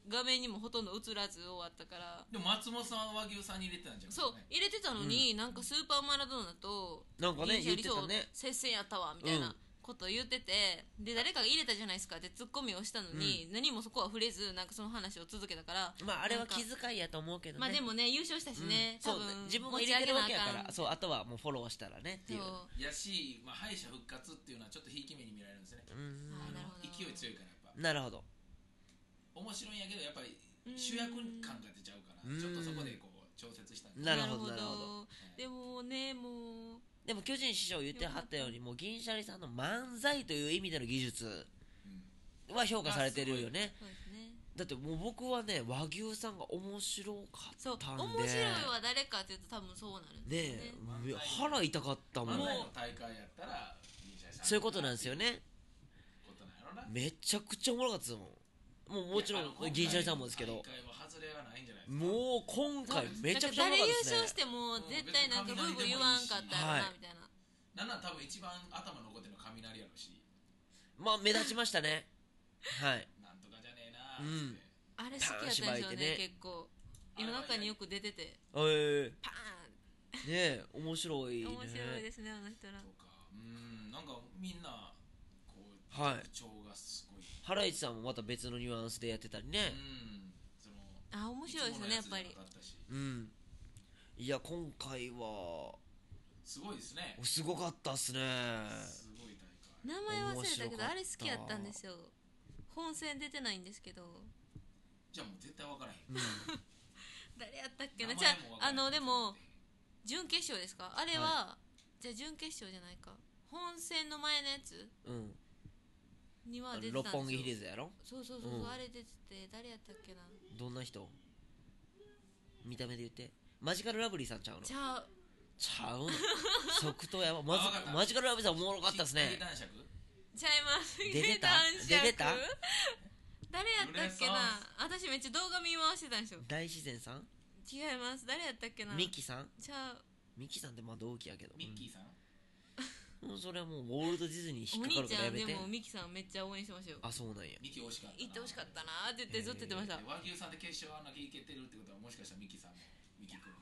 画面にもほとんど映らず終わったから
でも松本さんは和牛さんに入れてたんじゃん
そう
ね
入れてたのに、なんかスーパーマラドーナと
なんかね
銀シャリ
言ってたね
そう接戦やったわみたいうなんことを言ってて、で誰かが入れたじゃないですかってツッコミをしたのに、何もそこは触れずなんかその話を続けたから
まああれは
なんか
気遣いやと思うけどね
まあでもね優勝した
う
し
ん
ね、
そ
多
う
分
自分も入れてるわけやから
持ち上げなあん
そうあとはもうフォローしたらねっていう
そう
やし、まあ、敗者復活っていうのはちょっとひいき目に見られるんですね
うん
あーなるほど
勢い強いからやっぱ
なるほど
面白いんやけどやっぱり
うん
主役感が出ちゃうから
うん
ちょっとそこでこう調節したんで
なるほどなるほど
はい
でもねもう
でも巨人師匠言ってはったようにもう銀シャリさんの漫才という意味での技術
うん
は評価されてるよね
そうですね
だってもう僕はね和牛さんが面白かった
そうん
で
面白いは誰かって言うと多分そうな
ね
るんですよ
え
漫才
いや腹痛かったもん
漫才の大会やったら銀シャリさん
そういうことなんですよね
ことなんやろな
めちゃくちゃおもろかったですもんもうもちろ
いやあの
ん銀シャリさんもですけど
今回は外れはないんじゃないですか
もう今回めちゃくちゃおもろか
誰優
ったで
勝し
すね
ても絶対なんかブーブー言わんかったやろなみたいな、
なんなん多分一番頭残ってるのは雷やろし
まあ目立ちましたねはい
なんとかじゃねえな
うん
ーって
あれ好きやったんでし
パーン
ょうね
縛いてね
結構夜中によく出てて
え
パ
えねえ面白いね
ーン面白いですねあの人ら
そうかうんなんかみんなこう
はい
特徴がすごい
ハライチさんもまた別のニュアンスでやってたりね
うんその
あ面白いですねやっぱり
いつものやつじゃなかたし
うん、いや今回は
すごいですね
すごかったっすね
すごい大会
名前忘れた
面
け
白
ど
かった
あれ好きやったんですよ本戦出てないんですけど
じゃあもう絶対分からへ
う
ん
ん
誰やったっけな
名
じゃ
前も分から
ああ
へん
のでも準決勝ですかあれは、じゃあ準決勝じゃないか本戦の前のやつ
うん、
には
あの
出てたん
六
ですよ
本木ヒルズやろ
そうそうそうそう、
うん
あれ出てて誰やったっけな
どんな人見た目で言ってマジカルラブリーさんちゃうの
じゃあ
ちゃうの即答や ばまず
あわかった
マジカルラブリーさんおもろかったっすね
引き上げ男爵
ちゃいます
出てた
男爵
出てた
誰やったっけ
ルネ
な私めっちゃ動画見回してたんですよ
大自然さん
違います誰やったっけな
ミキさん
じゃあ
ミキさんってまあ同期やけど
ミッキーさ
うん
ん
もうそれはもうウォールド・ディズニー
お
引っかかるか
兄ち
ら
ゃ
や
ん
め
で
て
もミキさんめっちゃ応援してましたよ
あそうなんや
ミッキー惜しかったな
行ってほしかったなーって言ってずっと言ってました
で和牛さんで決勝あんだけいけてるってことはもしかしたらミッキーさんもミッキー君も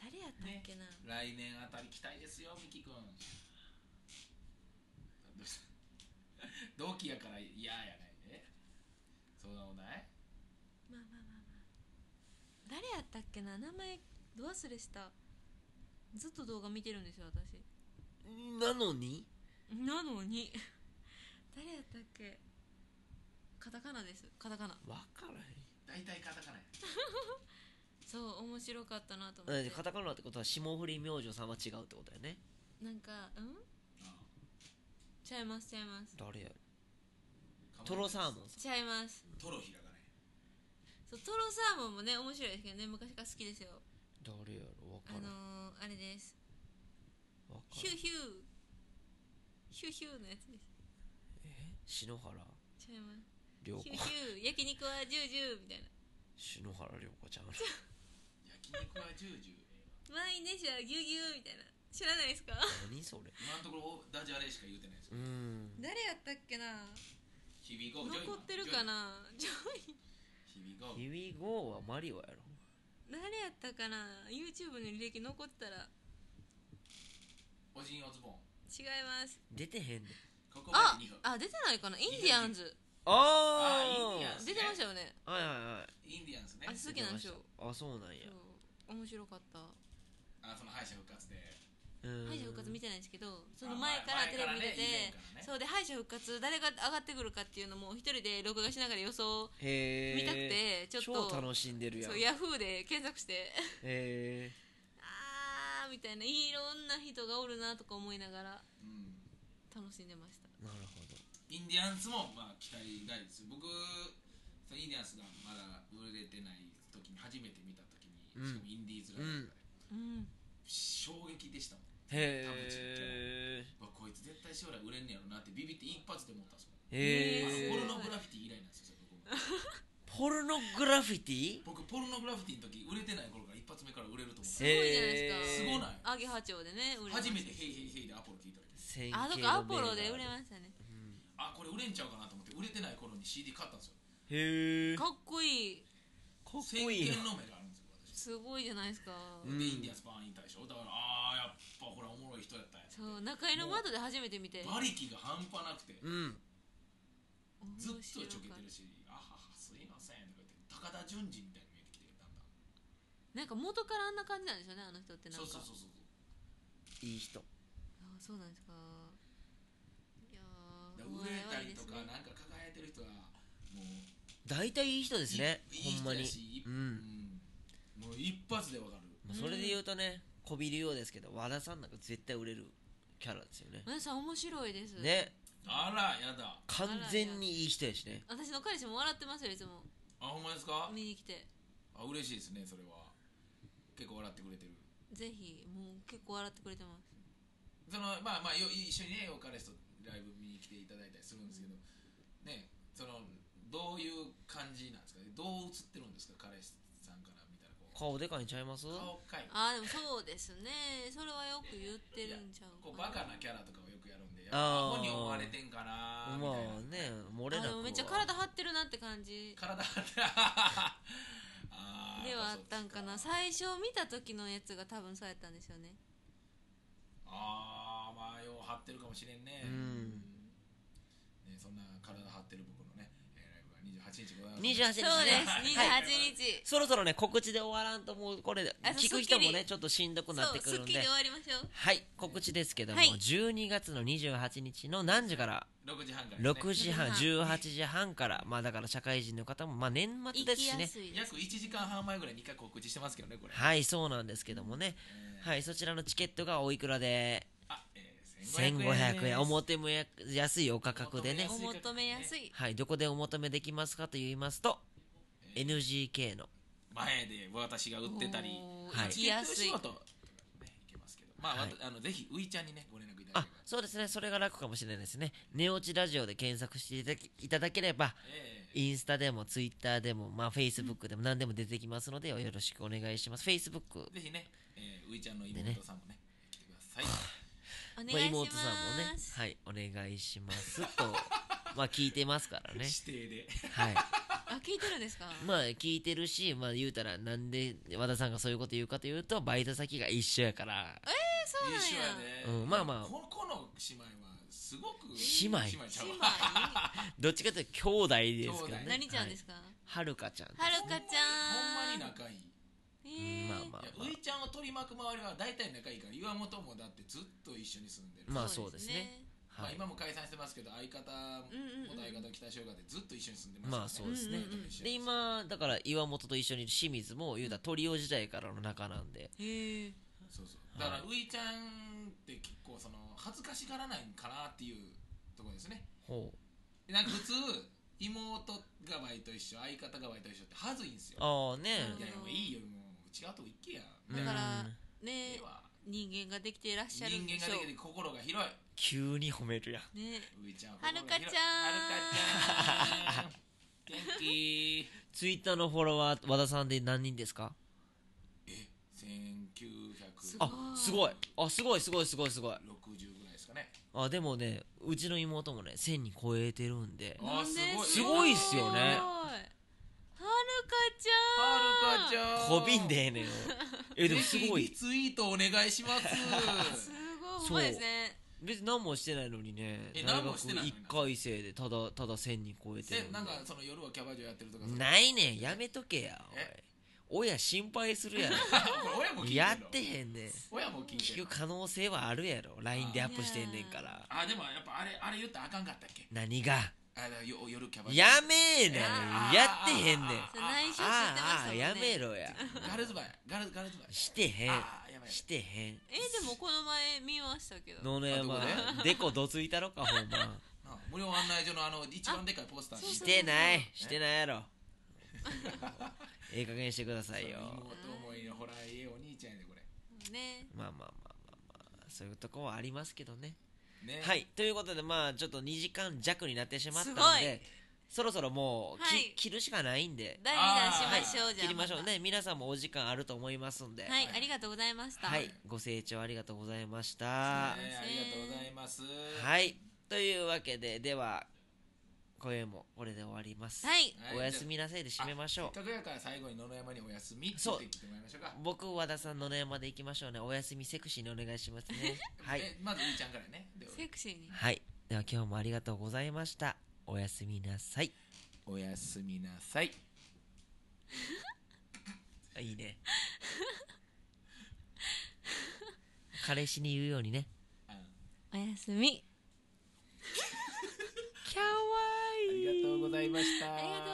誰やったっけな
来年あたり期待ですよミキ君 どうした同期やから嫌やないねそうなもんない
まあまあまあまあ誰やったっけな名前ど忘れしたずっと動画見てるんですよ私
なのに
なのに誰やったっけカタカナですカタカナ
わから
大体カタカナや
そう面白かったなと
へ
思っ
んえ
て
カタカナってことは霜降り明星さんは違うってことやね
なんかうん
あ
ちゃいますちゃいます
誰や
あ
トロサーモンさ
ちゃいます
トロひらがね
そうトロサーモンもね面白いですけどね昔から好きですよ
ん誰やろわか
あ
らん
のー、あれです
わか
ヒュ
ら
ー
ん
ヒューヒューヒューのやつで
え篠原
すちゃいます
涼
ヒ
子
ューヒュー焼肉はジュージューみたいな
篠原涼子ちゃん
焼肉はジュージュー
満員電車はギュギュみたいな知らないですか
何それ
今のところダジャレしか言うてないです
うーん
誰やったっけな
響こうジョイ
残ってるかなジョイ
響こう
ヒビゴーはマリオやろ
誰やったかな YouTube の履歴残ってたら
おじんおズボン
違います
出てへんねん
ここま
あ
で2分
あ出てないかなインディアンズ
あ
あいいや
出てましたよね
はいはいはい
インディアンスね
あ好きなんですよ
あそうなんや
そう面白かった
あその敗者復活で
うーん
敗者復活見てないんですけどそ
あ
の前からテレビ見てて、
前からね以前からね
そうで敗者復活誰が上がってくるかっていうのも一人で録画しながら予想
へえ
見たくてちょっと
超楽しんでるやん
そう
へ
ヤフーで検索して
え
あーみたいないろんな人がおるなとか思いながら
うん
楽しんでました
なるほど
インディアンスもまあ期待大です僕そのインディアンスがまだ売れてない時に初めて見た時に、
うん
しかもインディーズが、
うん
うん
衝撃でしたもん
へ
うわこいつ絶対将来売れんねやろなってビビって一発で思ったんですよ、
えへえ
へー
あのポルノグラフィティ以来なんですよそれ僕も
ポルノグラフィティ
僕ポルノグラフィティの時売れてない頃から一発目から売れると思っ
す
た
ごいじゃないです
す
か
ごない
アゲハチョウでね売れました
初めて「ヘイヘイヘイ」でアポロ聞いた時
先
あそっかアポロで売れましたね
あこれ売れんちゃうかなと思って売れてない頃に CD 買ったんですよ
へえか
かっこいい
っ
先
こいいな
見の目があるんですよ私
すごいじゃないですか、
うん
でインディアンスバーンいたでしょだからあーやっぱほらおもろい人やったんや
そう中井の窓で初めて見て
馬力が半端なくて
うん
面
ずっ
白
とち
か
ょけてるし「あははすいません」とか言って高田純次みたいに見えてきてだんだん
なんか元からあんな感じなんですよねあの人ってなん
そ
か
うそうそうそう
いい人
あそうなんですかいや
だか
ー
ら売れたりと
お
か
笑い
な
はいいですね
んか輝いてる人はもう
大体いい人ですね
いい
ほんま
人
に
やしいう
うん
んもう一発でわかる
まあそれで言うとねこびるようですけど和田さんなんか絶対売れるキャラですよね
皆さん面白いです
ね
あらやだ
完全にいい人やしね
私の彼氏も笑ってますよいつも
あほんまですか
見に来て
あ嬉しいですねそれは結構笑ってくれてる
ぜひもう結構笑ってくれてます
そのまあまあよ一緒にねよ彼氏とライブ見に来ていただいたりするんですけどねそのどういう感じなんですかねどう映ってるんですか彼氏さんから見たらこう
顔でかいんちゃいます
顔かい
あーでもそうですねそれはよく言ってるんちゃう
こう
か
バカなキャラとかをよくやるんでやっ
あー
ぱアホに思われてんか
ま
な
あ
みたいな、
ね漏れ
あ
なく
で
は
もめっちゃ体張ってるなって感じ
体 あー
ではあったんかな
そっち
最初見た時のやつが多分そうやったんですよね
ああまあよう張ってるかもしれんね
うん
ねそんな体張ってる僕のね、えー、ライブが28日ございます
28
そ
日
うです
はい
28日、
そろそろね告知で終わらんともうこれ
あそう
聞く人も
スッキ
ね
リ
ちょっとしんどくなってく
そ
る
うす
ん
っ
で
きり終わりましょう
はい告知ですけども、
はい
12月の28日の何時から
6時半からです、ね、
6時半
6
18時半からまあだから社会人の方もまあ年末
行
です
き
し
や
ね
すいです
約1時間半前ぐらいに一回告知してますけどねこれ、
はいそうなんですけどもね、
えー
はいそちらのチケットがおいくらで
あ、えー、
1500
1500
円
です
表もや安いお価格でね
お求めやすい
はいどこでお求めできますかと言いますと
えー
NGK の
前で私が売ってたり
おー
はい
行きやすい
チケット仕事とかねいけますけどまあ、わたあのぜひういちゃんにねご連絡いただ
あ
ければ
そうですねそれが楽かもしれないですね寝落ちラジオで検索していただきいただければ
ええ
インスタでもツイッターでもまあフェイスブックでも何でも出てきますのでよろしくお願いしますフェイスブック
ぜひね、えー、ういちゃんの
でね
妹さんもね来てください
お
まあ、
願いしま
妹さんもね
す、
はいお願いしますとまあ聞いてますから ね
指定で
はい
あ聞いてるんですか
まあ聞いてるしまあ言うたらなんで和田さんがそういうこと言うかというとバイト先が一緒やから
そう
優秀
なんや
や
う
ね
んまあまあ
ここの姉妹はすごく
姉妹
姉妹ちゃう
姉
わ
妹
どっちかというと兄弟ですけどね
兄弟
何ちゃんですすか、
はるかちゃん
はるかちゃ
ほんまに
ん
仲いい
うん
へー
まあまあ
いや
まあ
ういちゃんを取り巻く周りは大体仲いいから岩本もだってずっと一緒に住んでる、
まあ
ま
は
あ
い
今も解散してますけど相方
うんうんうん
元相方北塩川でずっと一緒に住んで
まあ
ます
そ
よ
う
ね
ですね
うんうんうん
で今だから岩本と一緒にいる清水も言うたらトリオ時代からの仲なんで
へえ
そうそうだからういちゃんって結構その恥ずかしがらないんかなっていうところですね
ほう
なんか普通妹がバイト一緒相方がバイト一緒って恥ずいんですよ
ああね
いやいやもういいよもう違うとこ行けや
う
だ
ん
か
だ
ら
から
え
ね
えわ
人間ができていらっし
人
ゃるんで
間
し
が
ょ
できて心が広いう
急に褒めるやん
うね
ういちゃんは
はるかちゃん
はるかちゃん元気
ツイッターのフォロワー和田さんで何人ですか
え1960
あすごいあすごいすごいすごいすごい
ぐらいですかね
あでもねうちの妹もね1000人超えてるんで
あ
なんです
ごいすごいっすよね
すごいはるかちゃん
はるかちゃん
こびんでええ ねんよえでもすご
ぜひ
い
リツイートお願いします
すごいほんまですね
別に何もしてないのにね
え
大
何も
学
してないのに
1回生でただただ1000人超えてる
で
んで
なんかその夜はキャバ嬢やってるとか い
ないねんやめとけやおい親心配するやろ
親 も聞いてる
やってへんねん
親も聞いて
聞
る
く可能性はあるやろ LINE でアップしてんねんから
あでもやっぱあれあれ言ったらあかんかったっけ
何が
あだからよ夜キャバ嬢
やめえねん
あー
やってへんねん
あ
そう内緒してました
あ
も
あ
んね
やめろや
ガールズバイガールガールズバイ
してへん
あーやばい
してへん
えでもこの前見ましたけど
野々山
あど
でこどついたろかほんま
なあ無料案内所のあの一番でかいポスターに
そう
し
そう
てない してないやろええ加減してくださいよ
妹思いのほらええお兄ちゃんやでこれ
ね
まあまあまあまあまあそういうとこはありますけどね
ね
はいということでまあちょっと2時間弱になってしまったん
すご
で
い
そろそろもう、き
はい
切るしかないんで
第2弾しましょ
は
う
い
じゃあ
切りましょうね皆さんもお時間あると思いますんで
はいありがとうございました
はい、ご清聴ありがとうございました、
ねありがとうございます
はいというわけででは今夜もこれで終わります、
はい
はい
おやすみなさいで締めましょ
せっかくやから最後に野々山にお休みって
そ
言
う
ってきてもらいましょうか
う僕和田さん野々山で行きましょうねおやすみセクシーにお願いします ねはい
えまずういちゃんからねで
セクシーに
はいでは今日もありがとうございましたおやすみなさい
おやすみなさい
あいいね彼氏に言うようにね
おやすみ
かわ
ありがとうございました
ありがとうございました